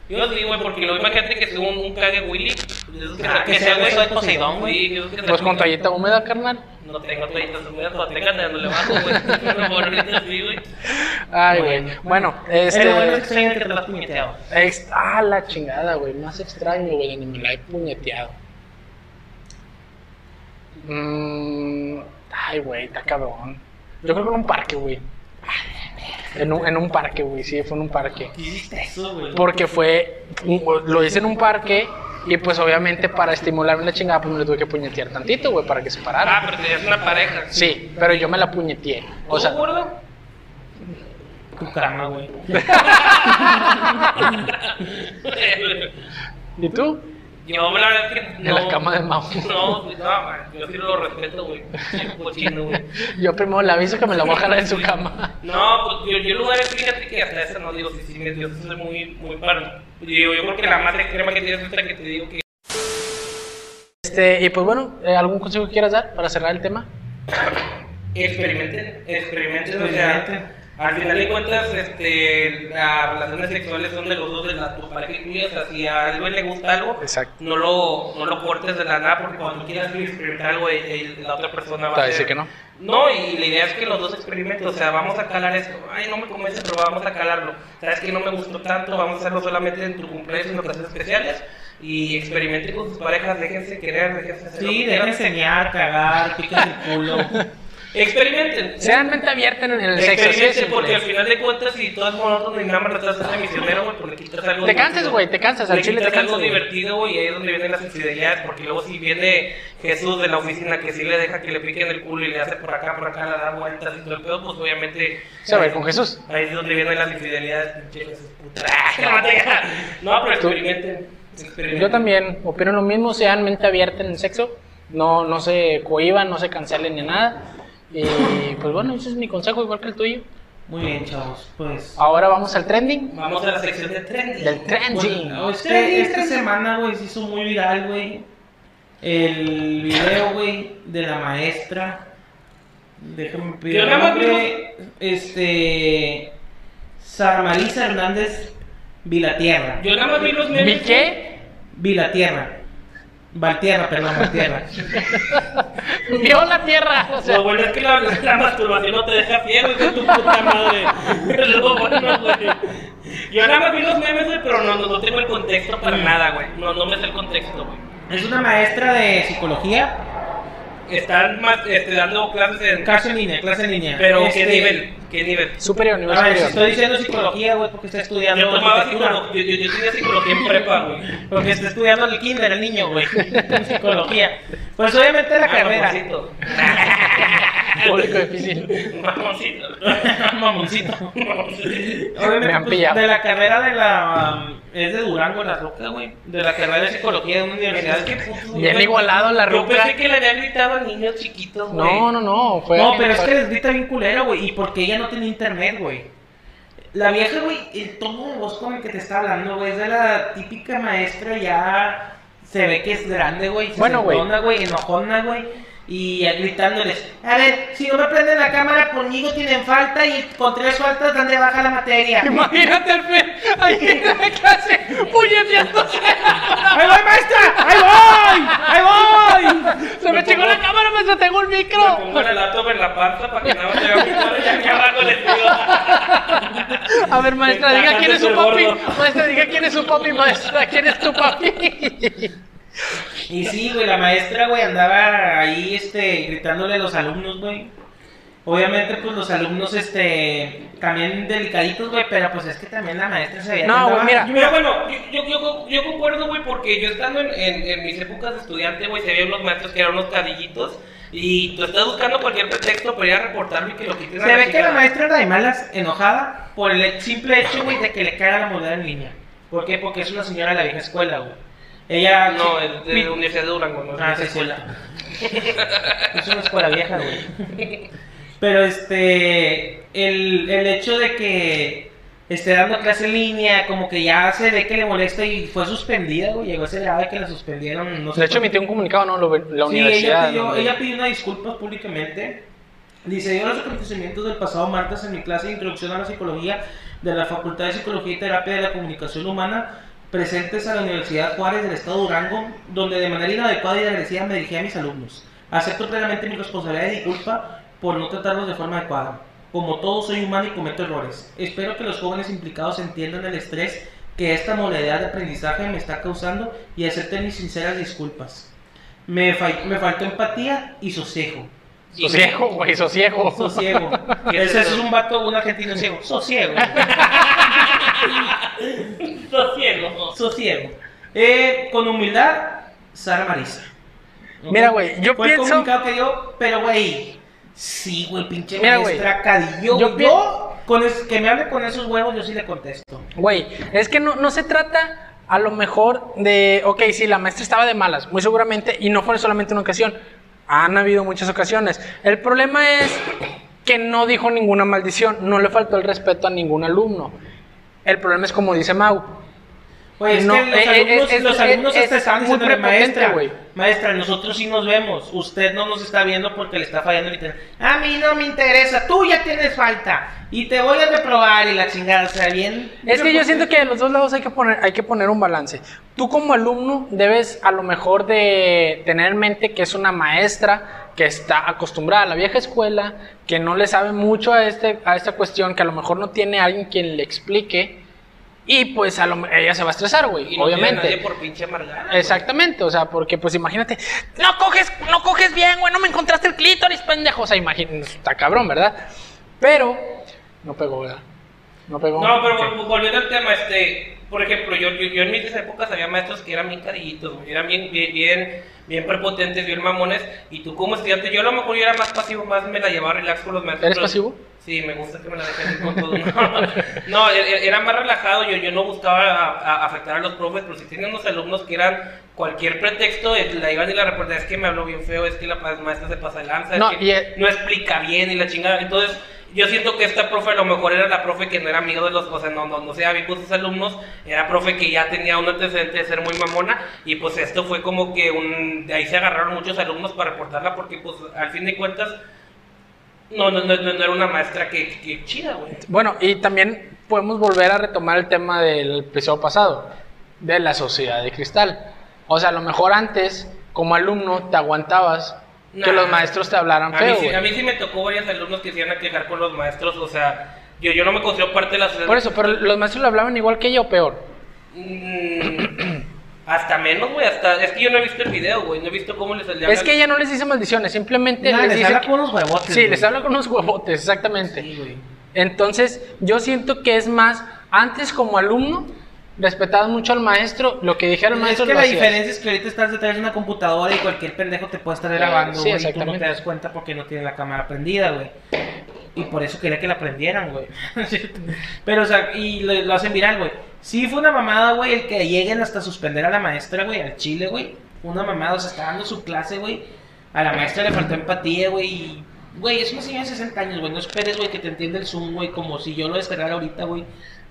Speaker 1: Yo sí, güey, porque lo imagínate que es un, un cague Willy. de esos Que,
Speaker 3: Ah,
Speaker 1: que
Speaker 3: que
Speaker 1: sea
Speaker 3: sea
Speaker 1: hueso de
Speaker 3: hueso de
Speaker 1: Poseidón,
Speaker 3: Poseidón,
Speaker 1: güey. que esos que
Speaker 2: Pues
Speaker 1: se-
Speaker 2: con toallita húmeda, carnal.
Speaker 1: No tengo toallitas húmedas, cuando tengan, no le bajo, güey. Por favor, ahorita sí, güey.
Speaker 2: Ay, güey. Bueno,
Speaker 3: Pero bueno,
Speaker 2: este.
Speaker 3: extraño que te lo has puñeteado.
Speaker 2: ex- ah, la chingada, güey. Más extraño, güey, ni me la he puñeteado. Mm, ay, güey, está cabrón. Yo creo que en un parque, güey. En un, en un parque, güey, sí, fue en un parque.
Speaker 3: hiciste eso, güey?
Speaker 2: Porque fue, lo hice en un parque y pues obviamente para estimularme la chingada pues me lo tuve que puñetear tantito, güey, para que se
Speaker 1: Ah,
Speaker 2: parara.
Speaker 1: pero tenías una pareja.
Speaker 2: Sí, pero yo me la puñeteé. O sea,
Speaker 1: ¿Tú, gordo?
Speaker 3: Tu cama, güey.
Speaker 2: ¿y tú?
Speaker 1: Yo, la verdad es que
Speaker 2: En
Speaker 1: no.
Speaker 2: la cama de Mau.
Speaker 1: No, güey, no, man, yo sí lo respeto, güey. Sí, cochino, güey.
Speaker 2: Yo primero le aviso que me la voy a jalar en su cama.
Speaker 1: No, pues yo, yo lugares, fíjate que hasta esa no digo, sí, sí, me- yo sí soy muy, muy parno. Digo, yo creo que la más extrema que tienes es la que te digo que
Speaker 2: Este, y pues bueno, eh, ¿algún consejo que quieras dar para cerrar el tema?
Speaker 1: experimenten, experimenten, o sea, al final de cuentas, este, las relaciones sexuales son de los dos, de la tu pareja y tuya, o sea, si a alguien le gusta algo,
Speaker 2: Exacto.
Speaker 1: no lo, no lo cortes de la nada, porque cuando tú quieras experimentar algo, el- el- la otra persona va
Speaker 2: Te va a
Speaker 1: a
Speaker 2: decir
Speaker 1: ser-
Speaker 2: que no.
Speaker 1: No, y la idea es que los dos experimenten, o sea, vamos a calar esto, ay, no me convence, pero vamos a calarlo, sabes que no me gustó tanto, vamos a hacerlo solamente en tu cumpleaños, en ocasiones especiales, y experimenten con sus parejas, déjense querer, déjense hacer lo
Speaker 3: Sí,
Speaker 1: que quieran.
Speaker 3: deja enseñar, cagar, picas el culo.
Speaker 1: Experimenten.
Speaker 2: Sean mente abierta en el, en el sexo, sí,
Speaker 1: Experimenten,
Speaker 2: es
Speaker 1: porque al
Speaker 2: simple.
Speaker 1: final de cuentas, si tú eres monótono y nada más tratas de ser misionero, güey, porque quitas algo.
Speaker 2: Te cansas,
Speaker 1: divertido.
Speaker 2: güey, te cansas,
Speaker 1: Le
Speaker 2: al chile
Speaker 1: quitas
Speaker 2: te cansas.
Speaker 1: algo
Speaker 2: güey.
Speaker 1: divertido, güey, y ahí es donde vienen las infidelidades, porque luego si viene Jesús de la oficina que sí le deja que le piquen el culo y le hace por acá, por acá, le da vueltas y todo el pedo, pues obviamente.
Speaker 2: Se va a ver con Jesús.
Speaker 1: Ahí es donde vienen las infidelidades, pinche Jesús, puta. No, pero
Speaker 2: Tú-
Speaker 1: experimenten. experimenten.
Speaker 2: Yo también opino lo mismo, sean mente abierta en el sexo, no, no se cohiban, no se cancelen ni nada. Y pues bueno, ese es mi consejo, igual que el tuyo.
Speaker 3: Muy bien, chavos.
Speaker 1: Ah,
Speaker 3: Pues.
Speaker 2: Ahora vamos al trending.
Speaker 1: Vamos a la sección de trendy.
Speaker 2: Del trending.
Speaker 3: Bueno, este, esta semana, güey, se hizo muy viral, güey. El video, güey, de la maestra. Déjame pedir.
Speaker 1: Yo
Speaker 3: el
Speaker 1: nada más
Speaker 3: nombre. Este. Sarmalisa Hernández Vilatierra.
Speaker 1: Yo nada más vi los memes.
Speaker 2: ¿Vi qué?
Speaker 3: Vilatierra. Valtierra, perdón, Valtierra.
Speaker 2: Vio la tierra. O sea,
Speaker 1: Lo bueno es que la, la masturbación no te deja fiel, güey, tu puta madre. Lo bueno, güey. Yo nada más vi los memes, güey, pero no, no, no tengo el contexto para nada, güey. No, no me sé el contexto, güey.
Speaker 3: Es una maestra de psicología.
Speaker 1: Están más, este, dando clases en
Speaker 3: Clase en línea, clase en línea.
Speaker 1: Pero
Speaker 3: Este,
Speaker 1: qué nivel, qué nivel.
Speaker 2: superior, nivel
Speaker 3: A ver, si estoy
Speaker 2: superior.
Speaker 3: diciendo psicología, güey, porque está estudiando.
Speaker 1: Yo tomaba
Speaker 3: arquitectura.
Speaker 1: psicología, yo, yo, yo tenía psicología en prepa, güey.
Speaker 3: Porque está estudiando el kinder el niño, güey. Psicología. Pues obviamente la
Speaker 1: Ah,
Speaker 3: carrera.
Speaker 1: Mamoncito.
Speaker 2: Público difícil.
Speaker 1: Mamoncito.
Speaker 3: Ah, Mamoncito.
Speaker 1: Mamoncito.
Speaker 2: Me han
Speaker 3: Obviamente pues,
Speaker 2: pillado.
Speaker 3: de la carrera de la... um, Es de Durango, la roca, güey. De la carrera de psicología de una universidad.
Speaker 1: Es que puto,
Speaker 2: Bien
Speaker 1: güey.
Speaker 2: igualado la
Speaker 1: Yo
Speaker 2: ruca.
Speaker 1: pensé que le había gritado a niños chiquitos, güey.
Speaker 2: No, no, no. Fue
Speaker 3: No, pero es que les grita bien culero, güey. Y porque ella no tiene internet, güey. La vieja, güey, el tono de voz con el que te está hablando, güey, es de la típica maestra ya. Se ve que es grande, güey.
Speaker 2: Bueno, güey.
Speaker 3: sesentona, güey, enojona, güey. Y ya gritándoles, a ver, si no me prenden la cámara, conmigo tienen falta y con tres faltas dan de baja la materia.
Speaker 2: Imagínate al fe ahí en la clase puñeteándose.
Speaker 3: ¡Ahí voy, maestra! ¡Ahí voy! ¡Ahí voy!
Speaker 2: Se me chingó la cámara, me tengo el
Speaker 1: Me
Speaker 2: micro.
Speaker 1: pongo la laptop en la panza para que nada más se vea mi cara y aquí abajo les digo.
Speaker 2: A ver, maestra,
Speaker 1: Me
Speaker 2: diga quién es su
Speaker 1: cagaste
Speaker 2: papi.
Speaker 1: el gordo.
Speaker 2: Maestra, diga quién es su papi, maestra, quién es tu papi.
Speaker 3: Y sí, güey, la maestra, güey, andaba ahí, este, gritándole a los alumnos, güey. Obviamente, pues los alumnos, este, también delicaditos, güey, pero pues es que también la maestra se veía.
Speaker 2: No,
Speaker 3: que andaba-
Speaker 2: güey, mira.
Speaker 1: Mira, bueno, yo, yo, yo, yo concuerdo, güey, porque yo estando en, en, en mis épocas de estudiante, güey, se veían unos maestros que eran unos cadillitos y tú estás buscando cualquier pretexto para ir a reportarlo y que lo quiten a
Speaker 3: Se ve que
Speaker 1: chingada.
Speaker 3: la maestra era de malas, enojada, por el simple hecho, güey, de que le caga la moneda en línea. ¿Por qué? Porque es una señora de la vieja escuela, güey. Ella.
Speaker 1: No, es de la
Speaker 3: Mi-
Speaker 1: Universidad de Durango, no.
Speaker 3: Ah, esa escuela. es una escuela vieja, güey. Pero este. El, el hecho de que esté dando clase en línea, como que ya se ve que le molesta y fue suspendida, güey. Llegó ese grado de que la suspendieron. No sé
Speaker 2: De hecho,
Speaker 3: por qué.
Speaker 2: emitió un comunicado, ¿no? Lo- La
Speaker 3: Sí, ella
Speaker 2: universidad.
Speaker 3: pidió,
Speaker 2: ¿no?
Speaker 3: ella pidió una disculpa públicamente. Dice, dio los acontecimientos del pasado martes en mi clase de Introducción a la Psicología de la Facultad de Psicología y Terapia de la Comunicación Humana, presentes a la Universidad Juárez del Estado de Durango, donde de manera inadecuada y agresiva me dirigí a mis alumnos. Acepto plenamente mi responsabilidad y disculpa por no tratarlos de forma adecuada. Como todo, soy humano y cometo errores. Espero que los jóvenes implicados entiendan el estrés que esta modalidad de aprendizaje me está causando y acepten mis sinceras disculpas. Me, fa- me faltó empatía y sosiego.
Speaker 2: Sosiego, güey, sosiego.
Speaker 3: Sosiego.
Speaker 1: ¿Qué es
Speaker 3: Ese es
Speaker 1: eso?
Speaker 3: un vato, un argentino ciego. Sosiego.
Speaker 1: Sosiego.
Speaker 3: Sosiego. Eh, con humildad, Sara Marisa.
Speaker 2: Mira, güey, yo
Speaker 3: Fue
Speaker 2: pienso-
Speaker 3: el comunicado que dio, pero, güey. Sí, güey, pinche
Speaker 2: Mira, güey,
Speaker 3: maestra Cadillo.
Speaker 2: yo
Speaker 3: Yo,
Speaker 2: pien-
Speaker 3: con es- que me hable con esos huevos, yo sí le contesto.
Speaker 2: Güey, es que no, no se trata a lo mejor de, ok, sí, la maestra estaba de malas, muy seguramente, y no fue solamente una ocasión, han habido muchas ocasiones. El problema es que no dijo ninguna maldición, no le faltó el respeto a ningún alumno. El problema es como dice Mau,
Speaker 3: Güey, es
Speaker 2: No,
Speaker 3: que los
Speaker 2: eh,
Speaker 3: alumnos,
Speaker 2: eh, es-
Speaker 3: los
Speaker 2: es-
Speaker 3: alumnos
Speaker 2: es-
Speaker 3: hasta
Speaker 2: es
Speaker 3: estaban
Speaker 2: muy
Speaker 3: diciéndole,
Speaker 2: prepotente,
Speaker 3: maestra,
Speaker 2: güey".
Speaker 3: maestra, nosotros sí nos vemos, usted no nos está viendo porque le está fallando el internet. A mí no me interesa, tú ya tienes falta y te voy a reprobar y la chingada, o sea, bien.
Speaker 2: Es que yo siento que de los dos lados hay que poner, hay que poner un balance. Tú como alumno debes a lo mejor de tener en mente que es una maestra que está acostumbrada a la vieja escuela, que no le sabe mucho a, este, a esta cuestión, que a lo mejor no tiene alguien quien le explique y pues a lo- ella se va a estresar, güey,
Speaker 1: Y no tiene a
Speaker 2: obviamente.
Speaker 1: nadie por pinche amargada. güey.
Speaker 2: Exactamente, o sea, porque pues imagínate, no coges, no coges bien, güey, no me encontraste el clítoris, pendejo, o sea, imagínate, está cabrón, ¿verdad? Pero, no pegó, ¿verdad? No pegó.
Speaker 1: No, pero
Speaker 2: Ok.
Speaker 1: vol- volviendo al tema, este, por ejemplo, yo, yo, yo en mis épocas había maestros que eran bien carillitos, güey, eran bien, bien, bien, bien prepotentes, bien mamones, y tú como estudiante, yo a lo mejor yo era más pasivo, más me la llevaba relax con los maestros.
Speaker 2: ¿Eres
Speaker 1: pero-
Speaker 2: pasivo?
Speaker 1: Sí, me gusta que me la dejen ir con todo. No, no, e- e- era más relajado, yo, yo no buscaba a- a- afectar a los profes, pero si tenían unos alumnos que eran cualquier pretexto, eh, la iban y la reportaban, es que me habló bien feo, es que la pa- maestra se pasa de lanza, es
Speaker 2: No,
Speaker 1: que
Speaker 2: y, eh,
Speaker 1: no explica bien y la chingada. Entonces, yo siento que esta profe a lo mejor era la profe que no era amiga de los, o sea, no, no, no sea amigo de sus alumnos, era profe que ya tenía un antecedente de ser muy mamona y pues esto fue como que un, de ahí se agarraron muchos alumnos para reportarla porque pues al fin de cuentas no, no, no, no, no era una maestra que, que chida, güey.
Speaker 2: Bueno, y también podemos volver a retomar el tema del episodio pasado, de la sociedad de cristal. O sea, a lo mejor antes, como alumno, te aguantabas que
Speaker 1: Nah.
Speaker 2: los maestros te
Speaker 1: A
Speaker 2: hablaran
Speaker 1: mí,
Speaker 2: feo.
Speaker 1: sí,
Speaker 2: güey.
Speaker 1: a mí sí me tocó varios alumnos que se iban a quejar con los maestros, o sea, yo, yo no me considero parte de la sociedad.
Speaker 2: Por eso, pero los maestros lo hablaban igual que yo o peor.
Speaker 1: Mm, hasta menos, güey, hasta, es que yo no he visto el video, güey, no he visto cómo les salía
Speaker 2: Es que ella no les dice maldiciones, simplemente
Speaker 3: Nada,
Speaker 2: les,
Speaker 3: les
Speaker 2: dice.
Speaker 3: habla
Speaker 2: que-
Speaker 3: con unos huevotes.
Speaker 2: Sí,
Speaker 3: güey.
Speaker 2: les habla con unos huevotes, exactamente.
Speaker 3: Sí, güey.
Speaker 2: Entonces, yo siento que es más, antes como alumno, respetabas mucho al maestro, lo que dijera el
Speaker 3: Es
Speaker 2: maestro
Speaker 3: que
Speaker 2: lo
Speaker 3: la
Speaker 2: hacías.
Speaker 3: diferencia es que ahorita estás detrás de una computadora y cualquier pendejo te puede estar
Speaker 2: Eh,
Speaker 3: grabando,
Speaker 2: sí,
Speaker 3: güey, y tú no
Speaker 2: exactamente.
Speaker 3: te das cuenta porque no tienes la cámara prendida, güey. Y por eso quería que la prendieran, güey. Pero, o sea, y lo, lo hacen viral, güey. Sí fue una mamada, güey, el que lleguen hasta suspender a la maestra, güey, al chile, güey. Fue Una mamada, o sea, está dando su clase, güey. A la maestra le faltó empatía, güey, y... Güey, es una señora de 60 años, güey. No esperes, güey, que te entienda el Zoom, güey, como si yo lo descargara ahorita, güey.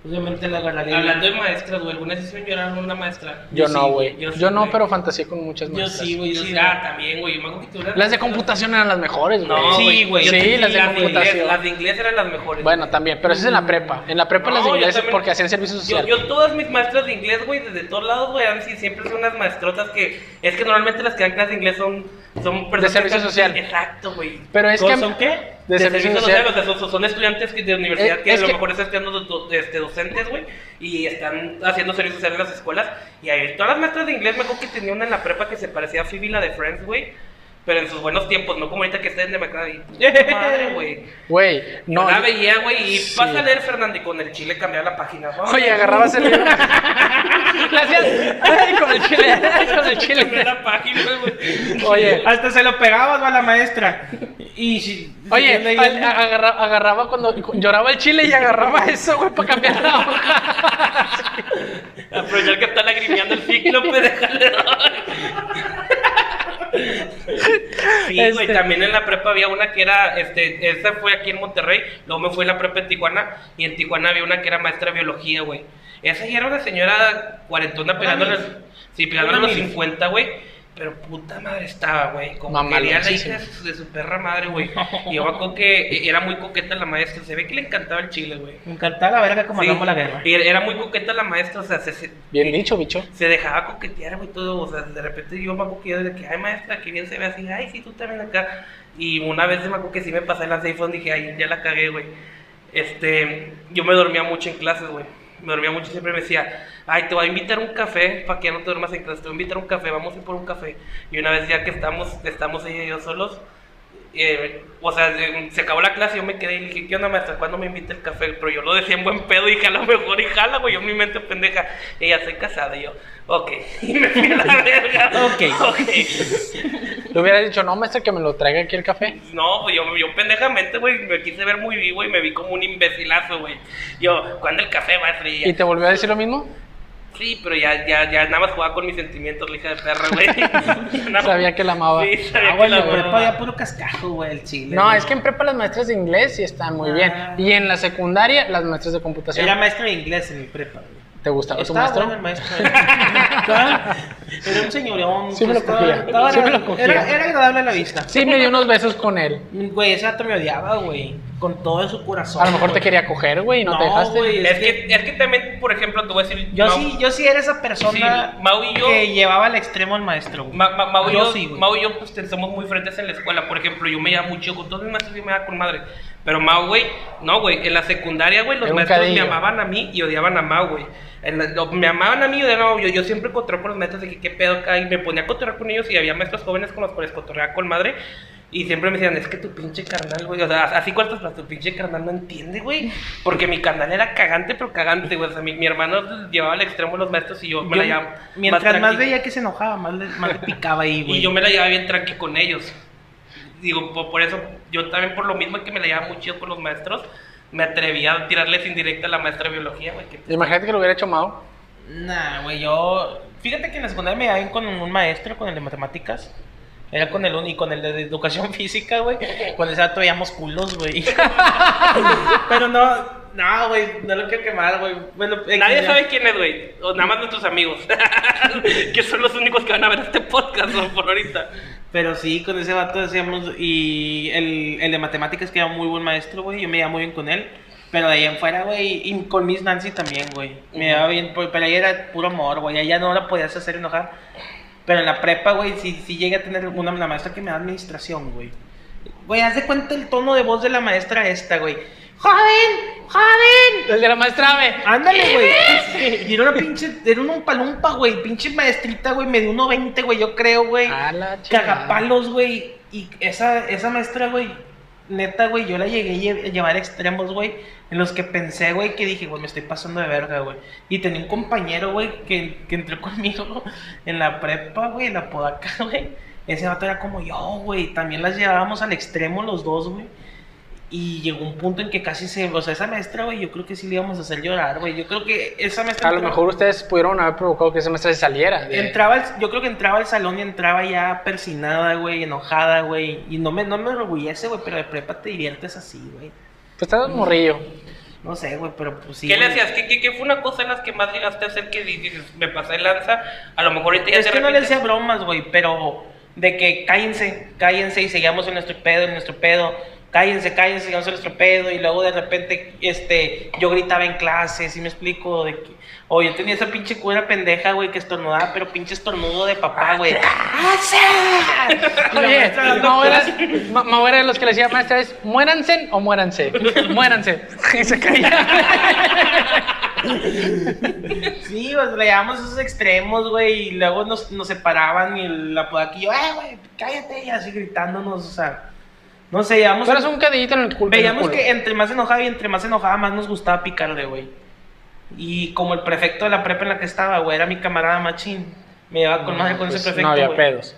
Speaker 3: Obviamente la agarraría.
Speaker 1: Hablando de maestras, güey, algunas sí se me lloraron una maestra.
Speaker 2: Yo
Speaker 1: Sí,
Speaker 2: no, güey. Yo,
Speaker 1: sí,
Speaker 2: no,
Speaker 1: güey.
Speaker 2: pero fantaseé con muchas
Speaker 1: Yo
Speaker 2: maestras.
Speaker 1: sí, güey. Yo
Speaker 3: Sí,
Speaker 1: sí,
Speaker 3: güey.
Speaker 1: ah, también, güey. Yo me acuerdo que tú eras-
Speaker 2: Las de computación eran las mejores, güey.
Speaker 1: No,
Speaker 3: Sí, güey,
Speaker 1: yo
Speaker 2: sí,
Speaker 1: te-
Speaker 2: las de
Speaker 1: Inglés,
Speaker 2: computación.
Speaker 1: las de inglés eran las mejores.
Speaker 2: Bueno, también, pero eso es en la prepa. En la prepa
Speaker 1: No,
Speaker 2: las de
Speaker 1: yo
Speaker 2: inglés
Speaker 1: también-
Speaker 2: porque hacían servicio
Speaker 1: Yo,
Speaker 2: social.
Speaker 1: yo todas mis maestras de inglés, güey, desde todos lados, güey, han sido siempre son unas maestrotas que... Es que normalmente las que dan clases de inglés son... son personas que
Speaker 2: servicio
Speaker 1: están-
Speaker 2: social.
Speaker 1: Exacto, güey.
Speaker 2: Pero es que...
Speaker 3: ¿Son qué?
Speaker 2: De, servicio, social.
Speaker 1: o sea, son- son, son estudiantes que- de universidad
Speaker 2: Eh,
Speaker 1: que
Speaker 2: es
Speaker 1: a lo
Speaker 2: que-
Speaker 1: mejor están estudiando do- este, docentes, güey, y están haciendo servicio social en las escuelas. Y ahí, todas las maestras de inglés, me acuerdo que tenía una en la prepa que se parecía a Phoebe, la de Friends, güey, pero en sus buenos tiempos, no como ahorita que está en Demacrada y madre, güey.
Speaker 2: Güey,
Speaker 1: No,
Speaker 2: no.
Speaker 1: la veía, güey, y
Speaker 2: Sí.
Speaker 1: pasa a leer Fernández con el chile, cambiar la página. ¿no?
Speaker 2: Oye, agarrabas el libro. La hacías- ay, con el chile, ay, con el
Speaker 1: Cambiar
Speaker 2: chile.
Speaker 1: la página, güey.
Speaker 2: Oye,
Speaker 3: Hasta se lo pegabas a la maestra. Y si-
Speaker 2: Oye,
Speaker 3: si le-
Speaker 2: a- a- agarra- agarraba cuando lloraba el chile y agarraba eso, güey, para cambiar la hoja.
Speaker 1: Aprovechar que está lagrimeando el ciclo, pues déjale. Sí, güey,
Speaker 2: Este-
Speaker 1: también en la prepa había una que era, este, esa fue aquí en Monterrey, luego me fui a la prepa en Tijuana, y en Tijuana había una que era maestra de biología, güey. Esa ya era una señora cuarentona pegándole,
Speaker 3: milf.
Speaker 1: sí, pegándole
Speaker 3: Una
Speaker 1: los
Speaker 3: milf.
Speaker 1: 50, güey. Pero puta madre estaba, güey. Como
Speaker 2: Mamalón,
Speaker 1: quería la
Speaker 2: sí,
Speaker 1: hija
Speaker 2: sí.
Speaker 1: de su- de su perra madre, güey. Y yo me acuerdo que e-, era muy coqueta la maestra. Se ve que le encantaba el chile, güey.
Speaker 3: Me encantaba la verga como
Speaker 1: Sí,
Speaker 3: andamos la guerra.
Speaker 1: y era muy coqueta la maestra, o sea, se, se-
Speaker 2: Bien dicho, bicho.
Speaker 1: se dejaba coquetear, güey, todo. O sea, de repente yo me acuerdo que yo de que, ay, maestra, que bien se ve así, ay, sí, tú también acá. Y una vez me acuerdo que sí me pasé las iPhone, dije, ay, ya la cagué, güey. Este, yo me dormía mucho en clases, güey. Me dormía mucho, siempre me decía, ay, te voy a invitar a un café para que ya no te duermas en clases, te voy a invitar a un café, vamos a ir por un café. Y una vez ya que estamos, estamos ella y yo solos, eh, o sea, de- se acabó la clase, yo me quedé y le dije, ¿qué onda, maestra? ¿Cuándo me invita el café? Pero yo lo decía en buen pedo y dije, a lo mejor y jala, güey, yo en mi mente pendeja. Ella, soy casada, y yo, ok. Y me fui a la verga.
Speaker 3: Ok.
Speaker 1: Ok.
Speaker 2: Le hubiera dicho, no, maestra, que me lo traiga aquí el café.
Speaker 1: No, pues yo, yo pendejamente, güey, me quise ver muy vivo y me vi como un imbecilazo, güey. Yo, ¿cuándo el café, maestra? Y ella,
Speaker 2: ¿Y te volvió a decir lo mismo?
Speaker 1: Sí, pero ya, ya, ya nada más jugaba con mis sentimientos, la hija de perra, güey. Nada más-
Speaker 2: Sabía que la amaba.
Speaker 1: Sí, sabía
Speaker 3: Ah,
Speaker 1: que
Speaker 3: güey,
Speaker 1: la
Speaker 3: la prepa
Speaker 1: amaba.
Speaker 3: había puro cascajo, güey, el chile.
Speaker 2: No,
Speaker 3: güey.
Speaker 2: es que en prepa las maestras de inglés sí están muy bien.
Speaker 3: Ah.
Speaker 2: Y en la secundaria, las maestras de computación.
Speaker 3: Era maestra de inglés en mi prepa, güey.
Speaker 2: ¿Te gustaba tu
Speaker 3: Estaba
Speaker 2: maestro?
Speaker 3: bueno el maestro. era un señorón.
Speaker 2: Sí me lo
Speaker 3: estaba-
Speaker 2: cogía,
Speaker 3: estaba-
Speaker 2: sí me lo cogía.
Speaker 3: Era, era agradable a la vista.
Speaker 2: Sí, me dio unos besos con él.
Speaker 3: Güey, ese gato me odiaba, güey. Con todo su corazón.
Speaker 2: A lo mejor te
Speaker 3: güey.
Speaker 2: quería coger, güey, y no,
Speaker 3: No,
Speaker 2: te dejaste.
Speaker 3: güey.
Speaker 1: Es que, es que también, por ejemplo, te voy a decir.
Speaker 3: Yo
Speaker 1: Mau-
Speaker 3: sí, yo sí era esa persona
Speaker 1: Sí, Mau y yo-
Speaker 3: que llevaba al extremo al maestro, güey.
Speaker 1: Ma- ma- Mau y
Speaker 3: Yo
Speaker 1: yo,
Speaker 3: sí, güey.
Speaker 1: Mau y yo, pues, te- somos muy frentes en la escuela. Por ejemplo, yo me llevaba mucho con todos mis maestros, yo me llevaba con madre. Pero Mau, güey, no, güey. En la secundaria, güey, los
Speaker 2: Era un
Speaker 1: maestros
Speaker 2: cadillo.
Speaker 1: me amaban a mí y odiaban a Mau, güey. En la- lo- me amaban a mí y odiaban a Mau. Yo, yo siempre encontré con los maestros de que qué pedo acá. Y me ponía a cotorrear con ellos y había maestros jóvenes con los cuales cotorreaba con madre. Y siempre me decían, es que tu pinche carnal, güey. O sea, así cuartos más, tu pinche carnal no entiende, güey. Porque mi carnal era cagante, pero cagante, güey. O sea, mi, mi hermano pues, llevaba al extremo los maestros y yo me
Speaker 3: Yo-
Speaker 1: la llevaba.
Speaker 3: mientras más,
Speaker 1: tranquila.
Speaker 3: veía que se enojaba, más le, más le picaba ahí, güey.
Speaker 1: Y yo me la llevaba bien tranqui con ellos. Digo, po- por, eso, yo también por lo mismo que me la llevaba muy chido con los maestros, me atrevía a tirarles indirecta a la maestra de biología, güey. que-
Speaker 2: Imagínate que lo hubiera hecho Mao.
Speaker 3: Nah, güey, yo... Fíjate que en la secundaria me llevaban con un maestro, con el de matemáticas. Era con el un- y con el de educación física, güey. Con ese dato veíamos culos, güey. Pero no... No, güey, no lo quiero quemar, güey. Bueno,
Speaker 1: Nadie
Speaker 3: ya-
Speaker 1: sabe quién es, güey. O nada más nuestros amigos. que son los únicos que van a ver este podcast ¿no? por ahorita.
Speaker 3: Pero sí, con ese vato decíamos, y el, el de matemáticas que era un muy buen maestro, güey, yo me llevaba muy bien con él, pero de ahí en fuera, güey, y con Miss Nancy también, güey, me llevaba bien, pero pero ella era puro amor, güey, ella no la podías hacer enojar, pero en la prepa, güey, sí, sí llegué a tener una, la maestra que me da administración, güey. Güey, haz de cuenta el tono de voz de la maestra esta, güey. ¡Joven! ¡Joven!
Speaker 2: El de la maestra Ave.
Speaker 3: Ándale, güey. Y era una pinche, era un palumpa, güey. Pinche maestrita, güey. Me dio 1.20, güey, yo creo, güey.
Speaker 2: A la chingada.
Speaker 3: Cagapalos, güey. Y esa, esa maestra, güey. Neta, güey, yo la llegué a lle- a llevar a extremos, güey, en los que pensé, güey, que dije, güey, me estoy pasando de verga, güey. Y tenía un compañero, güey, que, que entró conmigo en la prepa, güey, en la podaca, güey. Ese vato era como yo, güey. También las llevábamos al extremo los dos, güey. Y llegó un punto en que casi se. O sea, esa maestra, güey, yo creo que sí le íbamos a hacer llorar, güey. Yo creo que esa maestra.
Speaker 2: A lo
Speaker 3: entraba-
Speaker 2: mejor ustedes pudieron haber provocado que esa maestra se saliera. de-
Speaker 3: Entraba al- yo creo que entraba al salón y entraba ya persinada, güey, enojada, güey. Y no me, no me orgullece, güey, pero de prepa te diviertes así, güey.
Speaker 2: Pues estás morrillo.
Speaker 3: No sé, güey, pero pues sí.
Speaker 1: ¿Qué le
Speaker 3: güey.
Speaker 1: hacías? ¿Qué, qué, qué fue una cosa en las que más llegaste a hacer que dices, me pasé lanza? A lo mejor ahorita ya
Speaker 3: Es
Speaker 1: te
Speaker 3: que no le
Speaker 1: arrepientes.
Speaker 3: hacía bromas, güey, pero de que cállense, cállense y seguíamos en nuestro pedo, en nuestro pedo. Cállense, cállense, sigamos en nuestro pedo. Y luego de repente, este, yo gritaba en clase, ¿sí me explico? De que, o yo tenía esa pinche cura pendeja, güey, que estornudaba, pero pinche estornudo de papá, güey.
Speaker 1: Ah,
Speaker 3: Y Ah, la
Speaker 2: Oye,
Speaker 3: maestra dando
Speaker 2: Mao era,
Speaker 3: clase.
Speaker 2: Ma- Mao era de los que le decía maestra es muéranse o muéranse. Muéranse. Y se caía.
Speaker 3: Sí, pues le llevamos a esos extremos, güey, y luego nos, nos separaban y el- la podaca y yo, ¡eh, güey, cállate! Y así gritándonos, o sea, no sé, llevamos...
Speaker 2: Tú eras un cadillito en el cul- en el
Speaker 3: Veíamos
Speaker 2: culo.
Speaker 3: que entre más enojada y entre más enojada más nos gustaba picarle, güey. Y como el prefecto de la prepa en la que estaba, güey, era mi camarada machín. Me llevaba con madre con
Speaker 2: Pues
Speaker 3: ese prefecto,
Speaker 2: No había
Speaker 3: güey.
Speaker 2: pedos.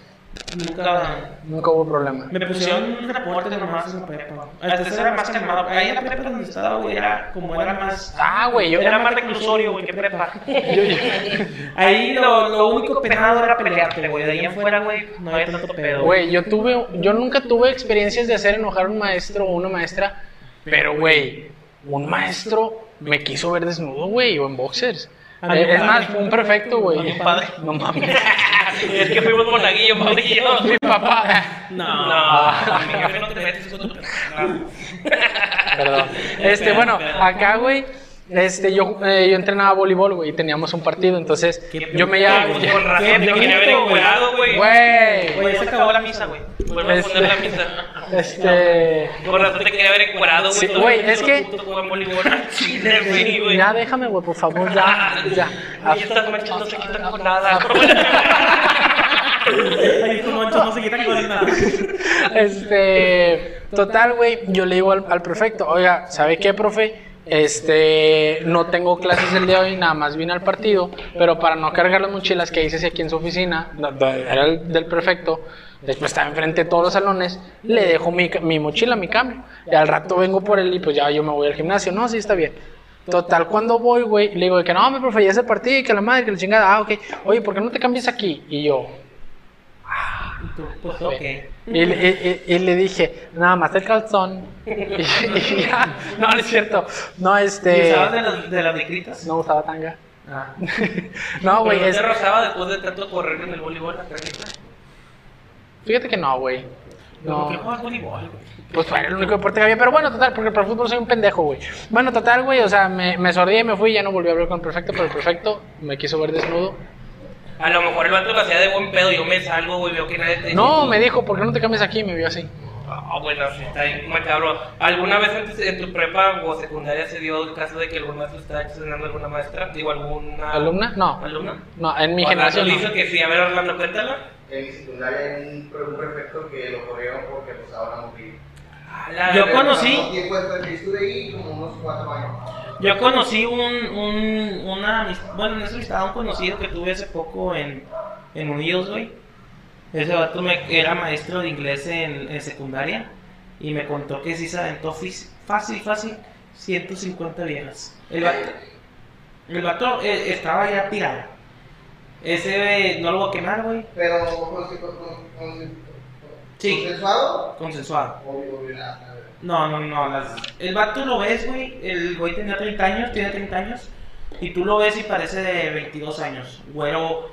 Speaker 3: Nunca.
Speaker 2: Nunca hubo problema.
Speaker 3: Me pusieron un reporte nomás en la prepa. Hasta eso era más calmado. Ahí en la prepa donde estaba, güey, era como era más.
Speaker 2: Ah, güey, yo,
Speaker 1: Era más reclusorio, güey, que prepa.
Speaker 2: yo- yo-
Speaker 3: Ahí lo, lo único penado era pelearte, güey.
Speaker 1: De ahí en fuera, güey, no hay tanto pedo.
Speaker 2: Güey, yo tuve, yo nunca tuve experiencias de hacer enojar a un maestro o una maestra, pero güey, un maestro me quiso ver desnudo, güey, o en boxers.
Speaker 3: A mi
Speaker 2: Eh, Es
Speaker 3: padre.
Speaker 2: más, fue un perfecto,
Speaker 3: A mi
Speaker 2: güey.
Speaker 3: padre.
Speaker 2: No mames.
Speaker 1: es que fuimos monaguillo, Pablo y yo.
Speaker 2: Mi papá.
Speaker 1: No,
Speaker 3: No.
Speaker 1: amigo, que no te metes con tu No.
Speaker 2: Perdón. Este, bueno, acá, güey, este, yo, eh, yo entrenaba voleibol, güey, y teníamos un partido, entonces yo me
Speaker 1: Ya,
Speaker 2: llevaba.
Speaker 1: pues, con razón, te quería haber encuerado, güey.
Speaker 2: Güey,
Speaker 1: Güey, ya se acabó la misa, güey. Vuelve a poner la misa.
Speaker 2: este.
Speaker 1: Con razón te quería haber encuerado, güey.
Speaker 2: Sí,
Speaker 1: Todo
Speaker 2: güey,
Speaker 1: el mundo
Speaker 2: es que-
Speaker 1: puto jugando voleibol al Chile, güey, güey.
Speaker 2: Ya déjame, güey, por favor, ya. Ya.
Speaker 1: Y estas manchas no se quitan con nada.
Speaker 3: Ahí estos manchos no se quitan con nada.
Speaker 1: Pues,
Speaker 2: Este, total, güey, yo le digo al, al prefecto, oiga, ¿sabe qué, profe? Este, no tengo clases el día de hoy, nada más vine al partido, pero para no cargar las mochilas que hice aquí en su oficina, la- la- era el del prefecto, después estaba enfrente de todos los salones, le dejo mi, ca- mi mochila, mi cambio, y al rato vengo por él y pues ya yo me voy al gimnasio, no, sí, está bien. Total, cuando voy, güey, le digo de que no, mi profe, ya se partido y que la madre, que la chingada, ah, ok, oye, ¿por qué no te cambias aquí? Y yo,
Speaker 3: Pues
Speaker 2: Ok. Y, le- y- y- y le dije, nada más el calzón. Y, y ya, no, no es cierto. No,
Speaker 3: ¿Y
Speaker 1: Eh,
Speaker 2: este.
Speaker 3: usabas de las, de las negritas?
Speaker 2: No usaba tanga.
Speaker 3: Ah.
Speaker 2: No,
Speaker 1: Güey,
Speaker 2: güey.
Speaker 1: ¿no
Speaker 2: es-
Speaker 1: te rozaba después de tanto correr en el voleibol? la carnita?
Speaker 2: Fíjate que no, güey.
Speaker 1: ¿Por qué
Speaker 2: No,
Speaker 1: juegas voleibol, güey?
Speaker 2: pues fue el único deporte que había. Pero bueno, total, porque para el fútbol soy un pendejo, güey. Bueno, total, güey. O sea, me, me sordí y me fui. Ya no volví a hablar con el perfecto, pero el perfecto me quiso ver desnudo.
Speaker 1: A lo mejor el vato lo hacía de buen pedo. Yo me salgo, güey, veo que nadie te
Speaker 2: No, me dijo, ¿por qué no te cambias aquí? Y Me vio así.
Speaker 1: Ah, bueno, sí, está bien macabro. ¿Alguna vez en tu, en tu prepa o secundaria se dio el caso de que algún maestro estaba accionando a alguna maestra? Digo, alguna.
Speaker 2: ¿Alumna? No.
Speaker 1: ¿Alumna?
Speaker 2: No, en mi
Speaker 1: Orlando
Speaker 2: generación.
Speaker 1: hizo
Speaker 2: no.
Speaker 1: que sí, a ver, Orlando, cuéntala.
Speaker 4: En mi secundaria hay un, pre- un prefecto que lo corrieron porque pues, usaba una mochila.
Speaker 1: A la
Speaker 3: Yo
Speaker 1: verga.
Speaker 3: Bueno, conocí- sí.
Speaker 4: Y que estuve ahí como unos cuatro años.
Speaker 3: Yo conocí un, un, una amistad, bueno, en esa amistad un conocido que tuve hace poco en, en Unidos, güey. Ese vato me, era maestro de inglés en, en secundaria y me contó que sí se aventó fis- fácil, fácil, 150 viejas. El vato, el vato eh, estaba ya tirado. Ese eh, no lo voy a quemar, güey,
Speaker 4: Pero, con, con, con, con,
Speaker 3: Sí.
Speaker 4: ¿consensuado?
Speaker 3: consensuado.
Speaker 4: Obvio, obvio, nada, nada.
Speaker 3: No, no, no. las- El vato lo ves, güey. El güey tenía 30 años, tiene 30 años. Y tú lo ves y parece de 22 años. Güero,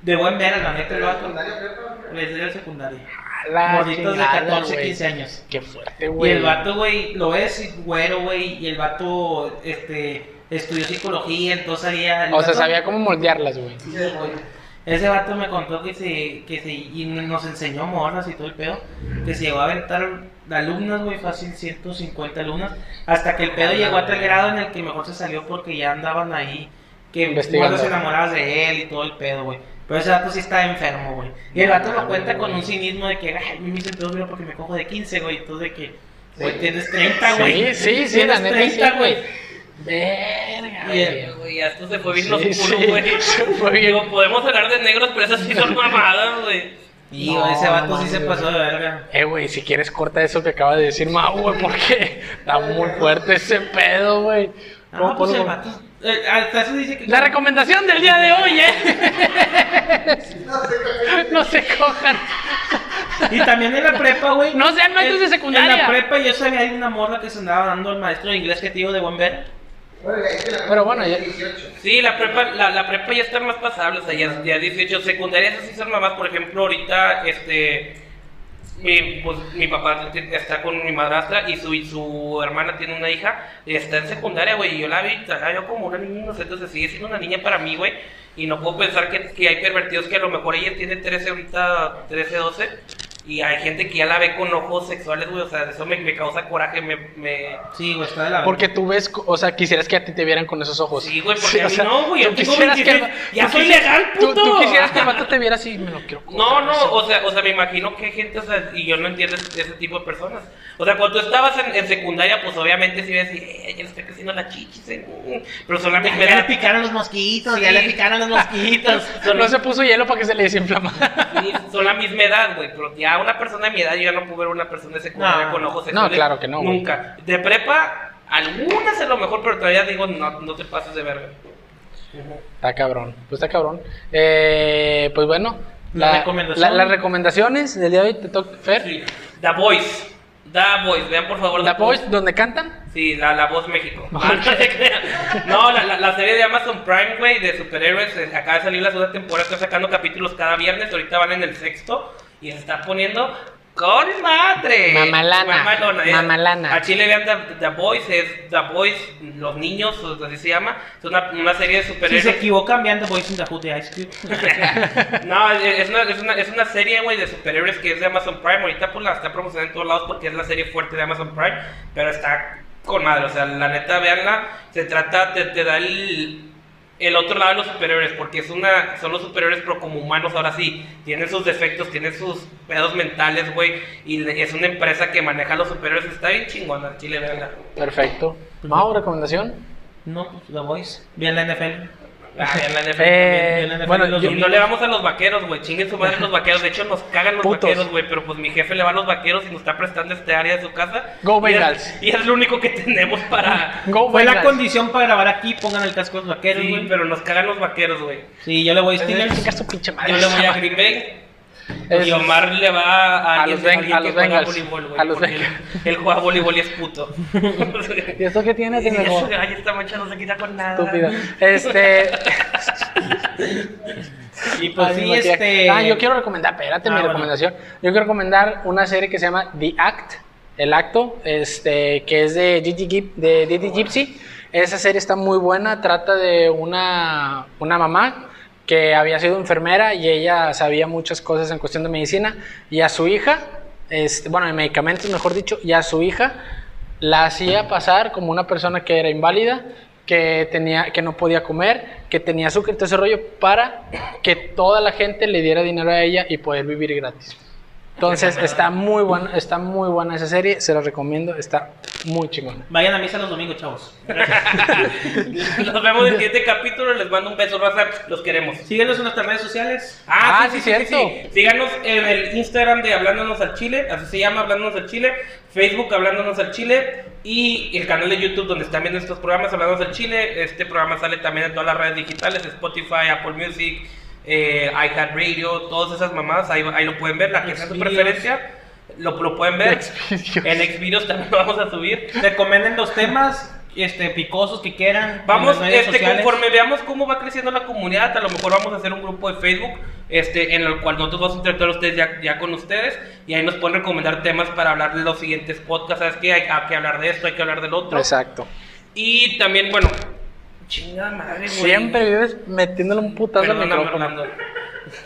Speaker 3: de buen ver, la neta, el
Speaker 4: ¿Pero
Speaker 3: vato.
Speaker 4: secundaria, prepa?
Speaker 3: Desde la secundaria.
Speaker 2: A la
Speaker 3: Morritos de
Speaker 2: Ah, chingada,
Speaker 3: 14,
Speaker 2: güey.
Speaker 3: 15 años.
Speaker 2: Qué fuerte,
Speaker 3: Y
Speaker 2: güey.
Speaker 3: el vato, güey, lo ves y güero, güey. Y el vato, este, estudió psicología, entonces sabía. el
Speaker 2: O sea,
Speaker 3: vato-
Speaker 2: sabía cómo moldearlas, güey.
Speaker 3: Sí, güey. Ese vato me contó que se, que se, y nos enseñó morras y todo el pedo, que se llegó a aventar alumnas, güey, fácil 150 alumnas, hasta que el pedo llegó a tal grado en el que mejor se salió porque ya andaban ahí, que
Speaker 2: Investigando.
Speaker 3: morras se enamoradas de él y todo el pedo, güey. Pero ese vato sí está enfermo, güey. Y el vato lo cuenta con un cinismo de que, ay, me hice el pedo, mira, porque me cojo de 15, güey, entonces de que, güey, tienes 30, güey.
Speaker 2: Sí, sí, sí, la
Speaker 3: Tienes
Speaker 2: neta sí,
Speaker 3: 30,
Speaker 2: güey. Verga,
Speaker 3: Y
Speaker 2: güey.
Speaker 3: el-
Speaker 1: Güey, ya esto se fue bien
Speaker 2: Sí,
Speaker 1: los culos,
Speaker 2: sí,
Speaker 1: güey.
Speaker 2: se fue bien.
Speaker 1: Digo, podemos hablar de negros, pero esas sí son mamadas, güey.
Speaker 3: Y
Speaker 2: No,
Speaker 3: güey, ese vato sí
Speaker 2: mames,
Speaker 3: se
Speaker 2: güey.
Speaker 3: pasó de verga.
Speaker 2: Eh, güey, si quieres corta eso que acaba de decir Mau, güey, porque está muy fuerte ese pedo, güey.
Speaker 3: No,
Speaker 2: ¿Cómo-
Speaker 3: pues
Speaker 2: cómo-
Speaker 3: el vato. eh, hasta eso dice que.
Speaker 2: La recomendación del día de hoy, ¿eh?
Speaker 4: No sé, pero-
Speaker 2: No se cojan.
Speaker 3: Y también en la prepa, güey.
Speaker 2: No sean maestros
Speaker 3: en-
Speaker 2: de secundaria.
Speaker 3: En la prepa yo sabía de una morra que se andaba dando al maestro de inglés que te digo de buen ver.
Speaker 4: Bueno, ya hice la-
Speaker 2: Pero bueno, ya-
Speaker 4: 18.
Speaker 1: Sí, la prepa, la, la prepa ya está más pasable, o sea, ya, ya 18, secundaria, esas sí son mamás, por ejemplo, ahorita, este, mi, pues, mi papá te- está con mi madrastra y su, y su hermana tiene una hija, está en secundaria, güey, y yo la vi, la yo como una niña inocente, o sea, sigue siendo una niña para mí, güey, y no puedo pensar que, que hay pervertidos que a lo mejor ella tiene 13, ahorita 13, 12, Y hay gente que ya la ve con ojos sexuales, güey. O sea, eso me, me causa coraje, me... me...
Speaker 3: Sí, güey, está de la
Speaker 2: Porque tú ves, o sea, quisieras que a ti te vieran con esos ojos.
Speaker 1: Sí, güey, porque
Speaker 2: Sí,
Speaker 1: a mí no, güey,
Speaker 2: tú
Speaker 1: yo tengo
Speaker 2: quisieras que el
Speaker 1: 26,
Speaker 2: va-
Speaker 1: ya
Speaker 2: tú
Speaker 1: soy
Speaker 2: quisieras-
Speaker 1: legal,
Speaker 2: tú- Tú,
Speaker 1: puto.
Speaker 2: quisieras que el vato te viera así, me lo quiero coger.
Speaker 1: No, no, o sea, o sea, me imagino que hay gente, o sea, y yo no entiendo ese, ese tipo de personas. O sea, cuando tú estabas en, en secundaria, pues obviamente sí ves, eh, ya le está creciendo la chichis, eh, pero solamente
Speaker 3: Ya le
Speaker 1: era-
Speaker 3: picaron los mosquitos,
Speaker 1: Sí.
Speaker 3: ya le picaron los mosquitos.
Speaker 1: son-
Speaker 2: No se puso hielo para que se le desinflamara.
Speaker 1: sí, son la misma edad, güey, pero ya una persona de mi edad, yo ya no puedo ver una persona de secundaria
Speaker 3: No.
Speaker 1: con ojos
Speaker 2: No,
Speaker 1: sexuales.
Speaker 2: claro que no, güey.
Speaker 1: Nunca. De prepa, algunas es lo mejor, pero todavía digo, no, no te pases de verga.
Speaker 2: Está cabrón, pues está cabrón. Eh, pues bueno,
Speaker 3: La
Speaker 2: la-
Speaker 3: recomendación.
Speaker 2: la- las recomendaciones del día de hoy te toca, Fer.
Speaker 1: Sí. The Voice. The Voice, vean por favor.
Speaker 2: La voz donde cantan.
Speaker 1: Sí, la, la voz México. Ah, no te creas. No, la, la- la serie de Amazon Prime, güey, de superhéroes, eh, acaba de salir la segunda temporada, están sacando capítulos cada viernes, ahorita van en el sexto y se está poniendo con madre.
Speaker 2: Mamalana.
Speaker 1: Mamalona. eh.
Speaker 2: Mamalana.
Speaker 1: A Chile vean The, The Boys, es The Boys, los niños, o así se llama. Es una, una serie de
Speaker 3: Si
Speaker 1: superhéroes.
Speaker 3: se equivocan, vean The Boys in the Hood de Ice Cube.
Speaker 1: No, es es una, es una, es una serie, güey, de superhéroes que es de Amazon Prime. Ahorita pues la está promocionando en todos lados porque es la serie fuerte de Amazon Prime, pero está con madre. O sea, la neta, veanla. Se trata, te, te da el, el otro lado de los superhéroes, porque es una, son los superhéroes, pero como humanos ahora sí. Tienen sus defectos, tienen sus pedos mentales, güey. Y le- es una empresa que maneja a los superhéroes. Está bien chingona, al chile, veanla.
Speaker 2: Perfecto.
Speaker 1: Pues
Speaker 2: Mau, recomendación.
Speaker 3: No, pues The Boys. Vean la NFL.
Speaker 1: Ah, vean la NFL
Speaker 2: Eh,
Speaker 1: también.
Speaker 3: bien, bien,
Speaker 2: bueno,
Speaker 3: bien,
Speaker 2: yo-
Speaker 1: Y no le vamos a los vaqueros, güey. Chinguen su madre los vaqueros. De hecho, nos cagan los
Speaker 2: Putos.
Speaker 1: vaqueros, güey. Pero pues mi jefe le va a los vaqueros y nos está prestando este área de su casa.
Speaker 2: Go
Speaker 1: Y es-
Speaker 2: Bengals.
Speaker 1: Y es, lo único que tenemos para.
Speaker 2: Go
Speaker 3: Fue la
Speaker 2: Bengals.
Speaker 3: condición para grabar aquí, pongan el casco de los vaqueros,
Speaker 1: Sí,
Speaker 3: güey.
Speaker 1: pero nos cagan los vaqueros, güey.
Speaker 3: Sí, yo le voy a
Speaker 2: Eh,
Speaker 3: Steelers.
Speaker 2: chinga su pinche madre.
Speaker 1: Yo le voy a Green Bay.
Speaker 2: Es-
Speaker 1: Y Omar le va a,
Speaker 2: A
Speaker 1: alguien-
Speaker 2: los Ben-
Speaker 1: alguien
Speaker 2: a
Speaker 1: que
Speaker 2: los
Speaker 1: juega
Speaker 2: Bengals.
Speaker 1: voleibol, güey,
Speaker 2: A los
Speaker 1: porque
Speaker 2: Bengals.
Speaker 1: Él, él juega voleibol y es puto.
Speaker 2: ¿Y eso qué tiene de
Speaker 1: Y eso,
Speaker 2: nuevo?
Speaker 1: ay, esta mancha no se quita con nada.
Speaker 2: Estúpida. Este.
Speaker 3: Y pues sí,
Speaker 2: no quiero-
Speaker 3: este.
Speaker 2: Ah, yo quiero recomendar, espérate,
Speaker 3: Ah,
Speaker 2: mi
Speaker 3: bueno.
Speaker 2: recomendación. Yo quiero recomendar una serie que se llama The Act, El Acto, este, que es de Gigi Gip- de Didi Gypsy. Esa serie está muy buena, trata de una, una mamá que había sido enfermera y ella sabía muchas cosas en cuestión de medicina y a su hija, este, bueno, de medicamentos mejor dicho, y a su hija la hacía pasar como una persona que era inválida, que, tenía, que no podía comer, que tenía azúcar y todo ese rollo para que toda la gente le diera dinero a ella y poder vivir gratis. Entonces está muy buena, está muy buena esa serie, se la recomiendo, está muy chingona.
Speaker 3: Vayan a misa los domingos, chavos.
Speaker 1: Nos vemos en el siguiente capítulo. Les mando un beso, Raza. Los queremos.
Speaker 3: Síguenos en nuestras redes sociales.
Speaker 2: Ah, sí, cierto.
Speaker 1: Síganos en el Instagram de Hablándonos al Chile, así se llama Hablándonos al Chile, Facebook Hablándonos al Chile y el canal de YouTube donde están viendo estos programas Hablándonos al Chile. Este programa sale también en todas las redes digitales, Spotify, Apple Music, eh, iHeartRadio, todas esas mamadas, ahí, ahí lo pueden ver, la que sea su
Speaker 3: Xvideos.
Speaker 1: preferencia, lo, lo pueden ver. En Xvideos también lo vamos a subir.
Speaker 3: Recomienden los temas este, picosos que quieran.
Speaker 1: Vamos,
Speaker 3: en las redes
Speaker 1: este,
Speaker 3: sociales.
Speaker 1: conforme veamos cómo va creciendo la comunidad, a lo mejor vamos a hacer un grupo de Facebook este, en el cual nosotros vamos a interactuar ustedes ya, ya con ustedes y ahí nos pueden recomendar temas para hablar de los siguientes podcasts. ¿Sabes qué? Hay, hay que hablar de esto, hay que hablar del otro.
Speaker 2: Exacto.
Speaker 1: Y también, bueno, chingada madre, güey.
Speaker 2: Siempre vives metiéndole un putazo al
Speaker 1: Perdóname,
Speaker 2: micrófono.
Speaker 1: Orlando.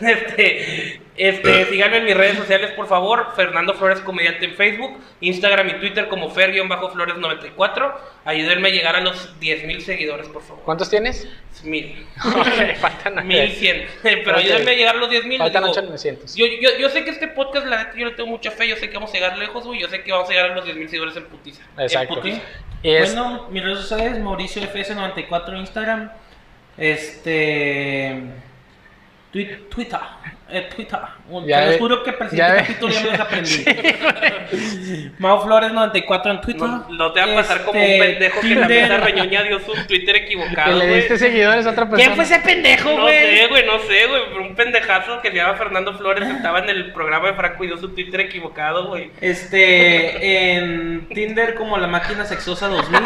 Speaker 1: Este, este, síganme en mis redes sociales, por favor. Fernando Flores Comediante en Facebook, Instagram y Twitter como Fer-Flores94. Ayúdenme a llegar a los 10.000 seguidores, por favor.
Speaker 2: ¿Cuántos tienes?
Speaker 1: Mil.
Speaker 2: Ok, faltan
Speaker 1: Mil
Speaker 2: nueve.
Speaker 1: cien. Pero
Speaker 2: Ok.
Speaker 1: ayúdenme a llegar a los diez mil.
Speaker 2: Faltan 8,900.
Speaker 1: Yo, yo, yo sé que este podcast, la neta, yo le tengo mucha fe. Yo sé que vamos a llegar lejos, güey. Yo sé que vamos a llegar a los diez mil seguidores en putiza. En
Speaker 2: Exacto.
Speaker 1: putiza.
Speaker 2: Y es-
Speaker 3: Bueno, mis redes sociales, Mauricio FS94 Instagram. Este. Twi- Twitter. eh, Twitter. Un-
Speaker 2: Ya
Speaker 3: Te
Speaker 2: ve-
Speaker 3: los juro que para el
Speaker 2: ya
Speaker 3: siguiente
Speaker 2: ve-
Speaker 3: capítulo ya me los aprendí. Mau Flores 94 en Twitter.
Speaker 1: Eh, No, no te va a pasar como un
Speaker 3: Este,
Speaker 1: pendejo que la
Speaker 3: Tinder.
Speaker 1: mesa reñoña dio su Twitter equivocado.
Speaker 2: que le
Speaker 1: güey.
Speaker 2: diste seguidores a otra persona.
Speaker 3: ¿Quién fue ese pendejo,
Speaker 1: No
Speaker 3: güey?
Speaker 1: sé, güey, no sé, güey. pero Un pendejazo que se llama Fernando Flores estaba en el programa de Franco y dio su Twitter equivocado, güey.
Speaker 3: Este, en Tinder como la máquina sexosa 2000.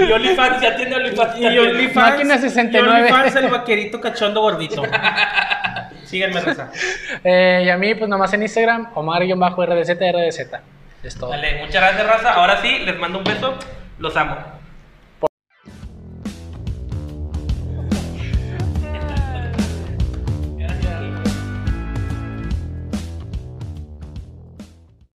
Speaker 1: Y OnlyFans, ya tiene OnlyFans.
Speaker 3: Y OnlyFans.
Speaker 2: Máquina
Speaker 3: y
Speaker 2: 69.
Speaker 3: OnlyFans, el vaquerito cachondo gordito. Síguenme, Rosa.
Speaker 2: Eh, y a mí, pues nomás en Instagram, Omar-RDZ, RDZ. Es todo.
Speaker 1: Dale, muchas gracias, raza. Ahora sí, les mando un beso. Los amo.